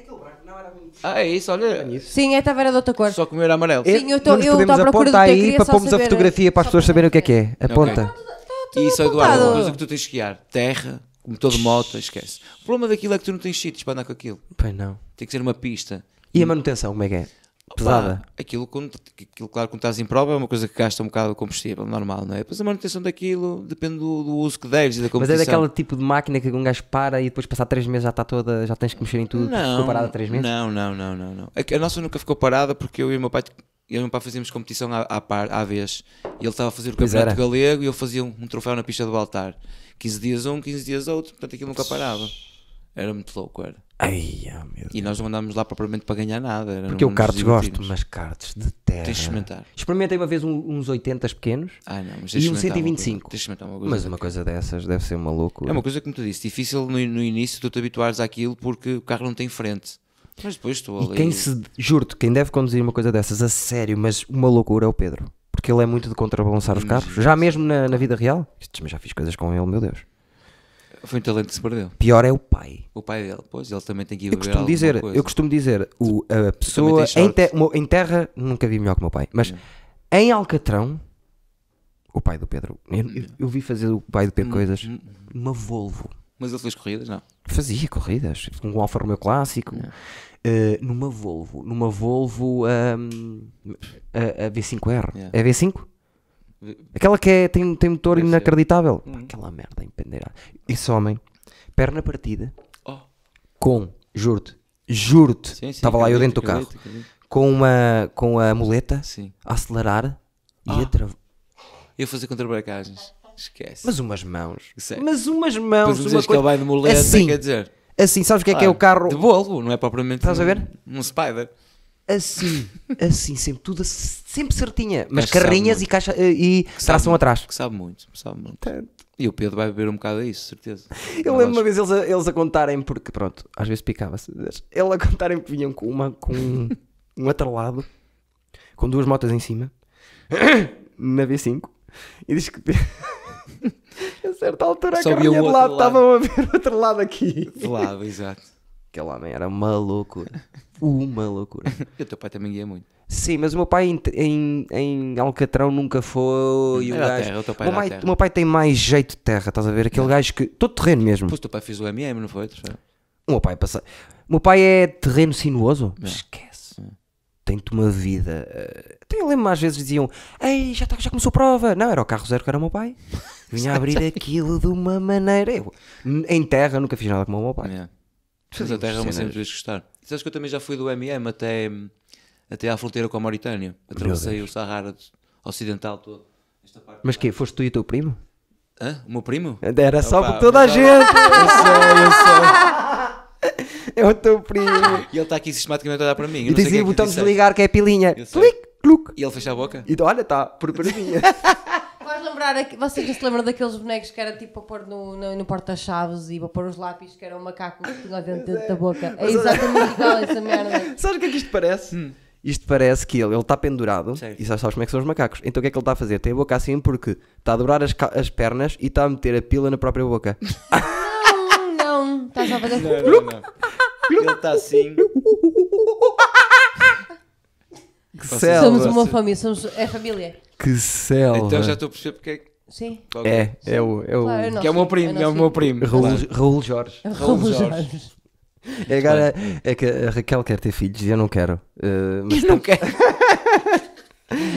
Speaker 2: Ah, é isso, olha.
Speaker 3: Sim, esta era de outra cor.
Speaker 2: Só que o meu era amarelo.
Speaker 3: Sim, eu estou
Speaker 1: Não nos podemos
Speaker 3: à procura do
Speaker 1: apontar
Speaker 3: teu,
Speaker 1: aí
Speaker 3: queria
Speaker 1: para
Speaker 3: só
Speaker 1: pormos a
Speaker 3: saber- né?
Speaker 1: fotografia para as
Speaker 3: só
Speaker 1: pessoas saberem o que é que é.
Speaker 2: Ok.
Speaker 1: Aponta.
Speaker 2: E isso, Eduardo,
Speaker 3: apontado.
Speaker 2: uma coisa que tu tens que guiar. Terra, como todo moto, esquece. O problema daquilo é que tu não tens sítios para andar com aquilo.
Speaker 1: Pois não.
Speaker 2: Tem que ser uma pista.
Speaker 1: E a manutenção, como é que é?
Speaker 2: Opa,
Speaker 1: Pesada.
Speaker 2: aquilo, quando- aquilo, claro, quando estás em prova é uma coisa que gasta um bocado de combustível, normal, não é? Depois a manutenção daquilo depende do, do uso que deves e da
Speaker 1: Mas é
Speaker 2: competição.
Speaker 1: daquela tipo de máquina que um gajo para e depois passar 3 meses já está toda, já tens que mexer em tudo, ficou parada 3 meses.
Speaker 2: Não, não, não, não, não. É A, a nossa nunca ficou parada porque eu e o meu pai, eu e o meu pai fazíamos competição à, à, par, à vez. E ele estava a fazer o
Speaker 1: Pois
Speaker 2: campeonato
Speaker 1: era.
Speaker 2: galego e eu fazia um, um troféu na pista do altar. 15 dias um, 15 dias outro, portanto aquilo nunca parava. Era muito louco, era.
Speaker 1: Ai, ah, meu Deus.
Speaker 2: E nós não andámos lá propriamente para ganhar nada. era
Speaker 1: Porque eu
Speaker 2: nos
Speaker 1: cartos gosto,
Speaker 2: divertirmos.
Speaker 1: mas cartos de terra.
Speaker 2: Tens de experimentar.
Speaker 1: Experimentei uma vez um- uns 80 pequenos,
Speaker 2: Ah, não, mas
Speaker 1: E
Speaker 2: tens de
Speaker 1: um
Speaker 2: experimentar uma coisa.
Speaker 1: 125.
Speaker 2: Tens de experimentar uma coisa.
Speaker 1: mas uma coisa dessas deve ser uma loucura.
Speaker 2: É uma coisa que me tu disse, difícil no, no início tu te habituares àquilo porque o carro não tem frente. Mas depois estou ali.
Speaker 1: E quem se, juro-te, quem deve conduzir uma coisa dessas a sério, mas uma loucura é o Pedro. Porque ele é muito de contrabalançar
Speaker 2: Hum,
Speaker 1: os carros, já mesmo na, na vida real. Isto, mas já fiz coisas com ele, meu Deus.
Speaker 2: Foi um talento que se perdeu.
Speaker 1: Pior é o pai.
Speaker 2: O pai dele, pois, ele também tem que ir
Speaker 1: Eu
Speaker 2: beber
Speaker 1: costumo
Speaker 2: alguma
Speaker 1: dizer,
Speaker 2: coisa.
Speaker 1: eu costumo dizer, o, a pessoa
Speaker 2: tens
Speaker 1: em,
Speaker 2: sorte.
Speaker 1: te- mo- em terra nunca vi melhor que o meu pai, mas em Alcatrão, o pai do Pedro, eu, eu- eu vi fazer o pai do
Speaker 2: Hum,
Speaker 1: Pedro coisas, uma Volvo,
Speaker 2: Mas ele fez corridas, não.
Speaker 1: fazia corridas, com um Alfa Romeo clássico, eh, numa Volvo, numa Volvo ahm, a, a V5R,
Speaker 2: Yeah.
Speaker 1: é a V5? Aquela que é- tem, tem motor inacreditável,
Speaker 2: Uhum.
Speaker 1: Pá, aquela merda empendeirada. Esse homem, perna partida,
Speaker 2: Oh,
Speaker 1: com, juro-te, juro-te,
Speaker 2: sim, sim,
Speaker 1: estava lá eu dentro
Speaker 2: acredito,
Speaker 1: do carro,
Speaker 2: acredito, acredito.
Speaker 1: com, uma, com a muleta
Speaker 2: Sim.
Speaker 1: a acelerar
Speaker 2: Ah.
Speaker 1: e a travar.
Speaker 2: Eu fazer contrabracagens. Esquece.
Speaker 1: Mas umas mãos,
Speaker 2: Sério?
Speaker 1: mas umas
Speaker 2: depois
Speaker 1: mãos,
Speaker 2: me
Speaker 1: uma
Speaker 2: dizes que ele
Speaker 1: coisa...
Speaker 2: vai de muleta,
Speaker 1: Assim.
Speaker 2: quer dizer. Ah,
Speaker 1: assim, sabes o que é que é o
Speaker 2: De
Speaker 1: carro?
Speaker 2: Volvo, não é propriamente
Speaker 1: Estás a
Speaker 2: um,
Speaker 1: ver?
Speaker 2: um Spider.
Speaker 1: Assim, assim, sempre tudo, ac- sempre certinha, mas
Speaker 2: Acho que sabe
Speaker 1: carrinhas e,
Speaker 2: muito.
Speaker 1: caixa, eh, e
Speaker 2: sabe
Speaker 1: tração
Speaker 2: muito.
Speaker 1: atrás.
Speaker 2: Que sabe muito, sabe muito. E o Pedro vai beber um bocado a isso, certeza.
Speaker 1: Eu lembro uma vez eles a, eles a contarem, porque pronto, às vezes picava-se. Ele a contarem que vinham com, uma, com um, um atrelado, com duas motas em cima, *coughs* na V5, e diz que *laughs* a certa altura a
Speaker 2: Só via
Speaker 1: carrinha
Speaker 2: o
Speaker 1: de
Speaker 2: outro
Speaker 1: lado
Speaker 2: lado.
Speaker 1: estavam a ver o outro lado aqui.
Speaker 2: Flávio, *laughs* exato.
Speaker 1: Aquele homem era uma loucura. Uma loucura.
Speaker 2: E o teu pai também guia muito.
Speaker 1: Sim, mas o meu pai em, em, em Alcatrão nunca foi. E o
Speaker 2: Era a
Speaker 1: gajo-
Speaker 2: terra, o teu pai
Speaker 1: meu
Speaker 2: era a
Speaker 1: pai,
Speaker 2: terra.
Speaker 1: o meu pai tem mais jeito de terra, estás a ver? Aquele gajo que. Todo terreno mesmo.
Speaker 2: Depois o teu pai fez o MM, não foi? Troféu?
Speaker 1: O meu pai passa. O meu pai é terreno sinuoso?
Speaker 2: É.
Speaker 1: Esquece. Tem-te uma vida. eh, Até eu lembro-me às vezes diziam: Ei, já, tá, já começou a prova. Não, era o carro zero que era o meu
Speaker 2: *laughs*
Speaker 1: pai. Vinha a abrir aquilo de uma maneira. Eu, n- em terra, nunca fiz nada como o meu pai.
Speaker 2: Yeah. Mas a
Speaker 1: Fazíamos
Speaker 2: terra é uma
Speaker 1: cenas.
Speaker 2: sempre vais gostar. Sabes que eu também já fui do MM até, até à fronteira com a Mauritânia. Atravessei o Sahara Ocidental todo. Esta parte.
Speaker 1: Mas que Foste tu e o teu primo?
Speaker 2: Hã? O meu primo?
Speaker 1: Era só
Speaker 2: Opa,
Speaker 1: porque toda a
Speaker 2: mas
Speaker 1: gente. *laughs* É o teu primo.
Speaker 2: E ele está aqui sistematicamente a olhar para mim. Eu
Speaker 1: E
Speaker 2: não sei o que
Speaker 1: dizia
Speaker 2: é
Speaker 1: o
Speaker 2: que
Speaker 1: botão de
Speaker 2: disseste.
Speaker 1: desligar que é a pilinha.
Speaker 2: Eu sei.
Speaker 1: Clic, cluc. então,
Speaker 2: E ele fecha a boca?
Speaker 1: tá, E olha, está, preparadinha.
Speaker 3: Faz lembrar lembrar, aqui- vocês não se lembram daqueles bonecos que era tipo a pôr no, no, no porta-chaves e a pôr os lápis que era um macaco que tinha dentro da boca? É exatamente igual
Speaker 2: *laughs*
Speaker 3: essa merda.
Speaker 1: Sabes o que é que isto parece? *laughs* Isto parece que ele está pendurado
Speaker 2: Certo.
Speaker 1: e sabes, sabes como é que são os macacos. Então o que é que ele está a fazer? Tem a boca assim porque está a dobrar as, ca- as pernas e está a meter a pila na própria boca. *laughs*
Speaker 3: Não, não, estás a fazer.
Speaker 2: um Não, não, não. Ele
Speaker 1: *laughs*
Speaker 2: está assim.
Speaker 1: Que
Speaker 3: Somos
Speaker 1: selva!
Speaker 3: uma família, somos, é família.
Speaker 1: Que selva!
Speaker 2: Então já estou a perceber porque é que.
Speaker 3: Sim.
Speaker 1: É, é o. É o...
Speaker 3: Claro, eu não
Speaker 2: Que é o meu
Speaker 3: sei, eu
Speaker 2: primo,
Speaker 3: não
Speaker 2: é o
Speaker 3: sei.
Speaker 2: meu primo.
Speaker 1: Raul,
Speaker 2: Claro.
Speaker 1: Raul Jorge.
Speaker 3: Raul
Speaker 2: Jorge.
Speaker 3: Jorge.
Speaker 1: É, Agora é que a Raquel quer ter filhos e eu não quero. Eh, mas
Speaker 2: Não quer.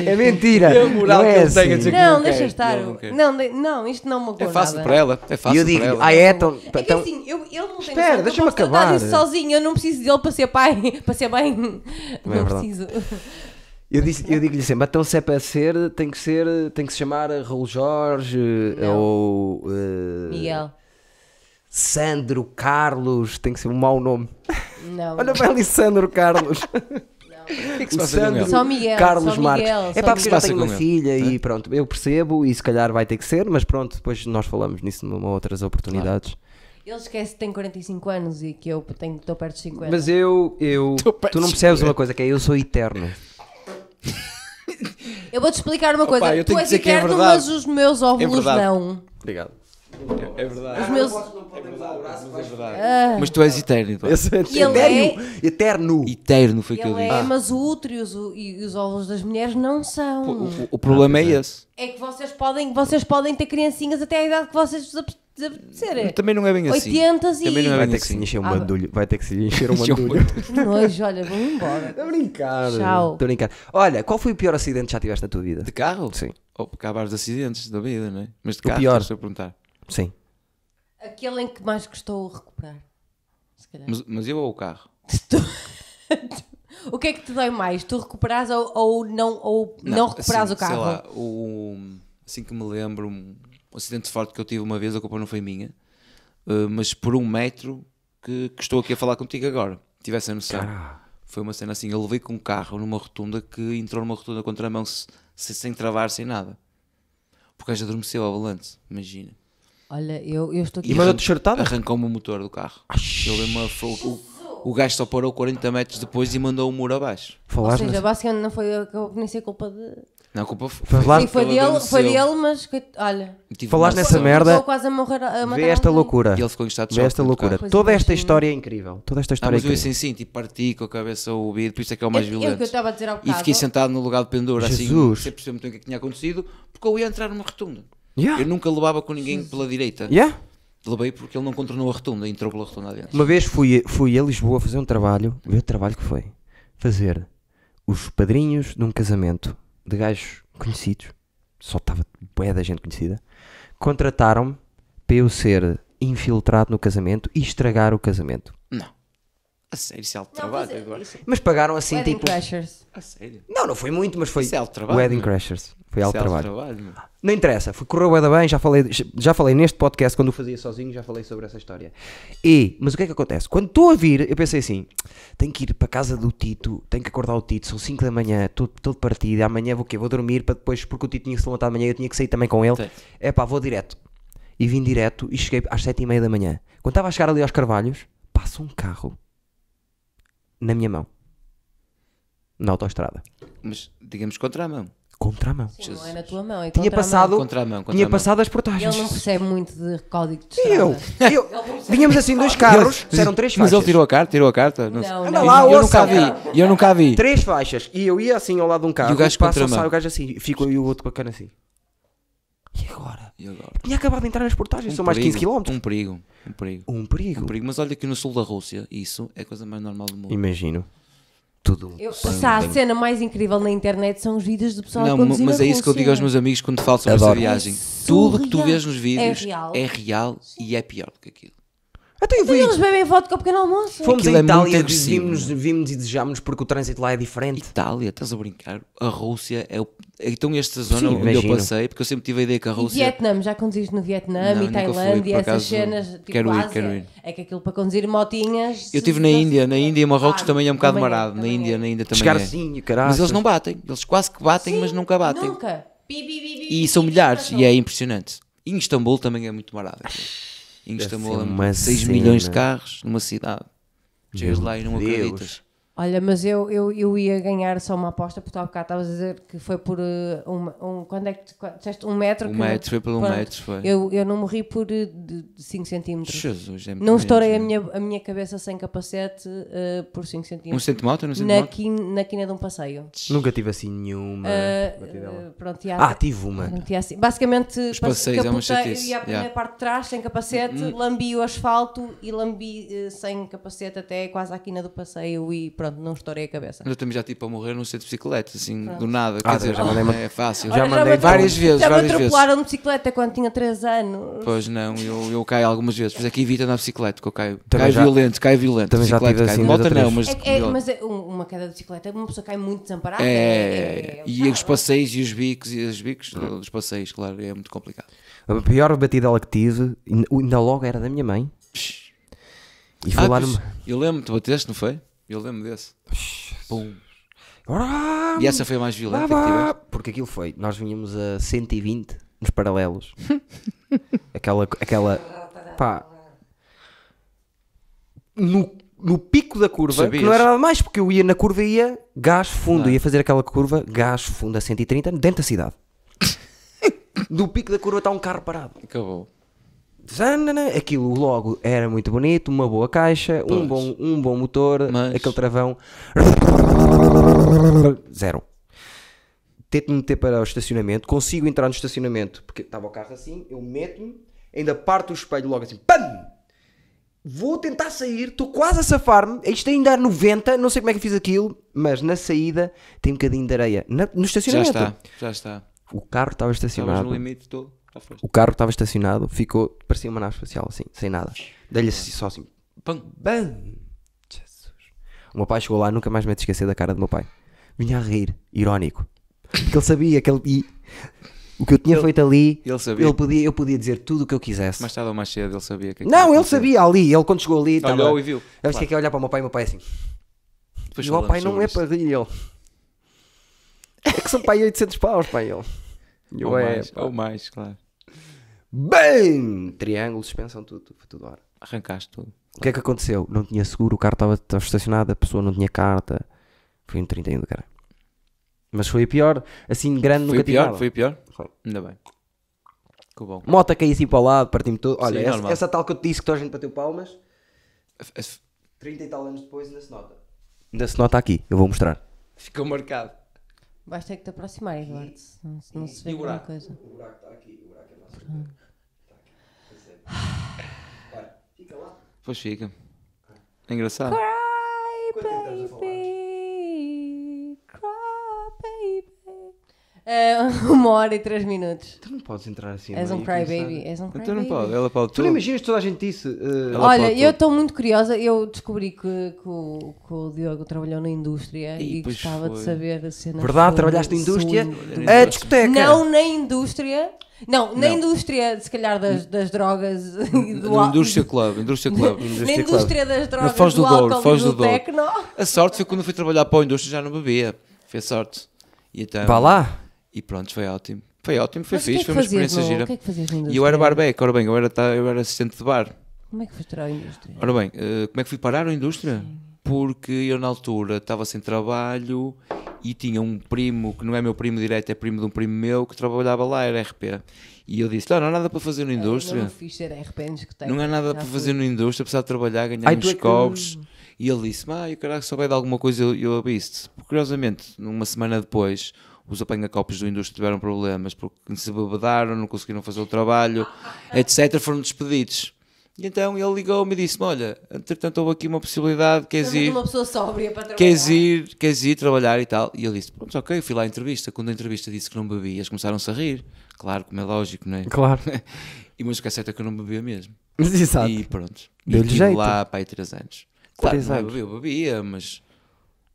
Speaker 1: é mentira!
Speaker 2: É a moral
Speaker 1: não
Speaker 2: que
Speaker 1: é
Speaker 2: ele tem a
Speaker 1: assim.
Speaker 2: dizer que
Speaker 3: Não,
Speaker 2: não
Speaker 3: deixa
Speaker 2: quer,
Speaker 3: estar.
Speaker 2: não, não
Speaker 3: Não,
Speaker 2: quer.
Speaker 3: de- não, isto não me
Speaker 2: É
Speaker 3: ocorre.
Speaker 2: fácil para ela. É fácil
Speaker 1: E eu
Speaker 2: para
Speaker 1: digo,
Speaker 2: ela.
Speaker 1: ah é? Então,
Speaker 3: É que
Speaker 1: então-
Speaker 3: assim, eu, ele não tem
Speaker 1: Espera,
Speaker 3: noção, eu
Speaker 1: deixa-me
Speaker 3: posso tratar
Speaker 1: acabar.
Speaker 3: disso sozinho, eu não preciso dele para ser pai, *laughs* para ser bem.
Speaker 1: Não é
Speaker 3: não
Speaker 1: verdade.
Speaker 2: *laughs*
Speaker 3: preciso.
Speaker 1: Eu, disse- eu digo-lhe sempre, então se é para ser, tem que ser, tem que se chamar Raul Jorge
Speaker 3: Não.
Speaker 1: ou eh,
Speaker 3: Miguel,
Speaker 1: Sandro Carlos, tem que ser um mau nome.
Speaker 3: não.
Speaker 1: Olha vai ali Sandro Carlos.
Speaker 2: *laughs* O que é que se
Speaker 1: O
Speaker 2: passa com
Speaker 1: Sandro
Speaker 2: ele?
Speaker 3: Só Miguel,
Speaker 1: Carlos
Speaker 3: só
Speaker 1: Marques.
Speaker 3: Miguel,
Speaker 1: é
Speaker 3: só
Speaker 1: para porque eu já
Speaker 2: Miguel.
Speaker 1: tenho uma
Speaker 2: Passa com É.
Speaker 1: filha e pronto, eu percebo e se calhar vai ter que ser, mas pronto, depois nós falamos nisso numa outras oportunidades.
Speaker 3: Ele esquece que tem 45 anos e que eu tenho- estou perto dos 50.
Speaker 1: Mas eu, eu
Speaker 2: Tu
Speaker 1: tu não percebes uma coisa que é eu sou eterno.
Speaker 3: Eu vou-te explicar uma coisa.
Speaker 2: Opa, eu
Speaker 3: tu
Speaker 2: tenho que
Speaker 3: és
Speaker 2: dizer que é
Speaker 3: eterno,
Speaker 2: verdade. É
Speaker 3: mas os meus óvulos
Speaker 2: verdade.
Speaker 3: não.
Speaker 1: Obrigado.
Speaker 2: É verdade.
Speaker 3: Os meus... Ah.
Speaker 2: Mas tu és eterno. pá.
Speaker 1: Eu sou
Speaker 3: E ele
Speaker 1: eterno.
Speaker 3: é-
Speaker 1: Eterno.
Speaker 2: Eterno foi o que eu Ah.
Speaker 3: Ele
Speaker 2: disse.
Speaker 3: é, mas o útero e os, e os óvulos das mulheres não são.
Speaker 2: O- o- O problema
Speaker 1: Ah,
Speaker 2: é esse.
Speaker 3: É que vocês podem, vocês podem ter criancinhas até a idade que vocês vos ape- desapetecerem.
Speaker 2: Também não é bem assim.
Speaker 3: 80 e-
Speaker 2: Também não é
Speaker 1: Vai
Speaker 2: bem
Speaker 1: ter que se
Speaker 2: assim.
Speaker 1: encher um
Speaker 3: Ah,
Speaker 1: bandulho. Vai ter que se encher um
Speaker 2: Encher um
Speaker 1: bandulho.
Speaker 3: Que nojo, olha,
Speaker 2: *laughs*
Speaker 3: vou embora.
Speaker 1: Estou a brincar.
Speaker 3: Tchau.
Speaker 1: Tô a brincar. Olha, qual foi o pior acidente que já tiveste na tua vida?
Speaker 2: De carro?
Speaker 1: Sim.
Speaker 2: Ou porque há vários acidentes da vida, não é? Mas de carro,
Speaker 1: pior.
Speaker 2: estás a perguntar.
Speaker 1: Sim.
Speaker 3: Aquele em que mais custou recuperar. Se calhar.
Speaker 2: Mas, mas eu ou o carro?
Speaker 3: *laughs* O que é que te dói mais? Tu recuperares ou, ou não, ou não, recuperares
Speaker 2: assim,
Speaker 3: o carro?
Speaker 2: Sei lá, o, assim que me lembro, um acidente forte que eu tive uma vez, a culpa não foi minha, eh, mas por um metro que, que estou aqui a falar contigo agora, tivesse a noção. Foi uma cena assim, eu levei com um carro numa rotunda que entrou numa rotunda contra a mão se, se- sem travar, sem nada. Porque já adormeceu ao volante, imagina.
Speaker 3: Olha, eu, eu estou aqui.
Speaker 2: E
Speaker 1: mandou-te
Speaker 2: arran-
Speaker 1: charutada?
Speaker 2: Arrancou-me o motor do carro. Eu lembro-me, foi- o, o gajo só parou 40 metros depois e mandou o muro abaixo.
Speaker 3: Ou
Speaker 1: Falaste
Speaker 3: seja, basicamente não foi eu, que eu nem sei a culpa de.
Speaker 2: Não, a culpa foi.
Speaker 1: Falaste-
Speaker 3: Sim, foi dele, foi dele, mas coit- olha.
Speaker 2: Tive
Speaker 1: Falaste
Speaker 2: uma
Speaker 1: nessa
Speaker 2: ação.
Speaker 1: merda.
Speaker 3: Estou quase a morrer. A matar
Speaker 1: Vê esta
Speaker 3: alguém.
Speaker 1: loucura.
Speaker 2: E ele ficou em estado de
Speaker 1: Vê
Speaker 2: choque
Speaker 1: esta
Speaker 2: dentro do
Speaker 1: loucura.
Speaker 2: carro.
Speaker 1: Toda
Speaker 3: Pois,
Speaker 1: esta
Speaker 3: imagino.
Speaker 1: história é incrível. Toda esta
Speaker 2: Ah,
Speaker 1: história é
Speaker 2: mas eu
Speaker 1: incrível.
Speaker 2: assim sim, tipo, parti com a cabeça ao ouvido, por isso é que é o mais
Speaker 3: É- é o que
Speaker 2: violento.
Speaker 3: eu estava a dizer há
Speaker 2: e
Speaker 3: bocado.
Speaker 2: fiquei sentado no lugar de pendura,
Speaker 1: Jesus.
Speaker 2: assim, sem perceber muito bem o que é que tinha acontecido, porque eu ia entrar numa retunda.
Speaker 1: Yeah.
Speaker 2: Eu nunca levava com ninguém pela direita.
Speaker 1: Yeah.
Speaker 2: Levei porque ele não contornou a retunda, entrou pela retunda adiante.
Speaker 1: Uma vez fui, fui a Lisboa fazer um trabalho. Vê o trabalho que foi. Fazer os padrinhos de um casamento de gajos conhecidos. Só estava bué da gente conhecida. Contrataram-me para eu ser infiltrado no casamento e estragar o casamento.
Speaker 2: Não. A sério, isso é alto
Speaker 3: Não,
Speaker 2: trabalho
Speaker 3: mas-
Speaker 2: agora.
Speaker 3: isso-
Speaker 1: Mas pagaram assim
Speaker 3: Wedding
Speaker 1: tipo.
Speaker 3: Crashers.
Speaker 2: A sério.
Speaker 1: Não, não foi muito, mas foi.
Speaker 2: Isso é alto trabalho,
Speaker 1: Wedding
Speaker 2: meu.
Speaker 1: Crashers. Foi
Speaker 2: Isso é
Speaker 1: alto trabalho.
Speaker 2: meu.
Speaker 1: Não interessa, foi- correu bem, bem já falei, já falei neste podcast quando o fazia sozinho, já falei sobre essa história. E, mas o que é que acontece? Quando estou a vir, eu pensei assim: tenho que ir para a casa do Tito, tenho que acordar o Tito, são 5 da manhã, estou todo partido, amanhã vou o quê? Vou dormir para depois, porque o Tito tinha que se levantar amanhã, eu tinha que sair também com ele.
Speaker 2: Certo.
Speaker 1: É pá, vou direto. E vim direto e cheguei às 7 e meia da manhã. Quando estava a chegar ali aos Carvalhos, passa um carro na minha mão, na autoestrada,
Speaker 2: Mas digamos contra a mão.
Speaker 1: contra a mão.
Speaker 3: Sim, não é na tua mão. É
Speaker 1: Tinha
Speaker 3: contra a
Speaker 1: passado,
Speaker 2: Contra a mão, contra
Speaker 1: tinha
Speaker 2: a mão.
Speaker 1: passado as
Speaker 3: mão.
Speaker 1: portagens.
Speaker 3: Ele não percebe muito de código de *laughs* estrada.
Speaker 1: Eu, eu, vínhamos assim dois carros, eram três
Speaker 2: Mas
Speaker 1: faixas.
Speaker 2: ele tirou a carta, tirou a carta. Não, sei.
Speaker 3: Não,
Speaker 1: Anda
Speaker 3: não.
Speaker 1: lá,
Speaker 2: eu,
Speaker 1: ouça,
Speaker 2: nunca
Speaker 1: cara.
Speaker 2: vi, eu nunca vi.
Speaker 1: Três faixas. E eu ia assim ao lado de um carro.
Speaker 2: E o gajo
Speaker 1: passa,
Speaker 2: contramão.
Speaker 1: sai o gajo assim. E fico e o outro bacana assim. E agora?
Speaker 2: E agora?
Speaker 1: Tinha acabado de entrar nas portagens, são mais 15 km.
Speaker 2: Um perigo, um perigo.
Speaker 1: Um perigo.
Speaker 2: Um perigo. Mas olha que no sul da Rússia, isso é a coisa mais normal do mundo.
Speaker 1: Imagino. Tudo.
Speaker 3: Eu, Pá, a cena mais incrível na internet são os vídeos do pessoal a
Speaker 2: Não, ma-
Speaker 3: conduzir
Speaker 2: mas
Speaker 3: na
Speaker 2: é isso que eu digo
Speaker 3: Rússia.
Speaker 2: aos meus amigos quando falo sobre
Speaker 1: Adoro.
Speaker 2: esta viagem.
Speaker 3: É
Speaker 2: Tudo que tu
Speaker 3: surreal.
Speaker 2: vês nos vídeos
Speaker 3: É real.
Speaker 2: real e é pior do que aquilo.
Speaker 1: Até eu
Speaker 3: Então
Speaker 1: vi.
Speaker 3: eles bebem vodka ao pequeno almoço.
Speaker 1: Fomos
Speaker 2: Aquilo
Speaker 1: a
Speaker 2: é muito
Speaker 1: Itália,
Speaker 2: agressivo,
Speaker 1: vimos, vimos e desejámos porque o trânsito lá é diferente.
Speaker 2: Itália, estás a brincar? A Rússia é o. Então, esta zona
Speaker 1: Sim,
Speaker 2: onde
Speaker 1: imagino.
Speaker 2: eu passei, porque eu sempre tive a ideia que a
Speaker 3: E é
Speaker 2: Rússia.
Speaker 3: Vietnã, já conduziste no Vietnã
Speaker 2: Não,
Speaker 3: e
Speaker 2: nunca fui,
Speaker 3: Tailândia,
Speaker 2: por
Speaker 3: essas
Speaker 2: acaso,
Speaker 3: cenas tipo
Speaker 2: quero ir,
Speaker 3: Ásia,
Speaker 2: quero ir.
Speaker 3: É que aquilo para conduzir motinhas.
Speaker 2: Eu estive na Índia, na Índia e Marrocos também é um bocado marado. Na Índia, na Índia também.
Speaker 1: Chegar
Speaker 2: é.
Speaker 1: assim, caralho.
Speaker 2: Mas eles não batem, eles quase que batem, mas nunca batem.
Speaker 3: Nunca. Pi, pi, pi, pi,
Speaker 2: E são
Speaker 3: pi,
Speaker 2: milhares,
Speaker 3: pi, pi,
Speaker 2: e é impressionante. Em Istambul também é muito marada. Em
Speaker 1: Deve
Speaker 2: Istambul
Speaker 1: ser
Speaker 2: há
Speaker 1: uma
Speaker 2: 6 milhões de
Speaker 1: cena.
Speaker 2: carros numa cidade. Chegas lá e não
Speaker 1: Deus.
Speaker 2: acreditas.
Speaker 3: Olha, mas eu, eu, eu ia ganhar só uma aposta, porque tu há bocado estavas a dizer que foi por eh, uma- um. Quando é que tu, quando- disseste? Um metro?
Speaker 2: Um
Speaker 3: que não-
Speaker 2: metro, foi pelo
Speaker 3: pronto.
Speaker 2: metro, foi.
Speaker 3: Eu, eu não morri por 5 centímetros.
Speaker 2: Jesus, é muito
Speaker 3: Não
Speaker 2: menos,
Speaker 3: estourei a
Speaker 2: né?
Speaker 3: minha, a minha cabeça sem capacete eh, por 5
Speaker 2: Um
Speaker 3: centímetros.
Speaker 2: centimóvel, não
Speaker 3: na,
Speaker 2: centimóvel?
Speaker 3: quin, na quina de um passeio.
Speaker 1: Nunca tive assim nenhuma.
Speaker 3: Eh,
Speaker 1: batidela.
Speaker 3: eh, pronto, e há-
Speaker 1: ah, tive uma.
Speaker 3: Não tinha assim. Basicamente, Os
Speaker 2: passeios é uma chatice,
Speaker 3: E a primeira
Speaker 2: yeah. Uhum.
Speaker 3: parte de trás, sem capacete, lambi o asfalto e lambi eh, sem capacete até quase à quina do passeio e pronto, não estourei a cabeça.
Speaker 2: Eu também já tipo a morrer num centro de bicicleta, assim, do nada. Quer dizer,
Speaker 1: Ah, já mandei
Speaker 2: não
Speaker 1: uma-
Speaker 2: é fácil.
Speaker 1: Já
Speaker 3: Olha,
Speaker 1: mandei
Speaker 3: me atro-
Speaker 2: várias vezes,
Speaker 3: Já
Speaker 2: várias
Speaker 3: me
Speaker 2: vezes.
Speaker 3: atropelaram de bicicleta quando tinha 3 anos.
Speaker 2: Pois não, eu, eu caio algumas vezes, mas é que evito andar de bicicleta, que eu caio.
Speaker 1: Também
Speaker 2: caio
Speaker 1: já-
Speaker 2: violento, caio violento.
Speaker 1: também já
Speaker 2: bicicleta,
Speaker 1: tive
Speaker 2: caio-
Speaker 1: assim
Speaker 2: Moto
Speaker 1: duas ou
Speaker 2: não,
Speaker 1: três.
Speaker 2: mas.
Speaker 3: É que- é- mas é um- uma queda de bicicleta, uma pessoa cai muito desamparada.
Speaker 2: É,
Speaker 3: é-
Speaker 2: e os passeios e os bicos e os bicos dos passeios, claro, é muito complicado.
Speaker 1: A pior batidela que tive, ainda- ainda logo era da minha mãe. E foi
Speaker 2: Ah,
Speaker 1: lá
Speaker 2: pois,
Speaker 1: numa.
Speaker 2: Eu lembro, tu bateste, não foi? Eu lembro desse. Pum.
Speaker 1: Ah,
Speaker 2: E essa foi a mais violenta que
Speaker 1: Vá, vá.
Speaker 2: tiveste.
Speaker 1: Porque aquilo foi, nós vinhamos a 120 nos
Speaker 2: *laughs*
Speaker 1: paralelos. aquela, aquela, pá, no, no pico da curva, que não
Speaker 2: Sabias? é?
Speaker 1: era nada mais, porque eu ia na curva e ia gás fundo, ia fazer aquela curva, gás fundo a 130, dentro da
Speaker 2: *laughs*
Speaker 1: cidade. Do pico da curva está um carro parado.
Speaker 2: Acabou.
Speaker 1: Zanana, Aquilo logo era muito bonito, uma boa caixa, um
Speaker 2: Pois.
Speaker 1: bom, um bom motor,
Speaker 2: Mas-
Speaker 1: aquele travão. Zero. Tento-me meter para o estacionamento, consigo entrar no estacionamento, porque estava o carro assim, eu meto-me, ainda parto o espelho logo assim, PAM! Vou tentar sair, estou quase a safar-me, isto ainda há 90, não sei como é que eu fiz aquilo, mas na saída tem um bocadinho de areia. Na- no
Speaker 2: Já
Speaker 1: estacionamento.
Speaker 2: está, já está.
Speaker 1: O carro estava
Speaker 2: Estavas
Speaker 1: estacionado.
Speaker 2: no limite todo. Já foste.
Speaker 1: O carro estava estacionado, ficou, parecia uma nave espacial, assim, sem nada. Dei-lhe assim, só assim,
Speaker 2: Pum.
Speaker 1: BAM! Jesus. O meu pai chegou lá, nunca mais me hei de esquecer da cara do meu pai. Vinha a rir, irónico. Porque ele sabia que ele. e o que eu tinha feito ali,
Speaker 2: ele sabia.
Speaker 1: ele podia, eu podia dizer tudo o que eu quisesse.
Speaker 2: Mais tarde ou mais cedo ele sabia que
Speaker 1: não,
Speaker 2: aquilo
Speaker 1: ele
Speaker 2: acontecia.
Speaker 1: sabia ali, ele quando chegou ali. estava-
Speaker 2: Olhou e viu.
Speaker 1: Eu acho que é que ia olhar para o meu pai e o meu pai assim.
Speaker 2: Depois
Speaker 1: e o meu
Speaker 2: falamos
Speaker 1: pai não
Speaker 2: sobre
Speaker 1: é
Speaker 2: isso.
Speaker 1: para rir, ele. É que são pai 800 paus, pai, ele. E eu,
Speaker 2: Ou
Speaker 1: é,
Speaker 2: mais,
Speaker 1: pá.
Speaker 2: ou mais, claro.
Speaker 1: BAM! Triângulo, suspensão, tudo, foi tudo hora.
Speaker 2: Arrancaste tudo.
Speaker 1: O que é que aconteceu? Não tinha seguro, o carro estava- estava estacionado, a pessoa não tinha carta. Foi um 31 do cara. Mas foi a pior, assim, grande
Speaker 2: Foi
Speaker 1: nunca
Speaker 2: o
Speaker 1: tive
Speaker 2: pior?
Speaker 1: nada.
Speaker 2: Foi o pior?
Speaker 1: Foi.
Speaker 2: Ainda bem. Que bom.
Speaker 1: Mota caí assim para o lado, parti-me todo. Olha,
Speaker 2: Sim,
Speaker 1: essa,
Speaker 2: normal.
Speaker 1: essa tal que eu te disse que toda a gente bateu palmas,
Speaker 2: F- f-
Speaker 1: 30 e tal anos depois ainda se nota. Ainda se nota aqui, eu vou mostrar.
Speaker 2: Ficou marcado.
Speaker 3: Vais ter que te aproximar, Eduardo. se Não, se não se vê alguma coisa.
Speaker 2: Pois fica. É engraçado.
Speaker 3: Cry, baby. Cry, baby. Ah, *laughs* uma hora e três minutos.
Speaker 1: Tu não podes entrar assim.
Speaker 3: És um crybaby. És um
Speaker 2: é Então não
Speaker 3: crybaby.
Speaker 2: pode. Ela pode
Speaker 1: Tu não
Speaker 2: tudo.
Speaker 1: imaginas que toda a gente disse. eh,
Speaker 2: Ela
Speaker 3: Olha,
Speaker 2: pode
Speaker 3: eu
Speaker 2: tudo.
Speaker 3: estou muito curiosa. Eu descobri que, que o, que o Diogo trabalhou na indústria
Speaker 2: Ih,
Speaker 3: e,
Speaker 2: pois
Speaker 3: gostava de
Speaker 2: foi.
Speaker 3: saber a cena.
Speaker 1: Verdade, trabalhaste na indústria?
Speaker 2: É,
Speaker 1: A discoteca!
Speaker 3: Não na indústria. Não, na indústria, se calhar, das, das drogas e do
Speaker 2: No
Speaker 3: álcool. *laughs*
Speaker 2: Indústria Club. *laughs* Indústria Club.
Speaker 3: na indústria das drogas,
Speaker 2: Foz do
Speaker 3: do,
Speaker 2: Douro,
Speaker 3: álcool
Speaker 2: Foz
Speaker 3: e do,
Speaker 2: do Douro.
Speaker 3: tecno.
Speaker 2: A sorte foi quando fui trabalhar para a indústria já não bebia. Foi a sorte. E então,
Speaker 1: Vá lá!
Speaker 2: E pronto, foi ótimo. Foi ótimo, foi
Speaker 3: Mas o que é
Speaker 2: fixe,
Speaker 3: que
Speaker 2: foi uma
Speaker 3: fazias
Speaker 2: experiência
Speaker 3: no-
Speaker 2: gira.
Speaker 3: o que é que fazias na
Speaker 2: e eu era
Speaker 3: indústria?
Speaker 2: barbeco, ora bem, eu era, ta- eu era assistente de bar.
Speaker 3: Como é que foste tirar a indústria?
Speaker 2: Ora bem, eh, como é que fui parar à indústria? Porque eu na altura estava sem trabalho e tinha um primo, que não é meu primo direto, é primo de um primo meu, que trabalhava lá, era RP. E eu disse, "Lá, não há nada para fazer na
Speaker 3: Eu não
Speaker 2: indústria.
Speaker 3: fiz ser RPNs que tenho.
Speaker 2: um Não há nada
Speaker 3: Já
Speaker 2: para
Speaker 3: fui.
Speaker 2: fazer na indústria, precisava de trabalhar, ganhar
Speaker 1: Ai, tu é
Speaker 2: uns
Speaker 1: que-
Speaker 2: cobres. E ele disse: Ah, eu caralho, se souber de alguma coisa, eu, eu aviso-te. Curiosamente, numa semana depois, os apanha-copos do indústria tiveram problemas porque se bebedaram, não conseguiram fazer o trabalho, etc. Foram despedidos. E então ele ligou-me e disse-me: Olha, entretanto, houve aqui uma possibilidade, queres
Speaker 3: Precisas de
Speaker 2: ir?
Speaker 3: uma pessoa sóbria para trabalhar.
Speaker 2: Queres ir, queres ir trabalhar e tal? E ele disse: Pronto, ok, eu fui lá à entrevista. Quando a entrevista disse que não bebia, eles começaram-se a rir. Claro, como é lógico, não é?
Speaker 1: Claro.
Speaker 2: *laughs* E mas o que é certo é que eu não bebia mesmo.
Speaker 1: Mas exato.
Speaker 2: E pronto. E
Speaker 1: Deu-lhe
Speaker 2: estive
Speaker 1: jeito.
Speaker 2: lá para aí 3 anos. Claro,
Speaker 1: Três
Speaker 2: não é
Speaker 1: anos.
Speaker 2: beber, eu bebia, mas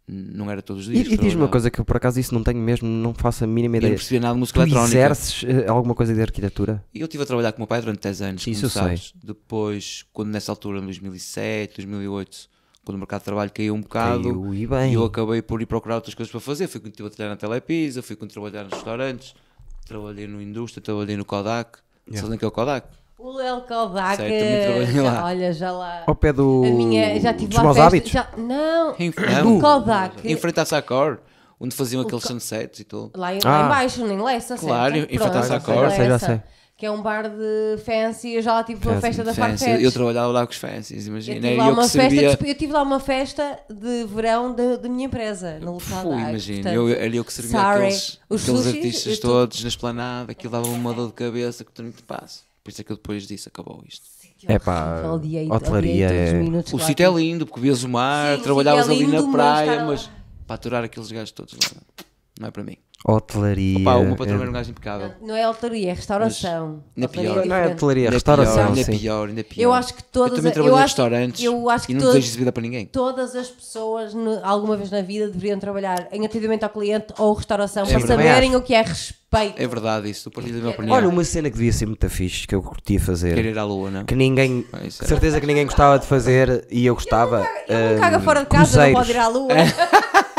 Speaker 2: não era todos
Speaker 1: E,
Speaker 2: os dias.
Speaker 1: e diz-me uma
Speaker 2: trabalhava.
Speaker 1: coisa que eu por acaso isso não tenho mesmo, não faço a mínima
Speaker 2: Eu não
Speaker 1: ideia.
Speaker 2: percebia nada de música
Speaker 1: Tu
Speaker 2: eletrónica.
Speaker 1: exerces eh, alguma coisa de arquitetura?
Speaker 2: E eu estive a trabalhar com o meu pai durante 10 anos,
Speaker 1: Isso
Speaker 2: como
Speaker 1: eu sei.
Speaker 2: sabes. Depois, quando nessa altura, em 2007, 2008, quando o mercado de trabalho caiu um bocado,
Speaker 1: Caiu, e bem.
Speaker 2: eu acabei por ir procurar outras coisas para fazer. Fui quando estive a trabalhar na Telepisa, fui quando trabalhar nos restaurantes. Trabalhei no Indústria, trabalhei no Kodak. Yeah. Sabes onde é que é o Kodak?
Speaker 3: O Léo Kodak.
Speaker 2: Certo, também trabalhei lá.
Speaker 3: já- Olha, já lá.
Speaker 1: Ao pé do.
Speaker 3: a minha, já tive
Speaker 1: dos
Speaker 3: lá
Speaker 1: maus
Speaker 3: festa-
Speaker 1: hábitos.
Speaker 3: já- não,
Speaker 2: Em,
Speaker 3: o Kodak.
Speaker 2: em frente à Sacor, onde faziam aqueles sunsets e tudo.
Speaker 3: Lá, em-
Speaker 1: Ah.
Speaker 3: lá em baixo, nem Lessa.
Speaker 2: Claro,
Speaker 3: certo?
Speaker 2: em- em Fatah
Speaker 3: Pronto,
Speaker 2: Sakhar.
Speaker 3: em
Speaker 1: Já sei, já
Speaker 3: Lessa,
Speaker 1: sei.
Speaker 3: Que é um bar de fancy, eu já lá tive uma
Speaker 1: Fancy,
Speaker 3: festa da
Speaker 2: Fancy.
Speaker 3: Farfetch.
Speaker 2: Eu trabalhava lá com os fancies, imagina.
Speaker 3: Eu
Speaker 2: E
Speaker 3: tive, lá
Speaker 2: eu que
Speaker 3: uma festa,
Speaker 2: servia.
Speaker 3: de- eu tive lá uma festa de verão da da minha empresa, no local
Speaker 2: Pô,
Speaker 3: da arte,
Speaker 2: imagina,
Speaker 3: tá portanto,
Speaker 2: eu, era eu que servia
Speaker 3: sorry.
Speaker 2: aqueles,
Speaker 3: Os
Speaker 2: aqueles
Speaker 3: sushis, eu
Speaker 2: artistas
Speaker 3: tô-
Speaker 2: todos na esplanada, aquilo dava uma dor de cabeça que tu não te passa. Por isso é que eu depois disse, acabou isto.
Speaker 3: que
Speaker 1: É pá,
Speaker 3: horrível, odiei,
Speaker 1: hotelaria
Speaker 3: odiei todos os
Speaker 1: é-
Speaker 3: minutos
Speaker 2: O
Speaker 3: lá.
Speaker 2: sítio é lindo, porque vias o mar,
Speaker 3: Sim, o
Speaker 2: trabalhavas
Speaker 3: sítio é
Speaker 2: ali
Speaker 3: lindo,
Speaker 2: na
Speaker 3: mas
Speaker 2: praia,
Speaker 3: estar lá-
Speaker 2: mas para aturar aqueles gajos todos lá, não é para mim.
Speaker 1: Hotelaria.
Speaker 2: Pá, o meu patrão
Speaker 1: é-
Speaker 2: era um gajo impecável.
Speaker 3: Não é hotelaria, é restauração.
Speaker 2: Mas ainda
Speaker 3: Hotelaria
Speaker 2: pior.
Speaker 1: Não é
Speaker 3: diferente.
Speaker 1: hotelaria,
Speaker 2: Ainda
Speaker 1: restauração,
Speaker 2: pior, ainda é
Speaker 1: sim.
Speaker 2: pior, ainda pior.
Speaker 3: Eu acho que todas
Speaker 2: Eu também
Speaker 3: as-
Speaker 2: trabalhei
Speaker 3: eu
Speaker 2: em
Speaker 3: acho-
Speaker 2: restaurantes
Speaker 3: eu acho que
Speaker 2: e não
Speaker 3: todas-
Speaker 2: desejo de vida para ninguém.
Speaker 3: Todas as pessoas, no- alguma vez na vida, deveriam trabalhar em atendimento ao cliente ou restauração para
Speaker 1: verdade.
Speaker 3: saberem o que é respeito.
Speaker 2: É verdade isso, tu partilhas da minha
Speaker 3: É
Speaker 2: opinião.
Speaker 1: Olha, uma cena que devia ser muito fixe que eu curtia fazer.
Speaker 2: Quero ir à lua, não?
Speaker 1: Que ninguém.
Speaker 2: Ah, isso é-
Speaker 1: certeza que ninguém gostava de fazer e eu gostava.
Speaker 3: Ele não caga
Speaker 1: hum,
Speaker 3: fora de casa,
Speaker 1: cruzeiros. É.
Speaker 3: não pode ir à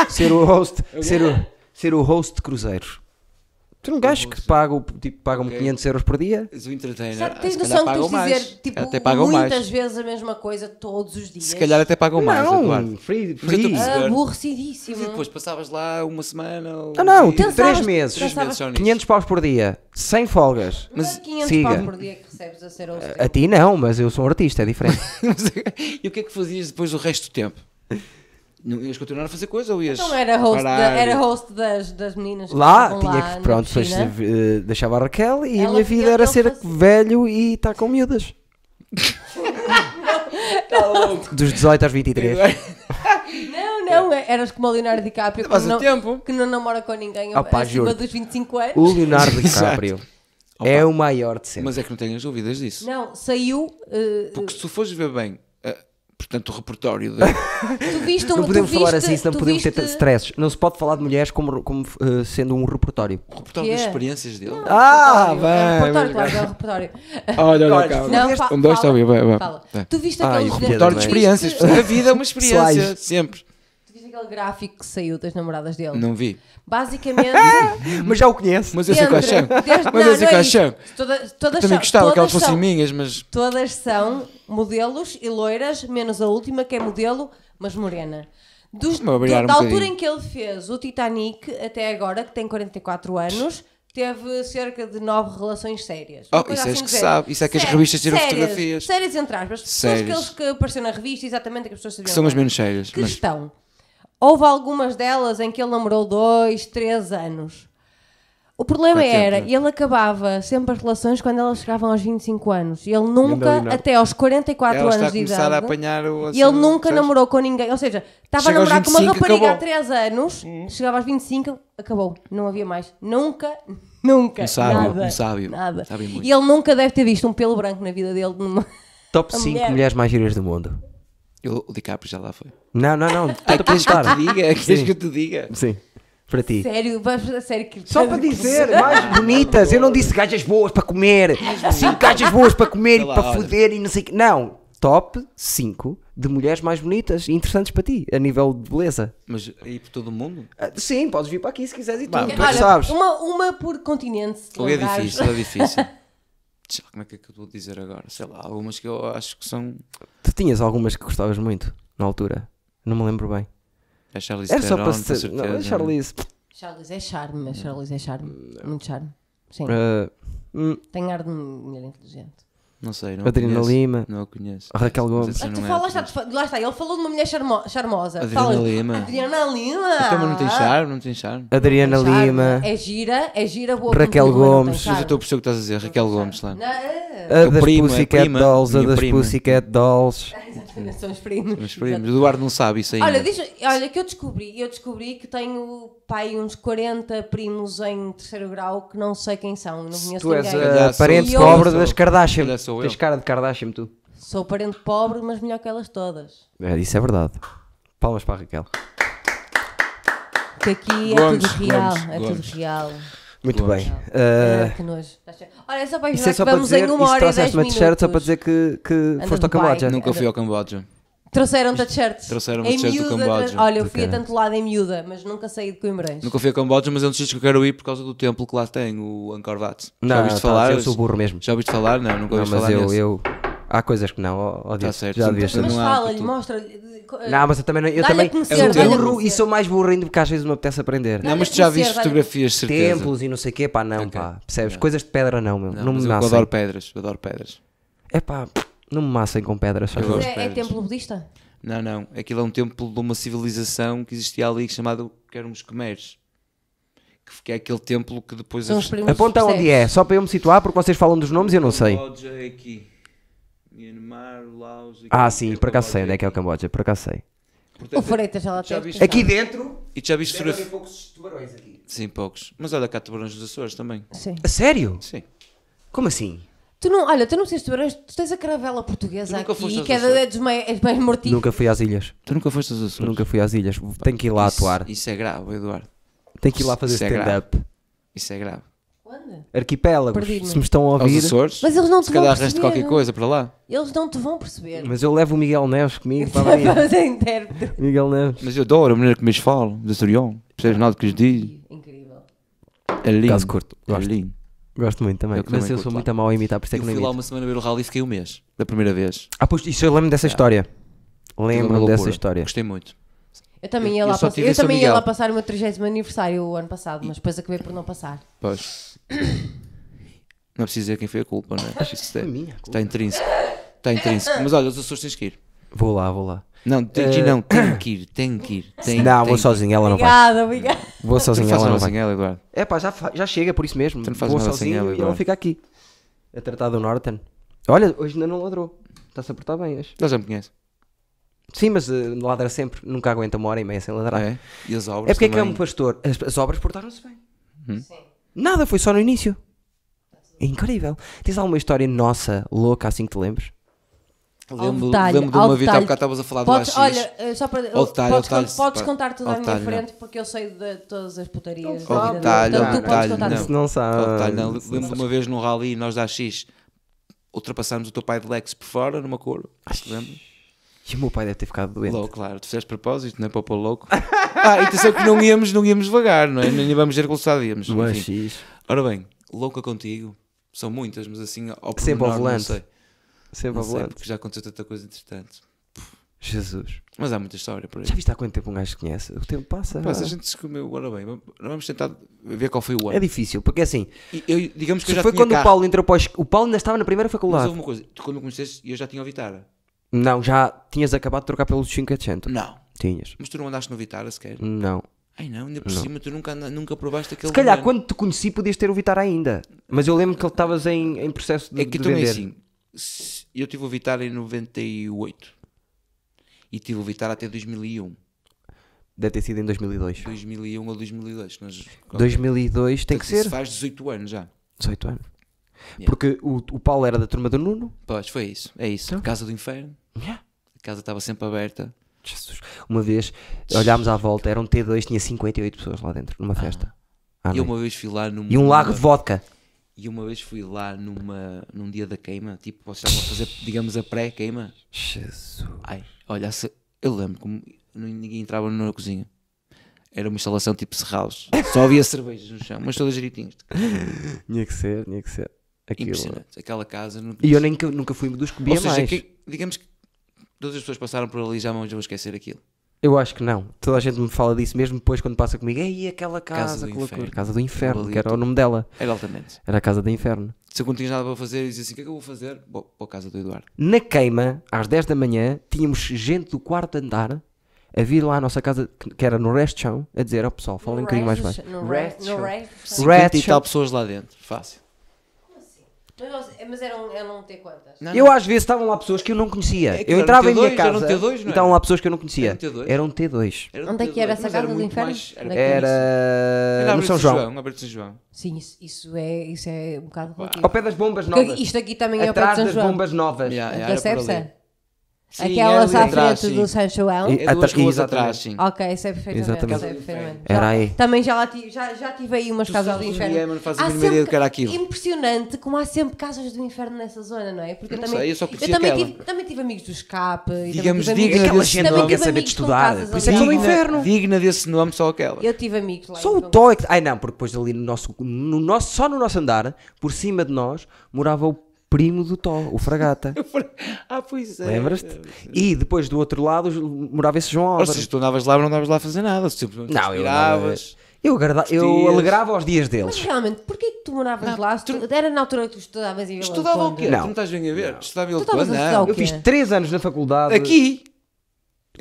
Speaker 3: lua.
Speaker 1: Ser o host. ser, o, ser o host de cruzeiros. Tu não gajo que paga, o- tipo, paga-me 500 euros por dia?
Speaker 2: És um entertainer.
Speaker 3: Já tens
Speaker 2: se
Speaker 3: noção
Speaker 2: calhar
Speaker 3: que tens
Speaker 2: pagam
Speaker 3: de
Speaker 2: mais.
Speaker 3: dizer tipo,
Speaker 2: até pagam
Speaker 3: muitas
Speaker 2: mais.
Speaker 3: vezes a mesma coisa todos os dias.
Speaker 2: Se calhar é até pagam mais,
Speaker 1: Não,
Speaker 2: Eduardo.
Speaker 1: free-
Speaker 2: Mas eu
Speaker 1: free.
Speaker 2: estou a
Speaker 3: Ah,
Speaker 2: perceber. E
Speaker 3: Aborrecidíssimo. é
Speaker 2: depois passavas lá uma semana ou...
Speaker 1: Não, não, tipo
Speaker 3: Pensavas-
Speaker 1: 3 meses.
Speaker 2: Três meses só nisso.
Speaker 1: 500 paus por dia. Sem folgas.
Speaker 3: Mas é 500
Speaker 1: siga.
Speaker 3: paus por dia que recebes a ser hostel.
Speaker 1: A ti não, mas eu sou um artista, é
Speaker 3: *laughs*
Speaker 1: diferente.
Speaker 2: *laughs* e o que é que fazias depois o resto do tempo? Não ias continuar a fazer coisa ou ias
Speaker 3: Então era host, da-
Speaker 2: parar?
Speaker 3: era host das, das meninas que
Speaker 1: Lá
Speaker 3: estavam
Speaker 1: tinha
Speaker 3: na
Speaker 1: que, pronto, depois
Speaker 3: piscina.
Speaker 1: eh, deixava a Raquel e a
Speaker 3: Ela
Speaker 1: minha
Speaker 3: tinha
Speaker 1: vida era
Speaker 3: que
Speaker 1: ser
Speaker 3: ele fazer.
Speaker 1: velho e estar com miúdas.
Speaker 3: Tá
Speaker 1: Dos 18 aos 23.
Speaker 3: *laughs* Não, não, é- eras como o Leonardo DiCaprio que
Speaker 2: Faz o
Speaker 3: não,
Speaker 2: tempo.
Speaker 3: que não namora com ninguém
Speaker 1: Ah, pá,
Speaker 3: acima
Speaker 1: juro.
Speaker 3: dos 25 anos.
Speaker 1: O Leonardo
Speaker 2: Exato.
Speaker 1: DiCaprio é o maior de sempre.
Speaker 2: Mas é que não tenhas dúvidas disso.
Speaker 3: Não, saiu. eh,
Speaker 2: Porque se tu fores ver bem, ah, portanto, o repertório
Speaker 3: *laughs*
Speaker 2: da...
Speaker 3: tu viste um
Speaker 1: Não
Speaker 3: tu
Speaker 1: podemos falar
Speaker 3: viste-
Speaker 1: assim, senão
Speaker 3: tu
Speaker 1: podemos ter
Speaker 3: viste-
Speaker 1: stresses. Não se pode falar de mulheres como, como, eh, sendo um repertório.
Speaker 2: o repertório das
Speaker 3: Que é?
Speaker 2: experiências dele.
Speaker 1: Ah,
Speaker 3: É um repertório,
Speaker 1: bem.
Speaker 3: claro, é um repertório.
Speaker 2: Olha,
Speaker 1: olha,
Speaker 2: cá.
Speaker 3: Não, fa-
Speaker 2: Um, dois,
Speaker 3: fala,
Speaker 2: está bem, bem,
Speaker 3: fala.
Speaker 2: bem.
Speaker 3: Tu viste
Speaker 1: Ah,
Speaker 3: aquele
Speaker 1: e
Speaker 3: gra-
Speaker 1: repertório
Speaker 2: Repertório
Speaker 1: de
Speaker 2: de
Speaker 3: tu
Speaker 2: experiências.
Speaker 3: viste-
Speaker 2: A vida é uma experiência,
Speaker 1: Slides.
Speaker 2: sempre.
Speaker 3: Tu viste aquele gráfico que saiu das namoradas dele?
Speaker 2: Não vi.
Speaker 3: Basicamente.
Speaker 1: Mas já o conhece.
Speaker 2: Mas eu sei que eu
Speaker 3: entre-
Speaker 2: achei. Mas
Speaker 3: desde- não,
Speaker 2: eu sei
Speaker 3: não
Speaker 2: que eu
Speaker 3: é isso.
Speaker 2: achei.
Speaker 3: Toda- Todas
Speaker 2: Também
Speaker 3: são-
Speaker 2: gostava que elas
Speaker 3: todas
Speaker 2: fossem
Speaker 3: são-
Speaker 2: minhas, mas
Speaker 3: Todas são modelos e loiras, menos a última que é modelo, mas morena. Dos-
Speaker 2: Vou variar um
Speaker 3: da altura
Speaker 2: bocadinho.
Speaker 3: em que ele fez o Titanic até agora, que tem 44 anos, teve cerca de 9 relações sérias. Uma
Speaker 2: Oh,
Speaker 3: coisa assim
Speaker 2: isso és
Speaker 3: do
Speaker 2: que
Speaker 3: género.
Speaker 2: sabe, isso é que as
Speaker 3: Sério-
Speaker 2: revistas tiram
Speaker 3: sérias,
Speaker 2: fotografias.
Speaker 3: Sérias entre aspas. Pessoas
Speaker 2: Sérias.
Speaker 3: que eles que apareceram na revista, exatamente, é que as pessoas sabiam.
Speaker 2: que são as
Speaker 3: quem.
Speaker 2: menos sérias. mas-
Speaker 3: Questão. Houve algumas delas em que ele namorou dois, três anos. O problema
Speaker 2: Há tempo,
Speaker 3: era,
Speaker 2: né?
Speaker 3: ele acabava sempre as relações quando elas chegavam aos 25 anos. Ele nunca, até aos 44
Speaker 2: Ela está
Speaker 3: anos
Speaker 2: a
Speaker 3: de
Speaker 2: começar
Speaker 3: idade,
Speaker 2: a apanhar o-
Speaker 3: ele
Speaker 2: assim,
Speaker 3: nunca
Speaker 2: sabes?
Speaker 3: namorou com ninguém. Ou seja, estava a
Speaker 2: Chega aos
Speaker 3: namorar com uma
Speaker 2: 25,
Speaker 3: rapariga há
Speaker 2: acabou.
Speaker 3: 3 anos,
Speaker 2: Hum.
Speaker 3: chegava aos 25, acabou. Não havia mais. Nunca, *laughs* nunca.
Speaker 2: Um sábio,
Speaker 3: nada,
Speaker 2: um sábio.
Speaker 3: Nada.
Speaker 2: Sabe muito.
Speaker 3: E ele nunca deve ter visto um pelo branco na vida dele. numa-
Speaker 1: Top
Speaker 3: A
Speaker 1: 5
Speaker 3: mulher.
Speaker 1: mulheres mais giras do mundo.
Speaker 2: Eu, o DiCaprio já lá foi.
Speaker 1: Não, não, não. Estou
Speaker 2: Ai,
Speaker 3: *laughs*
Speaker 1: a
Speaker 2: queres que eu te
Speaker 1: perguntar.
Speaker 2: diga? Queres
Speaker 1: Tá, Sim.
Speaker 2: que eu te diga?
Speaker 1: Sim. Para ti.
Speaker 3: Sério, vamos *laughs* a sério que.
Speaker 1: Só para dizer, mais bonitas. Eu não disse gajas boas para comer. 5 gajas boas para comer e
Speaker 2: Sei lá,
Speaker 1: para
Speaker 2: olha.
Speaker 1: foder e não sei o que. Não. Top 5 de mulheres mais bonitas e interessantes para ti, a nível de beleza.
Speaker 2: Mas aí por todo o mundo?
Speaker 1: Ah, Sim, podes vir para aqui se quiseres e
Speaker 2: Bah,
Speaker 1: tudo. um- Tu é
Speaker 3: Olha,
Speaker 1: que sabes.
Speaker 3: Uma, uma por continente. se te
Speaker 2: Ou é
Speaker 3: lembrares.
Speaker 2: difícil, é difícil. Sei lá, como é que é que eu vou dizer agora? Sei lá, algumas que eu acho que são.
Speaker 1: Tu tinhas algumas que gostavas muito na altura. Não me lembro bem.
Speaker 2: A Charlize
Speaker 1: Era só
Speaker 2: Theron,
Speaker 1: para
Speaker 2: com
Speaker 1: se.
Speaker 2: certeza. né?
Speaker 1: Não, a Charlize.
Speaker 3: *laughs* Charles é charme, mas Charles é charme. Muito charme. Sim.
Speaker 2: É.
Speaker 1: ah, hum,
Speaker 3: Tem ar de mulher inteligente.
Speaker 2: Não sei, não
Speaker 1: Adriana
Speaker 2: a conheço.
Speaker 1: Lima.
Speaker 2: Não a conheço.
Speaker 1: Raquel
Speaker 2: Mas
Speaker 1: Gomes.
Speaker 2: essa
Speaker 3: Ah,
Speaker 2: não
Speaker 3: tu
Speaker 2: é a
Speaker 3: falas,
Speaker 2: que
Speaker 3: lá,
Speaker 2: conheço.
Speaker 3: tu- lá está, ele falou de uma mulher charmo- charmosa.
Speaker 2: Adriana
Speaker 3: Falas-
Speaker 2: Lima.
Speaker 3: Adriana Lima.
Speaker 2: Então, mas não
Speaker 3: Ah.
Speaker 2: tem charme, não tem charme.
Speaker 1: Adriana
Speaker 3: Tem charme.
Speaker 1: Lima.
Speaker 3: É gira, é gira, boa.
Speaker 1: Raquel
Speaker 3: como tu, mas não tem
Speaker 1: Gomes.
Speaker 3: charme.
Speaker 2: Mas eu estou a perceber o que estás a dizer, Raquel Gomes lá.
Speaker 3: Não,
Speaker 1: A
Speaker 2: o
Speaker 1: das
Speaker 2: primo, é
Speaker 1: Pussycat
Speaker 2: prima,
Speaker 1: Dolls. A
Speaker 2: minha
Speaker 1: das
Speaker 2: prima.
Speaker 1: Pussycat Dolls.
Speaker 3: é, exatamente, são os primos.
Speaker 2: Mas primos, o Eduardo não sabe isso ainda.
Speaker 3: Olha, diz, olha, que eu descobri, eu descobri que tenho pai uns 40 primos em terceiro grau que não sei quem são, não conheço
Speaker 1: Tu és
Speaker 3: ninguém.
Speaker 2: Se calhar
Speaker 1: a
Speaker 2: sou
Speaker 1: parente
Speaker 3: eu.
Speaker 1: pobre
Speaker 2: Sou eu.
Speaker 1: Eh, das Kardashian.
Speaker 2: Se calhar sou eu.
Speaker 1: Tens cara de Kardashian, tu.
Speaker 3: Sou parente pobre, mas melhor que elas todas.
Speaker 1: É, isso é verdade. Palmas para a Raquel.
Speaker 3: Que aqui
Speaker 2: Gomes,
Speaker 3: é tudo real,
Speaker 2: Gomes,
Speaker 3: é
Speaker 2: Gomes.
Speaker 3: tudo real.
Speaker 1: Muito
Speaker 2: Boa.
Speaker 1: bem.
Speaker 3: Ah,
Speaker 2: Eh,
Speaker 1: Uh,
Speaker 3: que nojo. Olha, só para
Speaker 1: isso é
Speaker 3: avisar
Speaker 1: só
Speaker 3: que
Speaker 1: para
Speaker 3: vamos
Speaker 1: dizer,
Speaker 3: em uma
Speaker 1: isso
Speaker 3: hora e
Speaker 1: trouxeste
Speaker 3: 10
Speaker 1: uma
Speaker 3: minutos.
Speaker 1: t-shirt só para dizer que, que foste ao
Speaker 3: Dubai.
Speaker 1: Camboja.
Speaker 2: Nunca fui ao Camboja.
Speaker 3: Trouxeram-te a t-shirts.
Speaker 2: Trouxeram-me
Speaker 3: Em
Speaker 2: t-shirts do
Speaker 3: miúda,
Speaker 2: Camboja.
Speaker 3: tra- Olha, eu
Speaker 1: Do
Speaker 3: fui a
Speaker 1: caralho.
Speaker 3: tanto lado em miúda, mas nunca saí de Coimbrões.
Speaker 2: Nunca fui a Camboja, mas é um dos sítios que eu quero ir por causa do templo que lá tem, o Angkor Wat. já ouviste
Speaker 1: tá,
Speaker 2: falar?
Speaker 1: Eu sou burro mesmo.
Speaker 2: Já ouviste falar? Não, nunca
Speaker 1: Não,
Speaker 2: ouviste
Speaker 1: mas
Speaker 2: falar
Speaker 1: eu,
Speaker 2: nesse.
Speaker 1: eu. Há coisas que não, ó, ó, Deus,
Speaker 2: certo,
Speaker 1: já
Speaker 2: sim,
Speaker 1: devias
Speaker 2: tá-
Speaker 1: saber.
Speaker 3: Mas
Speaker 2: não há
Speaker 3: fala-lhe,
Speaker 2: para tu.
Speaker 3: mostra-lhe. eh,
Speaker 1: Não, mas eu também não, eu
Speaker 3: Dá-lhe a
Speaker 1: também
Speaker 3: conhecer,
Speaker 1: sou
Speaker 2: dá-lhe a
Speaker 1: burro e
Speaker 3: conhecer.
Speaker 1: sou mais burro ainda porque às vezes não me apetece aprender.
Speaker 2: Não, mas
Speaker 3: dá-lhe
Speaker 2: tu já
Speaker 3: conhecer,
Speaker 2: viste
Speaker 3: dá-lhe-
Speaker 2: fotografias, certeza.
Speaker 1: Templos e não sei o quê, pá, não,
Speaker 2: Ok.
Speaker 1: pá. Percebes? Coisas de pedra não, meu. Não,
Speaker 2: Não, mas
Speaker 1: me
Speaker 2: eu
Speaker 1: massem.
Speaker 2: adoro pedras, eu adoro pedras.
Speaker 1: É pá, não me massem com pedras, faz
Speaker 2: Eu
Speaker 1: favor.
Speaker 2: gosto.
Speaker 3: É, é templo budista?
Speaker 2: Não, não. Aquilo é um templo de uma civilização que existia ali chamado que eram os Khmeres. Que- Que é aquele templo que depois.
Speaker 3: São
Speaker 2: a-
Speaker 3: os primeiros
Speaker 1: Aponta onde é,
Speaker 3: percebes?
Speaker 1: só para eu me situar, porque vocês falam dos nomes e eu não sei.
Speaker 2: Camboja é aqui. Myanmar, Laos. aqui.
Speaker 1: Ah, sim,
Speaker 2: O
Speaker 1: por acaso
Speaker 2: Camboja
Speaker 1: sei onde é que é o Camboja, por acaso sei.
Speaker 3: O
Speaker 2: Portanto,
Speaker 3: Freitas já lá teve.
Speaker 2: viste?
Speaker 1: Aqui dentro,
Speaker 2: E tu já viste fotografia?
Speaker 1: poucos tubarões aqui.
Speaker 2: Sim, poucos. Mas olha cá, tubarões dos Açores também.
Speaker 3: Sim.
Speaker 1: A sério?
Speaker 2: Sim.
Speaker 1: Como assim?
Speaker 3: Tu não, olha, tu não precisas de tubarões, tu tens a caravela portuguesa
Speaker 2: Tu nunca
Speaker 3: aqui
Speaker 2: foste
Speaker 3: e
Speaker 2: aos
Speaker 3: que é da-
Speaker 2: Açores?
Speaker 3: é dos mei- é dos mais mortigos.
Speaker 1: Nunca fui às ilhas.
Speaker 2: Tu nunca foste aos Açores?
Speaker 1: Nunca fui às ilhas. Tenho que ir lá
Speaker 2: Isso-
Speaker 1: atuar.
Speaker 2: Isso é grave, Eduardo.
Speaker 1: Tenho que ir lá fazer
Speaker 2: isso é grave.
Speaker 1: stand-up.
Speaker 2: Isso é grave.
Speaker 3: Quando?
Speaker 1: Arquipélagos,
Speaker 3: Perdi-me.
Speaker 1: se me estão a
Speaker 2: Aos
Speaker 1: ouvir.
Speaker 2: Açores?
Speaker 3: Mas eles não
Speaker 2: se
Speaker 3: te vão
Speaker 2: calhar arraste
Speaker 3: perceber.
Speaker 2: qualquer coisa para lá.
Speaker 3: Eles não te vão perceber.
Speaker 1: Mas eu levo o Miguel Neves *laughs* comigo. vá lá aí.
Speaker 3: Vamos a intérprete.
Speaker 1: Miguel Neves.
Speaker 2: Mas eu adoro a maneira como eles falam, do Açorion. Percebes nada do que eles dizem?
Speaker 3: Incrível.
Speaker 2: É lindo.
Speaker 1: Caso curto.
Speaker 2: É
Speaker 1: Gosto.
Speaker 2: lindo.
Speaker 1: Gosto muito também.
Speaker 2: Eu que
Speaker 1: mas
Speaker 2: também
Speaker 1: eu
Speaker 2: curto
Speaker 1: sou
Speaker 2: lá.
Speaker 1: muito a mau a imitar, por isso é
Speaker 2: Eu
Speaker 1: que não
Speaker 2: fui lá
Speaker 1: imito.
Speaker 2: uma semana ver o rally e fiquei um mês, da primeira vez.
Speaker 1: Ah, pois, isso eu lembro dessa história.
Speaker 2: Tive uma
Speaker 1: Lembro-me dessa
Speaker 2: loucura.
Speaker 1: história.
Speaker 2: Gostei muito.
Speaker 3: Eu também
Speaker 2: Eu-
Speaker 3: ia
Speaker 2: eu
Speaker 3: lá,
Speaker 2: só
Speaker 3: passar-
Speaker 2: tive em
Speaker 3: eu
Speaker 2: São
Speaker 3: também ia
Speaker 2: Miguel.
Speaker 3: lá passar o meu 30 aniversário o ano passado, mas depois acabei por não passar.
Speaker 2: Pois. Não preciso dizer quem foi a culpa, não é? Acho que isso é- Está intrínseco. Está intrínseco. Mas olha, os Açores tens que ir. Eh,
Speaker 1: Vou lá, vou lá.
Speaker 2: Não, tens que ir, não. Tem que ir, tem que ir. Tem,
Speaker 1: não,
Speaker 2: tem
Speaker 1: vou
Speaker 2: que
Speaker 1: sozinho, ela não vai. Hum.
Speaker 3: Obrigada, obrigada.
Speaker 1: Tu Vou
Speaker 2: ir. Tu
Speaker 1: sozinho,
Speaker 2: não fazes
Speaker 1: ela não
Speaker 2: nada
Speaker 1: vai.
Speaker 2: sem ela, Eduardo.
Speaker 1: É pá, já, fa- já chega, por isso mesmo.
Speaker 2: Tu não fazes
Speaker 1: Vou
Speaker 2: nada sem
Speaker 1: sozinho
Speaker 2: ela,
Speaker 1: e ela
Speaker 2: Eduardo.
Speaker 1: fica aqui. A tratar do Norton. Olha, hoje ainda não ladrou. Está-se a portar bem hoje.
Speaker 2: Ele já me conhece.
Speaker 1: Sim, mas eh, ladra sempre. Nunca aguenta uma hora e meia sem ladrar.
Speaker 2: É? E as obras
Speaker 1: É porque é que é
Speaker 2: também. Hum?
Speaker 1: um pastor. As, as obras portaram-se bem.
Speaker 3: Sim.
Speaker 1: Nada, foi só no início. É Incrível. Tens alguma história nossa, louca, assim que te lembres?
Speaker 2: Lembro,
Speaker 3: Ao detalhe,
Speaker 2: lembro de
Speaker 3: ao
Speaker 2: uma vida, há
Speaker 3: detalhe.
Speaker 2: bocado estavas a falar do
Speaker 3: Podes,
Speaker 2: AX.
Speaker 3: olha, eh, só para.
Speaker 2: Ao detalhe,
Speaker 3: podes,
Speaker 2: ao detalhe,
Speaker 3: con- podes
Speaker 2: separa.
Speaker 3: contar tudo
Speaker 2: Ao
Speaker 3: à minha
Speaker 2: detalhe,
Speaker 3: frente porque eu sei de todas as putarias. da
Speaker 2: Ao
Speaker 3: vida
Speaker 2: detalhe,
Speaker 3: dele.
Speaker 2: ao
Speaker 3: Portanto, tu
Speaker 2: detalhe,
Speaker 3: podes contar
Speaker 2: não.
Speaker 1: Se não
Speaker 2: Ao
Speaker 1: sabe.
Speaker 2: detalhe, não, lembro de uma vez num rally, nós da AX, ultrapassámos o teu pai de Lex por fora, numa cor. Acho que lembro.
Speaker 1: E o meu pai deve ter ficado doente.
Speaker 2: Louco, claro, tu fizeste propósito, não é para o pôr louco. *laughs* ah, e tu sei que não íamos, não íamos devagar, não é? Nem íamos ver velocidade, íamos.
Speaker 1: Do
Speaker 2: Enfim.
Speaker 1: AX.
Speaker 2: Ora bem, louca contigo, são muitas, mas assim, ao
Speaker 1: Sempre ao
Speaker 2: pormenor,
Speaker 1: volante.
Speaker 2: Não sei,
Speaker 1: Sempre
Speaker 2: não
Speaker 1: a
Speaker 2: sei
Speaker 1: volante.
Speaker 2: porque já aconteceu tanta coisa interessante.
Speaker 1: Jesus.
Speaker 2: Mas há muita história por aí.
Speaker 1: Já viste há quanto tempo um gajo se conhece? O tempo passa.
Speaker 2: Mas a
Speaker 1: ah.
Speaker 2: gente se comeu, ora bem, vamos- vamos tentar ver qual foi o
Speaker 1: É
Speaker 2: ano.
Speaker 1: difícil, porque assim,
Speaker 2: E eu- digamos que eu
Speaker 1: se
Speaker 2: já
Speaker 1: foi
Speaker 2: tinha
Speaker 1: quando o
Speaker 2: carro,
Speaker 1: Paulo entrou para o es- O Paulo ainda estava na primeira
Speaker 2: mas
Speaker 1: faculdade.
Speaker 2: houve uma coisa, tu quando me conheceste, eu já tinha o Vitara.
Speaker 1: Não, já tinhas acabado de trocar pelo 500.
Speaker 2: Não.
Speaker 1: Tinhas.
Speaker 2: Mas tu não andaste no Vitara sequer?
Speaker 1: Não.
Speaker 2: Ai não, ainda por cima, tu nunca, anda- nunca provaste aquele
Speaker 1: Se calhar
Speaker 2: veneno.
Speaker 1: quando te conheci podias ter o Vitar ainda. Mas eu lembro que ele estavas em, em processo de,
Speaker 2: É que
Speaker 1: de
Speaker 2: tu é
Speaker 1: vender.
Speaker 2: assim. se- Eu tive o Vitar em 98 e tive o Vitar até 2001.
Speaker 1: Deve ter sido em 2002.
Speaker 2: 2001 ou 2002. que Nós,
Speaker 1: 2002 tem que
Speaker 2: Então Isso
Speaker 1: ser.
Speaker 2: faz 18 anos já.
Speaker 1: 18 anos.
Speaker 2: Yeah.
Speaker 1: Porque o, o Paulo era da turma do Nuno.
Speaker 2: Pois, foi isso. É isso.
Speaker 1: Então.
Speaker 2: Casa do Inferno. A casa estava sempre aberta.
Speaker 1: Jesus. Uma vez olhámos à volta, era um T2, tinha 58 pessoas lá dentro, numa festa. À
Speaker 2: e eu
Speaker 1: noite.
Speaker 2: uma vez fui lá num.
Speaker 1: Ah, E um lago de
Speaker 2: Ah, numa-
Speaker 1: vodka.
Speaker 2: E uma vez fui lá numa, num dia da queima. Tipo, vocês estavam a fazer, digamos, a pré-queima.
Speaker 1: Jesus.
Speaker 2: Ai, olha, se- eu lembro como ninguém entrava na cozinha. Era uma instalação tipo Serraus. Só havia cervejas no chão, mas todas direitinhas.
Speaker 1: Tinha que ser, tinha que ser. Aquilo.
Speaker 2: Impressionante. Aquela casa. Não...
Speaker 1: E eu nem, que- nunca fui um dos que
Speaker 2: Ou
Speaker 1: bebia
Speaker 2: seja,
Speaker 1: mais.
Speaker 2: que- digamos que todas as pessoas passaram por ali e já não vão esquecer aquilo.
Speaker 1: Eu acho que não. Toda a gente me fala disso mesmo depois quando passa comigo. Ei, aquela casa,
Speaker 2: Casa do
Speaker 1: que loucura.
Speaker 2: Inferno.
Speaker 1: Casa do Inferno,
Speaker 2: ali
Speaker 1: que era o
Speaker 2: tudo.
Speaker 1: nome dela.
Speaker 2: Era altamente.
Speaker 1: Era a Casa do Inferno.
Speaker 2: Se eu não tinhas nada para fazer, dizia assim: o que é que eu vou fazer? Vou para a casa do Eduardo.
Speaker 1: Na queima, às 10 da manhã, tínhamos gente do quarto andar a vir lá à nossa casa, que que era no resto de chão, a dizer: Ó pessoal, fala um bocadinho mais baixo.
Speaker 3: No
Speaker 1: Rest
Speaker 3: rest. No
Speaker 1: show.
Speaker 3: rest. show.
Speaker 2: 50 e
Speaker 1: Ratchet.
Speaker 2: tal pessoas lá dentro. Fácil.
Speaker 3: Mas, eh, mas um, eram, eram ter quantas?
Speaker 2: Não,
Speaker 1: Eu
Speaker 2: não.
Speaker 1: às vezes estavam lá pessoas que eu não conhecia.
Speaker 2: É que
Speaker 1: eu
Speaker 2: era um
Speaker 1: entrava em minha
Speaker 2: T2, era um
Speaker 1: casa
Speaker 2: T2, não
Speaker 1: e
Speaker 2: era?
Speaker 1: estavam lá pessoas que eu não conhecia.
Speaker 2: Era um T2?
Speaker 1: Era um T2.
Speaker 2: Era
Speaker 3: Onde é que era essa
Speaker 2: mas
Speaker 3: casa do
Speaker 2: muito
Speaker 3: inferno?
Speaker 2: mais- Era, um
Speaker 3: Onde é que era?
Speaker 1: Era
Speaker 2: era
Speaker 1: no São João.
Speaker 2: na Aberto de São João.
Speaker 3: Sim, isso, isso é, isso é um bocado relativo.
Speaker 1: Ao pé das bombas novas.
Speaker 3: Isto aqui também é o pé de
Speaker 1: Atrás
Speaker 3: São
Speaker 1: das
Speaker 3: João.
Speaker 1: bombas novas.
Speaker 2: Yeah, yeah, era por
Speaker 3: Percebe-se?
Speaker 2: Ah, ali. Sim,
Speaker 3: Aquelas
Speaker 2: é ali
Speaker 3: à
Speaker 2: atrás,
Speaker 3: frente
Speaker 2: sim.
Speaker 3: do São João.
Speaker 1: E-
Speaker 2: É duas
Speaker 1: Ata-
Speaker 2: ruas
Speaker 1: exatamente.
Speaker 2: atrás, sim.
Speaker 3: Ok, sei perfeitamente.
Speaker 1: Exatamente.
Speaker 3: sei perfeitamente.
Speaker 1: Era
Speaker 3: Já-
Speaker 1: aí.
Speaker 3: Também já, lá tive, já, já tive aí umas
Speaker 2: Tu
Speaker 3: casas do
Speaker 2: sabes,
Speaker 3: inferno.
Speaker 2: Guilherme, não fazes a
Speaker 3: Há
Speaker 2: mínima ideia do que era aquilo.
Speaker 3: Impressionante como há sempre casas do inferno nessa zona, não é? Porque eu
Speaker 2: Não
Speaker 3: também,
Speaker 2: sei, eu só conhecia
Speaker 3: também,
Speaker 2: aquela.
Speaker 3: tive, também tive amigos do escape. e
Speaker 2: Digamos,
Speaker 3: também
Speaker 2: digna
Speaker 3: tive amigos-
Speaker 2: Aquela
Speaker 1: gente
Speaker 3: também
Speaker 1: não
Speaker 3: tive
Speaker 1: quer saber de
Speaker 3: amigos com
Speaker 1: estudar,
Speaker 3: casas
Speaker 1: por isso é que
Speaker 3: ali.
Speaker 1: são um inferno.
Speaker 2: Digna desse nome, só aquela.
Speaker 3: Eu tive amigos lá.
Speaker 1: Só o
Speaker 3: então.
Speaker 1: Tó é que. Ai não, porque depois ali no nosso, no nosso. Só no nosso andar, por cima de nós, morava o primo do Tó, o
Speaker 3: *laughs*
Speaker 1: Fragata.
Speaker 2: Ah, pois é.
Speaker 1: Lembras-te? E depois do outro lado os- morava esse João
Speaker 2: Ou
Speaker 1: Álvaro.
Speaker 2: seja, tu andavas lá, mas não andavas lá a fazer nada. Simplesmente
Speaker 1: Não, eu andava-
Speaker 2: respiravas.
Speaker 1: Eu, agrada- eu
Speaker 2: Curtias.
Speaker 1: alegrava os dias
Speaker 3: Mas
Speaker 1: deles.
Speaker 3: realmente, porquê que tu moravas lá? se tu- Era na altura que tu estudavas em Vila
Speaker 2: Estudava o
Speaker 3: Conde?
Speaker 2: quê?
Speaker 1: Não.
Speaker 2: Tu não estás bem a ver? Estudava em
Speaker 3: Tu estavas
Speaker 2: Ilquã?
Speaker 3: a estudar o
Speaker 2: Não.
Speaker 1: Eu
Speaker 3: quê?
Speaker 1: fiz 3 anos na faculdade.
Speaker 2: Aqui.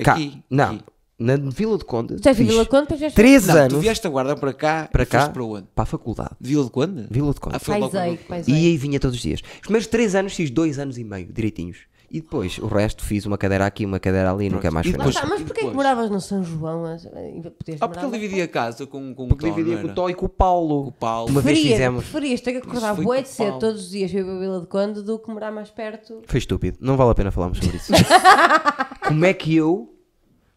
Speaker 1: Cá.
Speaker 2: Aqui.
Speaker 1: Não.
Speaker 2: Aqui.
Speaker 1: Na Vila de Conde.
Speaker 3: Tu és de
Speaker 1: fiz
Speaker 3: Vila Conde, depois vieste-
Speaker 1: 3
Speaker 2: Não, tu
Speaker 1: anos
Speaker 2: vieste a guarda para cá
Speaker 1: para
Speaker 2: e
Speaker 1: cá,
Speaker 2: foste para onde?
Speaker 1: para a faculdade.
Speaker 2: De Vila de Conde?
Speaker 1: Vila de Conde.
Speaker 2: Ah, foi logo para Vila de
Speaker 3: Paiseico,
Speaker 2: Conde.
Speaker 3: paiseico.
Speaker 1: E aí vinha todos os dias. Os primeiros 3 anos fiz 2 anos e meio, direitinhos. E depois o resto fiz uma cadeira aqui, uma cadeira ali, nunca mais
Speaker 2: E
Speaker 1: foi
Speaker 3: Lá
Speaker 1: nada.
Speaker 2: depois-
Speaker 3: está, Ah, tá, mas porquê que
Speaker 2: depois.
Speaker 3: moravas no São João? as- e Podias
Speaker 2: Ah, porque
Speaker 3: morar
Speaker 2: ele
Speaker 3: lá?
Speaker 2: dividia a casa com, com
Speaker 1: Porque
Speaker 2: o Tom,
Speaker 1: dividia
Speaker 2: não
Speaker 1: com o
Speaker 2: era?
Speaker 1: Tó e com o Paulo.
Speaker 2: Com o Paulo.
Speaker 1: Uma vez
Speaker 3: Preferias-
Speaker 1: fizemos.
Speaker 3: Preferias ter que
Speaker 2: Isso
Speaker 3: acordar
Speaker 2: foi
Speaker 3: bué
Speaker 2: com
Speaker 3: de cedo
Speaker 2: pau.
Speaker 3: todos os dias para ir para a Vila de Conde do que morar mais perto.
Speaker 1: Foi estúpido. Não vale a pena falarmos sobre *laughs* isso. Como é que eu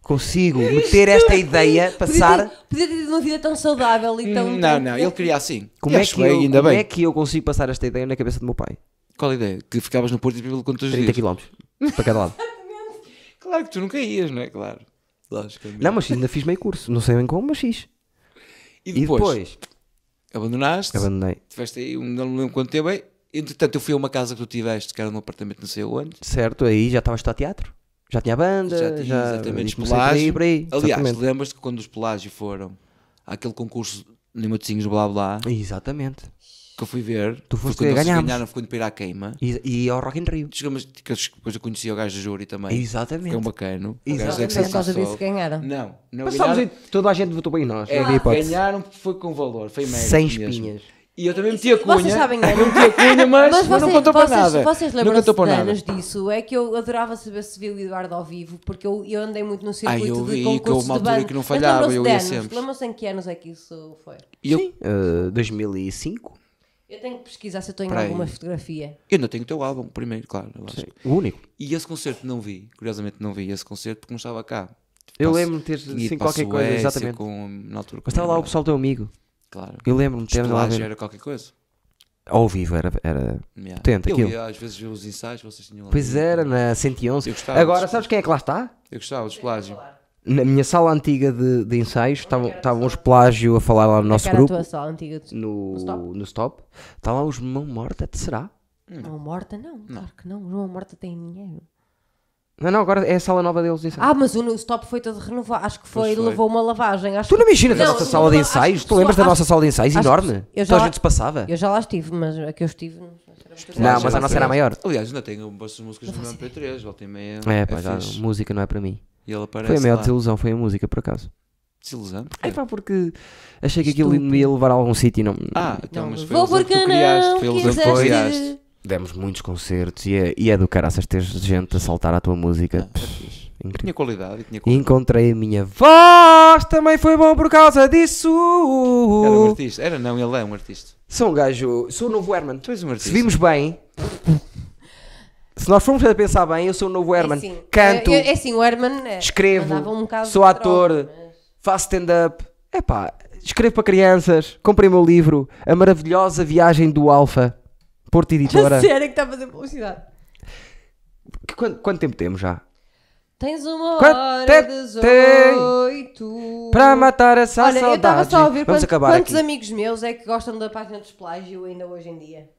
Speaker 1: consigo meter esta ideia,
Speaker 3: Podia
Speaker 1: passar.
Speaker 3: ter, podia ter tido uma vida tão saudável e tão.
Speaker 2: Então, Hum, Não, não, ele queria assim.
Speaker 1: Como,
Speaker 2: E
Speaker 1: é
Speaker 2: acho
Speaker 1: que,
Speaker 2: bem,
Speaker 1: eu,
Speaker 2: ainda
Speaker 1: como
Speaker 2: bem.
Speaker 1: é que eu consigo passar esta ideia na cabeça do meu pai?
Speaker 2: Qual a ideia? Que ficavas no Porto e pelo quantos
Speaker 1: 30
Speaker 2: dias?
Speaker 1: km para cada lado.
Speaker 2: Claro que tu nunca ias, não é? Claro. Logicamente.
Speaker 1: Não, mas ainda fiz meio curso. Não sei bem como, mas fiz.
Speaker 2: e
Speaker 1: E
Speaker 2: depois?
Speaker 1: depois
Speaker 2: Abandonaste?
Speaker 1: abandonei.
Speaker 2: Tiveste aí, um- não me lembro quanto tempo. aí. Entretanto, eu fui a uma casa que tu tiveste, que era num apartamento não sei onde.
Speaker 1: Certo, aí já estava a estudar teatro. Já tinha banda,
Speaker 2: Já
Speaker 1: já,
Speaker 2: tinha
Speaker 1: e
Speaker 2: exatamente
Speaker 1: comecei por aí,
Speaker 2: Pelágio.
Speaker 1: por aí.
Speaker 2: Aliás,
Speaker 1: exatamente.
Speaker 2: lembras-te que quando os Pelágio foram àquele concurso em Matosinhos, blá blá,
Speaker 1: Exatamente.
Speaker 2: que eu fui ver,
Speaker 1: Tu foste
Speaker 2: foi quando
Speaker 1: ver,
Speaker 2: eles
Speaker 1: ganhámos.
Speaker 2: ganharam, foi quando para ir à queima.
Speaker 1: E, e ao Rock in Rio.
Speaker 2: Chegamos, que eu- depois eu conheci o gajo do júri também. Que é um
Speaker 1: Exatamente.
Speaker 2: bacano.
Speaker 1: Exatamente.
Speaker 2: Exatamente.
Speaker 3: Por causa disso ganharam.
Speaker 2: Não, não
Speaker 1: Passámos
Speaker 2: ganharam.
Speaker 1: e toda a gente votou bem em nós.
Speaker 2: É,
Speaker 1: um não havia hipótese.
Speaker 2: ganharam porque foi com valor, foi mérito
Speaker 1: Sem
Speaker 2: mesmo.
Speaker 1: espinhas.
Speaker 2: E eu também meti a
Speaker 3: Vocês
Speaker 2: cunha.
Speaker 3: sabem, não é?
Speaker 2: eu meti a cunha, mas,
Speaker 3: Mas
Speaker 2: mas
Speaker 3: vocês,
Speaker 2: não contou para
Speaker 3: vocês,
Speaker 2: nada.
Speaker 3: vocês
Speaker 2: não
Speaker 3: lembram-se
Speaker 2: contou
Speaker 3: de
Speaker 2: para nada.
Speaker 3: anos disso? É que eu adorava saber se vi o Eduardo ao vivo, porque eu, eu andei muito no circuito
Speaker 2: eu
Speaker 3: de
Speaker 2: vi que
Speaker 3: concursos
Speaker 2: houve uma
Speaker 3: de
Speaker 2: altura
Speaker 3: banda.
Speaker 2: que não
Speaker 3: Mas
Speaker 2: falhava,
Speaker 3: lembram-se
Speaker 2: eu
Speaker 3: de
Speaker 2: ia
Speaker 3: anos?
Speaker 2: sempre.
Speaker 3: Lembram-se em que anos é que isso foi?
Speaker 2: E eu,
Speaker 1: Uh, 2005?
Speaker 3: Eu tenho que pesquisar se eu tenho
Speaker 2: Espera aí.
Speaker 3: alguma fotografia.
Speaker 2: eu não tenho o teu álbum primeiro, claro. eu acho.
Speaker 1: O único.
Speaker 2: E esse concerto não vi, curiosamente não vi esse concerto porque não estava cá.
Speaker 1: Eu
Speaker 2: Passo-
Speaker 1: lembro-me de ter
Speaker 2: ia
Speaker 1: sim,
Speaker 2: para a
Speaker 1: qualquer coisa,
Speaker 2: Suécia
Speaker 1: exatamente.
Speaker 2: Com, na altura, com
Speaker 1: Mas estava lá o
Speaker 2: namorada.
Speaker 1: pessoal teu amigo.
Speaker 2: Claro.
Speaker 1: Eu lembro-me de ter lá a
Speaker 2: Estelagem
Speaker 1: ver.
Speaker 2: era qualquer coisa.
Speaker 1: Ao vivo era. era...
Speaker 2: Yeah.
Speaker 1: Potente,
Speaker 2: eu
Speaker 1: aquilo.
Speaker 2: ia às vezes ver os ensaios, vocês tinham lá.
Speaker 1: Pois é. era, na
Speaker 2: Eu
Speaker 1: 111.
Speaker 2: gostava
Speaker 1: Agora,
Speaker 2: disso.
Speaker 1: sabes quem é que lá está?
Speaker 2: Eu gostava dos plágio.
Speaker 1: Na minha sala antiga de, de ensaios, estavam estavam os plágio a falar lá no nosso
Speaker 3: Era a tua
Speaker 1: grupo,
Speaker 3: sala antiga de
Speaker 1: no,
Speaker 3: Stop.
Speaker 1: no stop. Está lá os Mão Morta, de será?
Speaker 2: Hum.
Speaker 3: João Morta? Não, claro que não. João Morta tem dinheiro.
Speaker 1: Não, não, agora é a sala nova deles de ensaios.
Speaker 3: Ah, mas o, o stop foi todo renovado. Acho que foi,
Speaker 2: Pois foi.
Speaker 3: levou uma lavagem. Acho
Speaker 1: tu não
Speaker 3: que-
Speaker 1: imaginas a
Speaker 3: Não,
Speaker 1: nossa
Speaker 3: não,
Speaker 1: sala de
Speaker 3: acho que
Speaker 1: ensaios? Tu
Speaker 3: só-
Speaker 1: lembras da
Speaker 3: acho-
Speaker 1: nossa sala de ensaios?
Speaker 3: acho que-
Speaker 1: Enorme.
Speaker 3: eu já
Speaker 1: Toda a
Speaker 3: lá-
Speaker 1: gente se passava.
Speaker 3: Eu já lá estive, mas a que eu estive. não sei se era muito
Speaker 1: Não,
Speaker 3: grande.
Speaker 1: mas a nossa era maior.
Speaker 2: Aliás, ainda tenho vossas músicas no meu MP3, volta e meia.
Speaker 1: É, pá, já,
Speaker 2: fixe.
Speaker 1: música não é para mim.
Speaker 2: E ele aparece.
Speaker 1: Foi a maior
Speaker 2: lá.
Speaker 1: desilusão, foi a música, por acaso.
Speaker 2: Desilusão? porquê?
Speaker 1: É pá, porque achei que aquilo me ia levar a algum sítio e não.
Speaker 2: Ah, então,
Speaker 3: Não,
Speaker 2: mas foi a ilusão
Speaker 3: vou
Speaker 2: que
Speaker 3: porque
Speaker 2: tu
Speaker 3: não.
Speaker 2: criaste. Foi a ilusão que tu
Speaker 3: quiseste.
Speaker 2: criaste.
Speaker 1: Demos muitos concertos e é, e é do caraças ter gente a saltar a tua música.
Speaker 2: Ah, é fixe. Tinha qualidade, tinha qualidade.
Speaker 1: Encontrei a minha voz, também foi bom por causa disso.
Speaker 2: Era um artista. Era não, ele é um artista.
Speaker 1: Sou um gajo, sou o novo Herman.
Speaker 2: Tu és um
Speaker 1: Se
Speaker 2: artista.
Speaker 1: vimos bem, se nós formos a pensar bem, eu sou o novo Herman.
Speaker 3: É assim,
Speaker 1: Canto,
Speaker 3: eu- eu- é assim, o Herman. eh,
Speaker 1: escrevo,
Speaker 3: andava um bocado
Speaker 1: sou
Speaker 3: de
Speaker 1: ator,
Speaker 3: droga, mas-
Speaker 1: faço stand-up. É pá, escrevo para crianças, comprei o meu livro, A Maravilhosa Viagem do Alfa, Porto
Speaker 3: *laughs*
Speaker 1: Editora.
Speaker 3: Sério que está *laughs* a fazer publicidade.
Speaker 1: Que- quanto, quanto tempo temos já?
Speaker 3: Tens uma
Speaker 1: Quanto
Speaker 3: hora
Speaker 1: tempo tem?
Speaker 3: 18.
Speaker 1: Para matar essa
Speaker 3: Olha, eu estava
Speaker 1: saudade.
Speaker 3: só a ouvir
Speaker 1: Vamos
Speaker 3: quant-
Speaker 1: acabar
Speaker 3: quantos
Speaker 1: aqui.
Speaker 3: amigos meus é que gostam da página dos plágio ainda hoje em dia.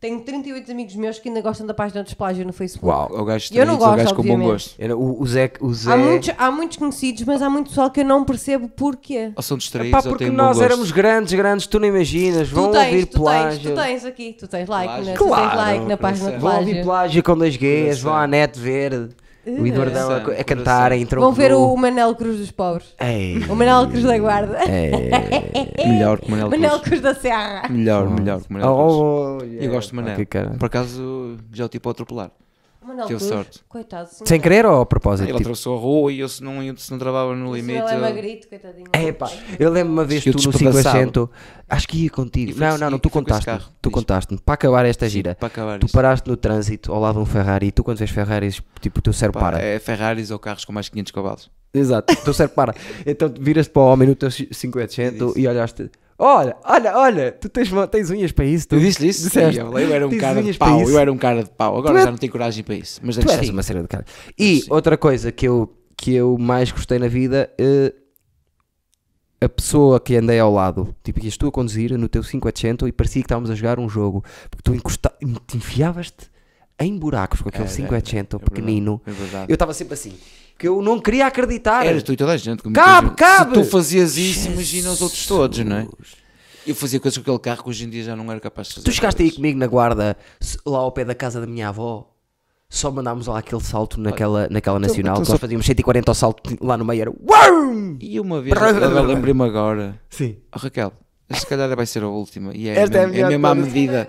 Speaker 3: Tenho 38 amigos meus que ainda gostam da página dos plágio no Facebook.
Speaker 1: Uau.
Speaker 2: O gajo
Speaker 3: Eu
Speaker 2: estrito,
Speaker 3: não
Speaker 2: o gajo
Speaker 3: gosto,
Speaker 2: com bom
Speaker 3: obviamente.
Speaker 2: gosto.
Speaker 1: Era O, o Zé, o Zé...
Speaker 3: Há, muitos, há muitos conhecidos, mas há muito pessoal que eu não percebo porquê.
Speaker 2: Ou são distraídos
Speaker 1: Pá,
Speaker 2: ou
Speaker 1: porque
Speaker 2: têm um bom
Speaker 1: nós
Speaker 2: gosto.
Speaker 1: éramos grandes, grandes, tu não imaginas. Vão
Speaker 3: tu tens,
Speaker 1: ouvir
Speaker 3: tu tens,
Speaker 1: plágio.
Speaker 3: tu tens aqui, tu tens like,
Speaker 2: Plágio.
Speaker 3: né? tu tens
Speaker 1: Claro,
Speaker 3: like na página de
Speaker 2: coração.
Speaker 1: Vão ouvir
Speaker 3: plágio. É.
Speaker 1: plágio com dois gays,
Speaker 2: Coração.
Speaker 1: vão à net ver o Eduardão a, co- a
Speaker 2: Coração,
Speaker 1: cantar, a
Speaker 2: coração.
Speaker 1: entrar um
Speaker 3: Vão ver o, o Manel Cruz dos Pobres.
Speaker 1: Ei,
Speaker 3: O Manel Cruz da Guarda.
Speaker 1: É,
Speaker 2: Melhor que Manel
Speaker 3: Manel
Speaker 2: Cruz.
Speaker 3: Cruz da
Speaker 1: Hum.
Speaker 3: Serra.
Speaker 2: Melhor, melhor que Manel Cruz.
Speaker 1: oh,
Speaker 2: Hum. Eu gosto de
Speaker 1: pá,
Speaker 2: Manel.
Speaker 1: que cara.
Speaker 2: Por acaso, já o tipo a atropelar.
Speaker 3: O Manuel
Speaker 2: Teve
Speaker 3: Cruz,
Speaker 2: sorte.
Speaker 3: coitado. senhor.
Speaker 1: Sem querer ou a propósito?
Speaker 2: Ele
Speaker 1: Tipo,
Speaker 2: atravessou a rua e eu se não, eu, se não travava no
Speaker 3: Senão
Speaker 2: limite.
Speaker 3: ele é
Speaker 2: eu-
Speaker 3: magrito, coitadinho.
Speaker 1: É pá, eu lembro uma vez
Speaker 2: Eu
Speaker 1: tu no
Speaker 2: despedaçava.
Speaker 1: 500, acho que ia contigo.
Speaker 2: E foi-
Speaker 1: Não, não, não, tu
Speaker 2: e foi com esse
Speaker 1: contaste.
Speaker 2: carro,
Speaker 1: Tu
Speaker 2: diz.
Speaker 1: contaste-me. Para acabar esta gira,
Speaker 2: É para acabar
Speaker 1: tu
Speaker 2: isto.
Speaker 1: paraste no trânsito ao lado de um Ferrari e tu, quando vês Ferraris, tipo, o teu cérebro
Speaker 2: Pá,
Speaker 1: para.
Speaker 2: É Ferraris ou carros com mais 500 cavalos.
Speaker 1: Exato, o teu cérebro
Speaker 2: *laughs*
Speaker 1: para. Então tu viras-te para o homem no teu 500 e olhaste. Olha, olha, olha, tu tens, mão- tens unhas para isso. Tu,
Speaker 2: Tu disse isso? Sim,
Speaker 1: Disseste.
Speaker 2: eu falei, eu era um
Speaker 1: Tens
Speaker 2: cara de
Speaker 1: unhas para
Speaker 2: pau.
Speaker 1: isso?
Speaker 2: Eu era um cara de pau. Agora
Speaker 1: Tu é-
Speaker 2: já não tenho coragem para isso. Mas é
Speaker 1: tu
Speaker 2: antes
Speaker 1: eras
Speaker 2: tinha.
Speaker 1: uma cena de cara. E outra coisa que eu, que eu mais gostei na vida, eh, a pessoa que andei ao lado, tipo, ias tu a conduzir no teu 500 e parecia que estávamos a jogar um jogo, porque tu encosta, te enfiavas-te em buracos com aquele
Speaker 2: Era,
Speaker 1: 500
Speaker 2: era, é
Speaker 1: pequenino.
Speaker 2: verdade, é verdade.
Speaker 1: eu estava sempre assim, que eu não queria acreditar.
Speaker 2: Eras tu e toda a gente. como
Speaker 1: Cabe,
Speaker 2: tu-
Speaker 1: cabe!
Speaker 2: Se tu fazias isso, imagina os outros todos, não é? Eu fazia coisas com aquele carro que hoje em dia já não era capaz de fazer.
Speaker 1: Tu chegaste aí
Speaker 2: coisas.
Speaker 1: comigo na guarda, se- lá ao pé da casa da minha avó. Só mandámos lá aquele salto naquela, naquela nacional.
Speaker 2: então
Speaker 1: que nós
Speaker 2: só-
Speaker 1: fazíamos 140 ao salto lá no meio. Era uau!
Speaker 2: E uma vez, agora lembrei-me agora.
Speaker 1: Sim.
Speaker 2: Oh, Raquel, se calhar vai ser a última. E é,
Speaker 1: Esta é a
Speaker 2: mesmo- é
Speaker 1: melhor
Speaker 2: mesmo à
Speaker 1: de todas.
Speaker 2: medida.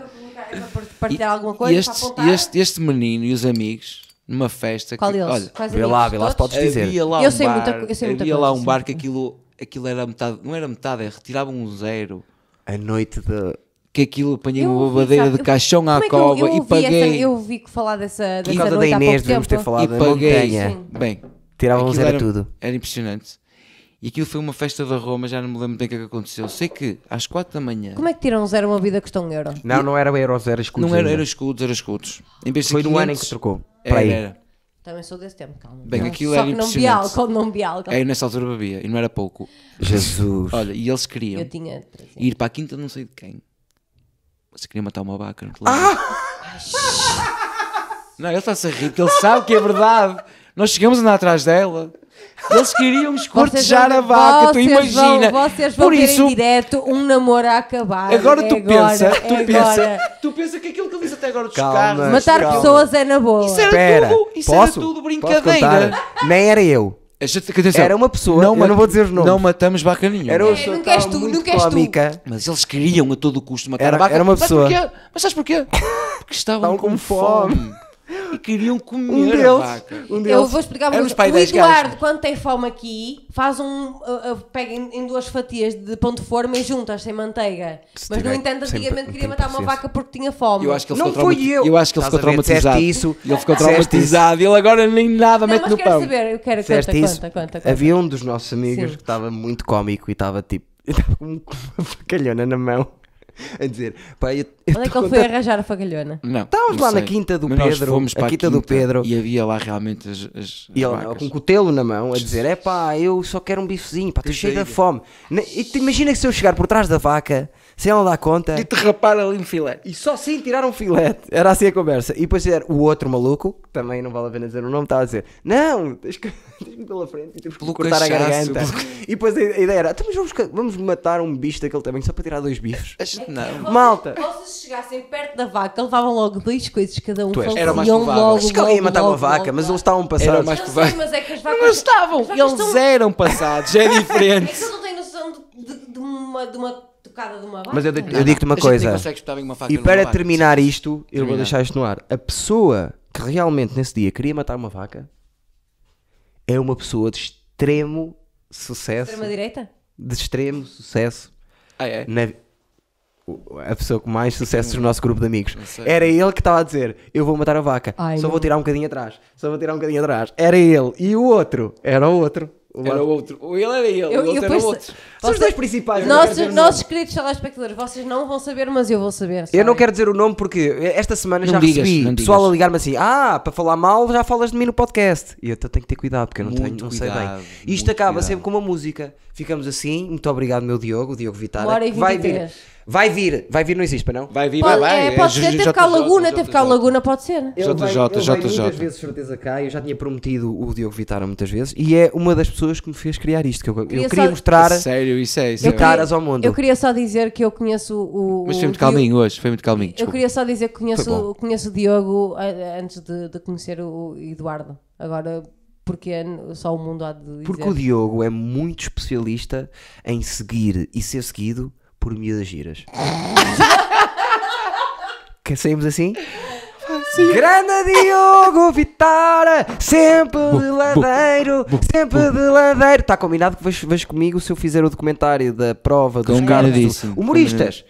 Speaker 3: Partilhar alguma coisa
Speaker 2: e
Speaker 3: para
Speaker 2: este,
Speaker 3: apontar.
Speaker 2: e este, este menino e os amigos, numa festa.
Speaker 3: Qual
Speaker 2: que,
Speaker 3: deles?
Speaker 2: Olha,
Speaker 3: Quais
Speaker 1: Vê lá,
Speaker 3: amigos?
Speaker 1: vê lá se
Speaker 3: Todos?
Speaker 1: podes dizer.
Speaker 2: havia lá
Speaker 3: Eu
Speaker 2: um
Speaker 3: sei
Speaker 2: bar,
Speaker 3: muita co- eu sei muita
Speaker 2: havia lá
Speaker 3: coisa,
Speaker 2: um
Speaker 3: sim.
Speaker 2: bar que aquilo, aquilo era metade, não era metade, é, retiravam um zero.
Speaker 1: A noite de.
Speaker 2: Que aquilo apanhei
Speaker 3: Eu
Speaker 2: uma
Speaker 3: ouvi,
Speaker 2: babadeira
Speaker 3: sabe?
Speaker 2: de caixão
Speaker 3: Como
Speaker 2: à
Speaker 3: é que eu-
Speaker 2: cova
Speaker 3: eu
Speaker 2: e
Speaker 3: ouvi essa-
Speaker 2: paguei.
Speaker 3: eu ouvi que falar dessa, dessa
Speaker 1: Por causa da
Speaker 3: noite há
Speaker 1: Inês,
Speaker 3: pouco
Speaker 1: devemos ter
Speaker 3: tempo.
Speaker 1: falado da
Speaker 2: e paguei.
Speaker 1: montanha.
Speaker 2: Bem,
Speaker 1: Tirávamos
Speaker 2: aquilo
Speaker 1: era um tudo.
Speaker 2: Era impressionante. E aquilo foi uma festa da Roma, já não me lembro bem o que é que aconteceu. Sei que às 4 da manhã.
Speaker 3: Como é que tiram um zero uma vida que custa um euro?
Speaker 1: Não, não era o Euros, era escudo.
Speaker 2: Não era, era escudos, era escudos. Em vez de
Speaker 1: Foi no ano em
Speaker 2: 500,
Speaker 1: que trocou. Para
Speaker 2: Era,
Speaker 1: aí.
Speaker 2: era.
Speaker 3: Também sou desse tempo, calma.
Speaker 2: Bem,
Speaker 3: Não,
Speaker 2: aquilo
Speaker 3: Só
Speaker 2: era
Speaker 3: que não vi
Speaker 2: impressionante.
Speaker 3: álcool, não vi
Speaker 1: Então.
Speaker 3: álcool.
Speaker 2: Aí nessa altura bebia, e não era pouco.
Speaker 1: Jesus.
Speaker 2: Olha, e eles queriam
Speaker 3: Eu tinha 13 anos.
Speaker 2: ir para a quinta de não sei de quem. Mas queria matar uma vaca, não te
Speaker 1: Ah!
Speaker 2: lembras?
Speaker 1: *laughs*
Speaker 2: Não, ele está-se a rir, porque ele sabe que é verdade. Nós chegamos a andar atrás dela. Eles queriam escortejar
Speaker 3: Vocês
Speaker 2: a
Speaker 3: vão-
Speaker 2: vaca, tu
Speaker 3: vocês
Speaker 2: imagina.
Speaker 3: Vão, vocês vão
Speaker 2: Por
Speaker 3: ter
Speaker 2: isso,
Speaker 3: em direto um namoro a acabar.
Speaker 2: agora
Speaker 3: É
Speaker 2: tu
Speaker 3: agora,
Speaker 2: pensa,
Speaker 3: é
Speaker 2: tu
Speaker 3: agora.
Speaker 2: pensa, tu pensa que aquilo que ele disse até agora dos
Speaker 1: Calma,
Speaker 2: carros.
Speaker 3: Matar
Speaker 1: Calma.
Speaker 3: pessoas é na boa.
Speaker 2: Isso era
Speaker 1: Espera,
Speaker 2: tudo, isso era
Speaker 1: posso?
Speaker 2: tudo
Speaker 1: Posso
Speaker 2: brincadeira.
Speaker 1: contar? Nem era eu.
Speaker 2: Acho que- atenção,
Speaker 1: Era uma pessoa, eu
Speaker 2: ma-
Speaker 1: não vou dizer os nomes.
Speaker 2: Não matamos vaca nenhuma.
Speaker 1: Era uma
Speaker 3: É,
Speaker 1: pessoa
Speaker 3: não
Speaker 1: que estava
Speaker 3: queres tu,
Speaker 1: muito
Speaker 3: não queres tu.
Speaker 1: cómica.
Speaker 2: Mas eles queriam a todo custo matar
Speaker 1: Era-
Speaker 2: a vaca.
Speaker 1: era uma
Speaker 2: Sabes
Speaker 1: pessoa.
Speaker 2: porquê? Mas sabes porquê? Porque estavam
Speaker 1: Estavam
Speaker 2: com,
Speaker 1: com
Speaker 2: fome. E queriam comer
Speaker 1: Um
Speaker 2: a
Speaker 1: deles.
Speaker 2: vaca.
Speaker 1: Um
Speaker 3: Eu
Speaker 1: deles.
Speaker 3: vou explicar uma
Speaker 2: Éramos
Speaker 3: coisa.
Speaker 2: pai
Speaker 3: O
Speaker 2: dez
Speaker 3: Eduardo,
Speaker 2: gajos.
Speaker 3: quando tem fome aqui, faz um. uh, uh, pega em, em duas fatias de pão de forma e juntas sem manteiga.
Speaker 1: Se
Speaker 3: Mas, no
Speaker 1: tiver-
Speaker 3: entanto,
Speaker 1: sempre-
Speaker 3: antigamente queria
Speaker 1: tenho
Speaker 3: matar uma
Speaker 1: paciência.
Speaker 3: vaca porque tinha fome.
Speaker 2: Eu acho que ele
Speaker 1: Não
Speaker 2: ficou
Speaker 1: fui
Speaker 2: traumati-
Speaker 1: eu.
Speaker 2: acho que ele ficou
Speaker 1: Estás a ver,
Speaker 2: traumatizado.
Speaker 1: disseste isso.
Speaker 2: Ele ficou
Speaker 1: Disseste
Speaker 2: traumatizado. Ele agora nem nada
Speaker 3: não,
Speaker 2: mete
Speaker 3: mas
Speaker 2: no
Speaker 3: quero
Speaker 2: pão. É
Speaker 3: saber, eu quero. Conta,
Speaker 1: Disseste isso?
Speaker 3: conta, conta, conta.
Speaker 1: Havia um dos nossos amigos
Speaker 3: Sim.
Speaker 1: que estava muito cómico e estava tipo. *laughs* Estava com uma facalhona na mão. A dizer, pá, eu, eu
Speaker 3: Onde é que
Speaker 1: tô
Speaker 3: ele
Speaker 1: com
Speaker 3: foi
Speaker 1: tanta-
Speaker 3: arranjar a fagalhona?
Speaker 2: Não,
Speaker 1: Estávamos
Speaker 2: não
Speaker 1: lá
Speaker 2: sei.
Speaker 1: na quinta do
Speaker 2: Mas nós
Speaker 1: Pedro,
Speaker 2: fomos para
Speaker 1: a quinta do Pedro.
Speaker 2: E havia lá realmente as, as,
Speaker 1: E
Speaker 2: as
Speaker 1: ele não,
Speaker 2: vacas.
Speaker 1: com um cutelo na mão a dizer: é pá, eu só quero um bifezinho, pá, estou cheio da fome. Ne- E tu imagina que se eu chegar por trás da vaca, sem ela dar conta,
Speaker 2: E te rapar ali um filé.
Speaker 1: e só assim tirar um filete, era assim a conversa. E depois era o outro maluco, que também não vale a pena dizer o nome, estava a dizer: não, tens que *laughs* tens que ir pela frente e temos que
Speaker 2: Pelo
Speaker 1: cortar a
Speaker 2: cachaço,
Speaker 1: garganta.
Speaker 2: pelo-
Speaker 1: E depois a a ideia era: "Então, mas vamos, ca- vamos matar um bicho daquele tamanho só para tirar dois bifes.
Speaker 2: A gente não.
Speaker 1: Malta!
Speaker 3: Ou se chegassem perto da vaca, levavam logo dois coisas, cada um
Speaker 1: Tu és-
Speaker 3: faleciam
Speaker 2: era mais provável.
Speaker 3: logo.
Speaker 1: Acho que alguém ia
Speaker 3: logo,
Speaker 1: matar uma
Speaker 3: logo,
Speaker 1: vaca,
Speaker 3: logo,
Speaker 1: mas
Speaker 3: logo.
Speaker 1: eles estavam
Speaker 2: Era
Speaker 1: passados.
Speaker 2: mais
Speaker 3: Eu sei,
Speaker 2: provável.
Speaker 3: mas é que as vacas.
Speaker 2: Não estavam.
Speaker 3: as vacas
Speaker 2: Eles
Speaker 3: estão-
Speaker 2: eram passados. É
Speaker 3: É que
Speaker 2: *laughs* diferente.
Speaker 3: eu não tenho noção de, de- de uma, de uma tocada de uma vaca.
Speaker 1: Mas eu,
Speaker 2: Não,
Speaker 1: eu
Speaker 2: não.
Speaker 1: digo-te uma
Speaker 2: A gente nem
Speaker 1: coisa.
Speaker 2: consegue espetar bem uma faca
Speaker 1: e
Speaker 2: numa
Speaker 1: para
Speaker 2: vaca.
Speaker 1: terminar isto, eu vou
Speaker 2: Terminar.
Speaker 1: deixar isto no ar. A pessoa que realmente nesse dia queria matar uma vaca é uma pessoa de extremo sucesso.
Speaker 3: Extrema-direita?
Speaker 1: De extremo sucesso.
Speaker 2: Ah, é?
Speaker 1: na vi- o- A pessoa com mais sucesso do nosso grupo de amigos.
Speaker 2: sei.
Speaker 1: Era ele que estava a dizer: Eu vou matar a vaca,
Speaker 3: Ai,
Speaker 1: só
Speaker 3: não.
Speaker 1: vou tirar um bocadinho atrás, só vou tirar um bocadinho atrás. Era ele. E o outro? Era o outro. O
Speaker 2: Era
Speaker 1: lado-
Speaker 2: o outro. Ou Ele era ele, o outro era o
Speaker 3: depois-
Speaker 2: outro.
Speaker 1: São os dois principais. eu não quero dizer
Speaker 3: Nossos,
Speaker 1: o
Speaker 3: nossos queridos telespectadores, vocês não vão saber, mas eu vou saber.
Speaker 1: Eu não
Speaker 3: sabem?
Speaker 1: quero dizer o nome porque esta semana
Speaker 2: Não
Speaker 1: já
Speaker 2: digas,
Speaker 1: recebi
Speaker 2: não
Speaker 1: pessoal
Speaker 2: digas.
Speaker 1: a ligar-me assim: Ah, para falar mal já falas de mim no podcast. E eu então tenho que ter cuidado porque eu não, tenho,
Speaker 2: Muito
Speaker 1: não
Speaker 2: cuidado,
Speaker 1: sei bem. Isto
Speaker 2: muito
Speaker 1: acaba
Speaker 2: cuidado.
Speaker 1: sempre com uma música. Ficamos assim. Muito obrigado, meu Diogo, Diogo Vitara.
Speaker 3: Uma hora e
Speaker 1: que vai vir.
Speaker 3: 23.
Speaker 1: Vai vir, vai vir, não existe para não?
Speaker 2: Vai vir, vai,
Speaker 3: Pode,
Speaker 2: vai.
Speaker 3: é, pode ser,
Speaker 2: JJ,
Speaker 3: teve cá a Laguna,
Speaker 2: JJ.
Speaker 3: teve cá a Laguna, pode ser.
Speaker 1: Ele vai,
Speaker 2: JJ.
Speaker 1: ele vai muitas vezes de certeza cá, eu já tinha prometido o Diogo Vitara muitas vezes e é uma das pessoas que me fez criar isto, que eu, eu
Speaker 3: Queria
Speaker 1: queria
Speaker 3: só-
Speaker 1: mostrar
Speaker 2: Sério, isso é. Isso
Speaker 1: Eu
Speaker 2: é.
Speaker 1: queria- caras ao mundo.
Speaker 3: Eu queria só dizer que eu conheço o. o-
Speaker 2: Mas foi muito
Speaker 3: o Diogo-
Speaker 2: calminho hoje, foi muito calminho.
Speaker 3: Eu
Speaker 2: desculpa.
Speaker 3: queria só dizer que
Speaker 1: Foi
Speaker 3: conheço, conheço o Diogo ah, antes de, de conhecer o Eduardo. Agora, porque é- só o mundo há de dizer.
Speaker 1: porque o Diogo é muito especialista em seguir e ser seguido por miúdas giras. que saímos assim? Grande Diogo Vitara, sempre de ladeiro, sempre de ladeiro. Está combinado que vais, vais comigo se eu fizer o documentário da prova dos cartos
Speaker 2: Combinadíssimo.
Speaker 1: humoristas.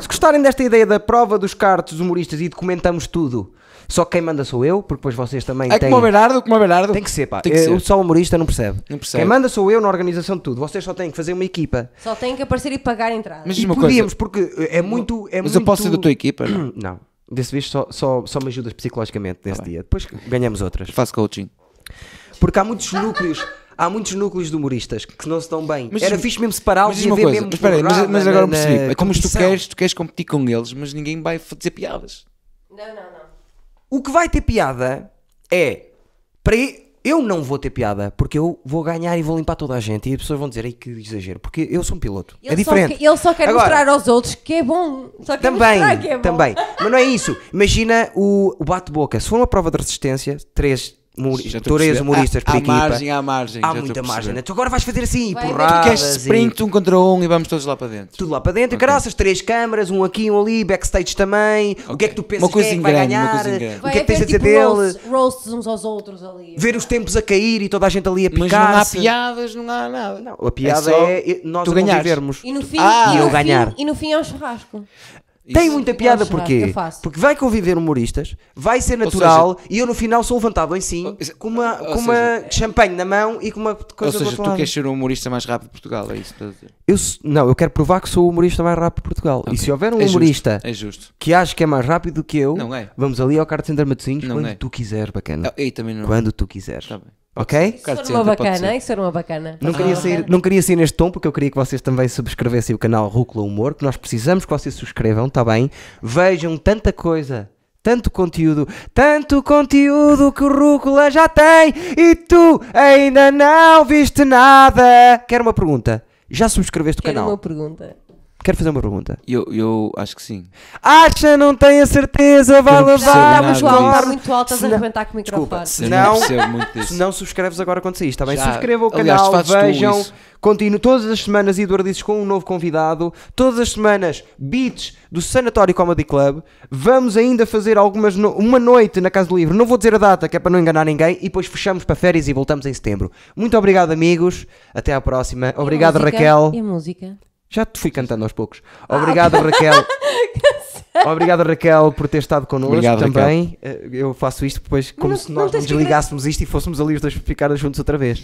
Speaker 1: Se gostarem desta ideia da prova dos cartos humoristas e documentamos tudo, só quem manda sou eu, porque depois vocês também
Speaker 2: É
Speaker 1: têm.
Speaker 2: como o Berardo, como o Berardo.
Speaker 1: Tem que ser, pá.
Speaker 2: Tem que
Speaker 1: Eh,
Speaker 2: ser.
Speaker 1: O só humorista não percebe.
Speaker 2: Não percebe.
Speaker 1: Quem manda sou eu na organização de tudo. Vocês só têm que fazer uma equipa.
Speaker 3: Só têm que aparecer e pagar a entrada.
Speaker 1: E
Speaker 2: Mas diz uma
Speaker 1: podíamos,
Speaker 2: coisa.
Speaker 1: porque é muito. É
Speaker 2: Mas
Speaker 1: muito... Hum,
Speaker 2: eu posso ser da tua equipa? Não.
Speaker 1: Não. Desse vez só, só, só me ajudas psicologicamente
Speaker 2: Tá
Speaker 1: nesse dia. Depois ganhamos outras.
Speaker 2: Faço coaching.
Speaker 1: Porque há muitos núcleos. Há muitos núcleos de humoristas que não se dão bem.
Speaker 2: Mas
Speaker 1: Era
Speaker 2: diz-me-
Speaker 1: fixe mesmo separá-los
Speaker 2: Mas diz
Speaker 1: e
Speaker 2: uma
Speaker 1: haver
Speaker 2: coisa,
Speaker 1: mesmo
Speaker 2: mas, espera aí, mas,
Speaker 1: programa
Speaker 2: mas
Speaker 1: na-
Speaker 2: agora
Speaker 1: na
Speaker 2: percebi. É como se tu
Speaker 1: competição.
Speaker 2: queres, tu queres competir com eles, mas ninguém vai fazer piadas.
Speaker 3: Não, não,
Speaker 1: é
Speaker 3: não.
Speaker 1: O que vai ter piada é. Para e- eu não vou ter piada, porque eu vou ganhar e vou limpar toda a gente. E as pessoas vão dizer, ei que exagero, porque eu sou um piloto.
Speaker 3: Ele
Speaker 1: é diferente.
Speaker 3: Só que- ele só quer
Speaker 1: Agora-
Speaker 3: mostrar aos outros que é bom. Só
Speaker 1: *laughs*
Speaker 3: quer
Speaker 1: Também,
Speaker 3: mostrar que é bom.
Speaker 1: também. Mas não é isso. Imagina o, o bate-boca. Se for uma prova de resistência, três, humor,
Speaker 2: Já estou a
Speaker 1: três
Speaker 2: perceber.
Speaker 1: humoristas
Speaker 2: Há-
Speaker 1: por
Speaker 2: há
Speaker 1: equipa.
Speaker 2: margem, há margem, já
Speaker 1: Há
Speaker 2: estou a
Speaker 1: muita
Speaker 2: perceber.
Speaker 1: margem. né? Tu agora vais fazer assim,
Speaker 3: Vai haver-
Speaker 1: porradas.
Speaker 2: Queres
Speaker 1: e-
Speaker 2: sprint um contra um e vamos todos lá para dentro.
Speaker 1: Tudo lá para dentro, graças, três câmaras, um aqui, um ali, backstage também. O que é que tu pensas
Speaker 2: Uma
Speaker 1: que, é que
Speaker 2: coisinha
Speaker 1: vai
Speaker 2: grande, uma
Speaker 1: ganhar?
Speaker 2: coisinha grande.
Speaker 1: O
Speaker 3: Vai
Speaker 1: que é que tens a dizer
Speaker 3: haver, tipo,
Speaker 1: dele?
Speaker 3: roasts- Roasts uns aos outros ali.
Speaker 1: Ver os tempos a cair e toda a gente ali a
Speaker 2: Mas não há
Speaker 1: picar-se.
Speaker 2: piadas, não há nada.
Speaker 1: Não, a piada
Speaker 2: só
Speaker 1: é, nós
Speaker 2: tu
Speaker 1: a
Speaker 2: ganhares.
Speaker 1: convivermos.
Speaker 3: E no fim,
Speaker 2: Ah,
Speaker 3: e no
Speaker 1: eu
Speaker 3: fim-
Speaker 1: ganhar.
Speaker 3: E no fim é um churrasco.
Speaker 2: é
Speaker 1: Tem muita piada
Speaker 3: Gosto,
Speaker 1: porquê?
Speaker 3: eu faço.
Speaker 1: Porque vai conviver humoristas, vai ser natural e eu no final sou levantado em cima
Speaker 2: Ou-
Speaker 1: com uma,
Speaker 2: ou
Speaker 1: com uma champanhe na mão e com uma
Speaker 2: Ou
Speaker 1: coisa do
Speaker 2: seja,
Speaker 1: outro
Speaker 2: tu
Speaker 1: lado.
Speaker 2: queres ser o humorista mais rápido de Portugal, é isso que estás a dizer.
Speaker 1: Eu s- não, eu quero provar que sou o humorista mais rápido de Portugal. E se houver um
Speaker 2: É justo,
Speaker 1: humorista
Speaker 2: É justo.
Speaker 1: que acha que é mais rápido do que eu,
Speaker 2: Não é.
Speaker 1: vamos ali ao Card Center Matosinhos
Speaker 2: Não
Speaker 1: quando
Speaker 2: é.
Speaker 1: tu quiseres, bacana.
Speaker 2: Ah, E também não.
Speaker 1: Hum. Quando tu quiseres.
Speaker 2: Tá bem.
Speaker 1: Ok?
Speaker 3: Isso
Speaker 2: Card
Speaker 3: era uma
Speaker 2: Center, pode
Speaker 3: bacana,
Speaker 2: ser.
Speaker 3: isso era uma bacana.
Speaker 1: Não
Speaker 3: Isso
Speaker 1: queria,
Speaker 3: era uma
Speaker 1: sair,
Speaker 3: bacana.
Speaker 1: não queria sair neste tom porque eu queria que vocês também subscrevessem o canal Rúcula Humor, que nós precisamos que vocês subscrevam, está bem? Vejam tanta coisa, tanto conteúdo, tanto conteúdo que o Rúcula já tem e tu ainda não viste nada. Quero uma pergunta. Já subscreveste o
Speaker 3: Quero
Speaker 1: canal?
Speaker 3: uma pergunta.
Speaker 1: Quero fazer uma pergunta.
Speaker 2: Eu, eu acho que sim.
Speaker 1: Acha, não tem a certeza, vai
Speaker 2: Não percebo
Speaker 1: levar
Speaker 2: nada
Speaker 1: vamos
Speaker 2: disso.
Speaker 3: Ah, João,
Speaker 2: claro.
Speaker 1: contar.
Speaker 3: está muito alto, estás a
Speaker 1: Se não-
Speaker 3: arrebentar com o microfone.
Speaker 1: Desculpa,
Speaker 2: Eu
Speaker 1: Não.
Speaker 2: não percebo muito disso.
Speaker 1: Se não, subscreves agora quando saís, está bem?
Speaker 2: Já.
Speaker 1: Subscreva o
Speaker 2: Aliás,
Speaker 1: canal,
Speaker 2: fazes tu
Speaker 1: vejam.
Speaker 2: isso.
Speaker 1: Continuo todas as semanas Eduardices com um novo convidado. Todas as semanas, beats do Sanatório Comedy Club. Vamos ainda fazer algumas no- uma noite na Casa do Livro. Não vou dizer a data, que é para não enganar ninguém. E depois fechamos para férias e voltamos em setembro. Muito obrigado, amigos. Até à próxima.
Speaker 3: E a
Speaker 1: Obrigado,
Speaker 3: música?
Speaker 1: Raquel.
Speaker 3: E a música?
Speaker 1: Já te fui cantando aos poucos.
Speaker 3: Ah,
Speaker 1: Obrigado,
Speaker 3: *laughs*
Speaker 1: Raquel. Obrigado, Raquel, por ter estado connosco
Speaker 2: Obrigado,
Speaker 1: também. Eh, Eu faço isto depois como
Speaker 3: não-
Speaker 1: se
Speaker 3: não
Speaker 1: nós não
Speaker 3: tens que
Speaker 1: desligássemos isto e fôssemos ali os dois ficar juntos outra vez.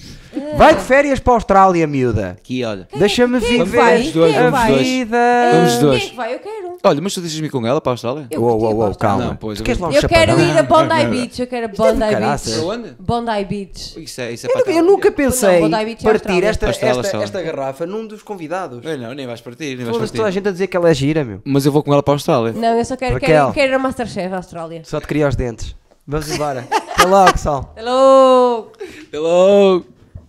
Speaker 1: Vai de férias para a Austrália, miúda.
Speaker 2: Aqui, olha.
Speaker 1: Deixa-me
Speaker 3: É. quem é que
Speaker 1: viver
Speaker 3: vai? Vamos
Speaker 2: dois,
Speaker 1: a
Speaker 2: vamos dois.
Speaker 1: vida.
Speaker 2: Vamos
Speaker 3: Ah,
Speaker 2: dois.
Speaker 3: Quem é que vai? Eu quero.
Speaker 2: Olha, mas tu deixas-me ir com ela para a Austrália?
Speaker 3: Eu
Speaker 1: Uou,
Speaker 3: curti,
Speaker 1: uau,
Speaker 3: eu
Speaker 1: uau,
Speaker 3: gosto.
Speaker 1: calma.
Speaker 2: Não, pois,
Speaker 1: tu
Speaker 2: eu
Speaker 1: queres
Speaker 2: vou-
Speaker 1: lá um
Speaker 3: Eu quero
Speaker 1: chapadão?
Speaker 3: ir a Bondi Beach, eu quero Bondi
Speaker 1: caraças.
Speaker 3: Beach.
Speaker 2: Para onde?
Speaker 3: Bondi Beach.
Speaker 2: Isso é, isso é
Speaker 1: Eu,
Speaker 2: para
Speaker 1: nunca- eu
Speaker 2: tal.
Speaker 1: nunca pensei
Speaker 3: Não, vou dar beat à
Speaker 1: partir
Speaker 3: Austrália.
Speaker 1: esta,
Speaker 2: Austrália,
Speaker 1: esta,
Speaker 2: Austrália.
Speaker 1: esta garrafa num dos convidados.
Speaker 2: Eu Não, nem vais partir, nem vais
Speaker 1: Toda, toda a
Speaker 2: partir.
Speaker 1: gente a dizer que ela é gira, meu.
Speaker 2: Mas eu vou com ela para a Austrália.
Speaker 3: Não, eu só quero,
Speaker 1: Raquel.
Speaker 3: quero, quero ir a Masterchef à Austrália. *laughs*
Speaker 1: Só te queria os dentes. Vamos embora. Até logo, pessoal.
Speaker 3: Hello!
Speaker 2: Hello!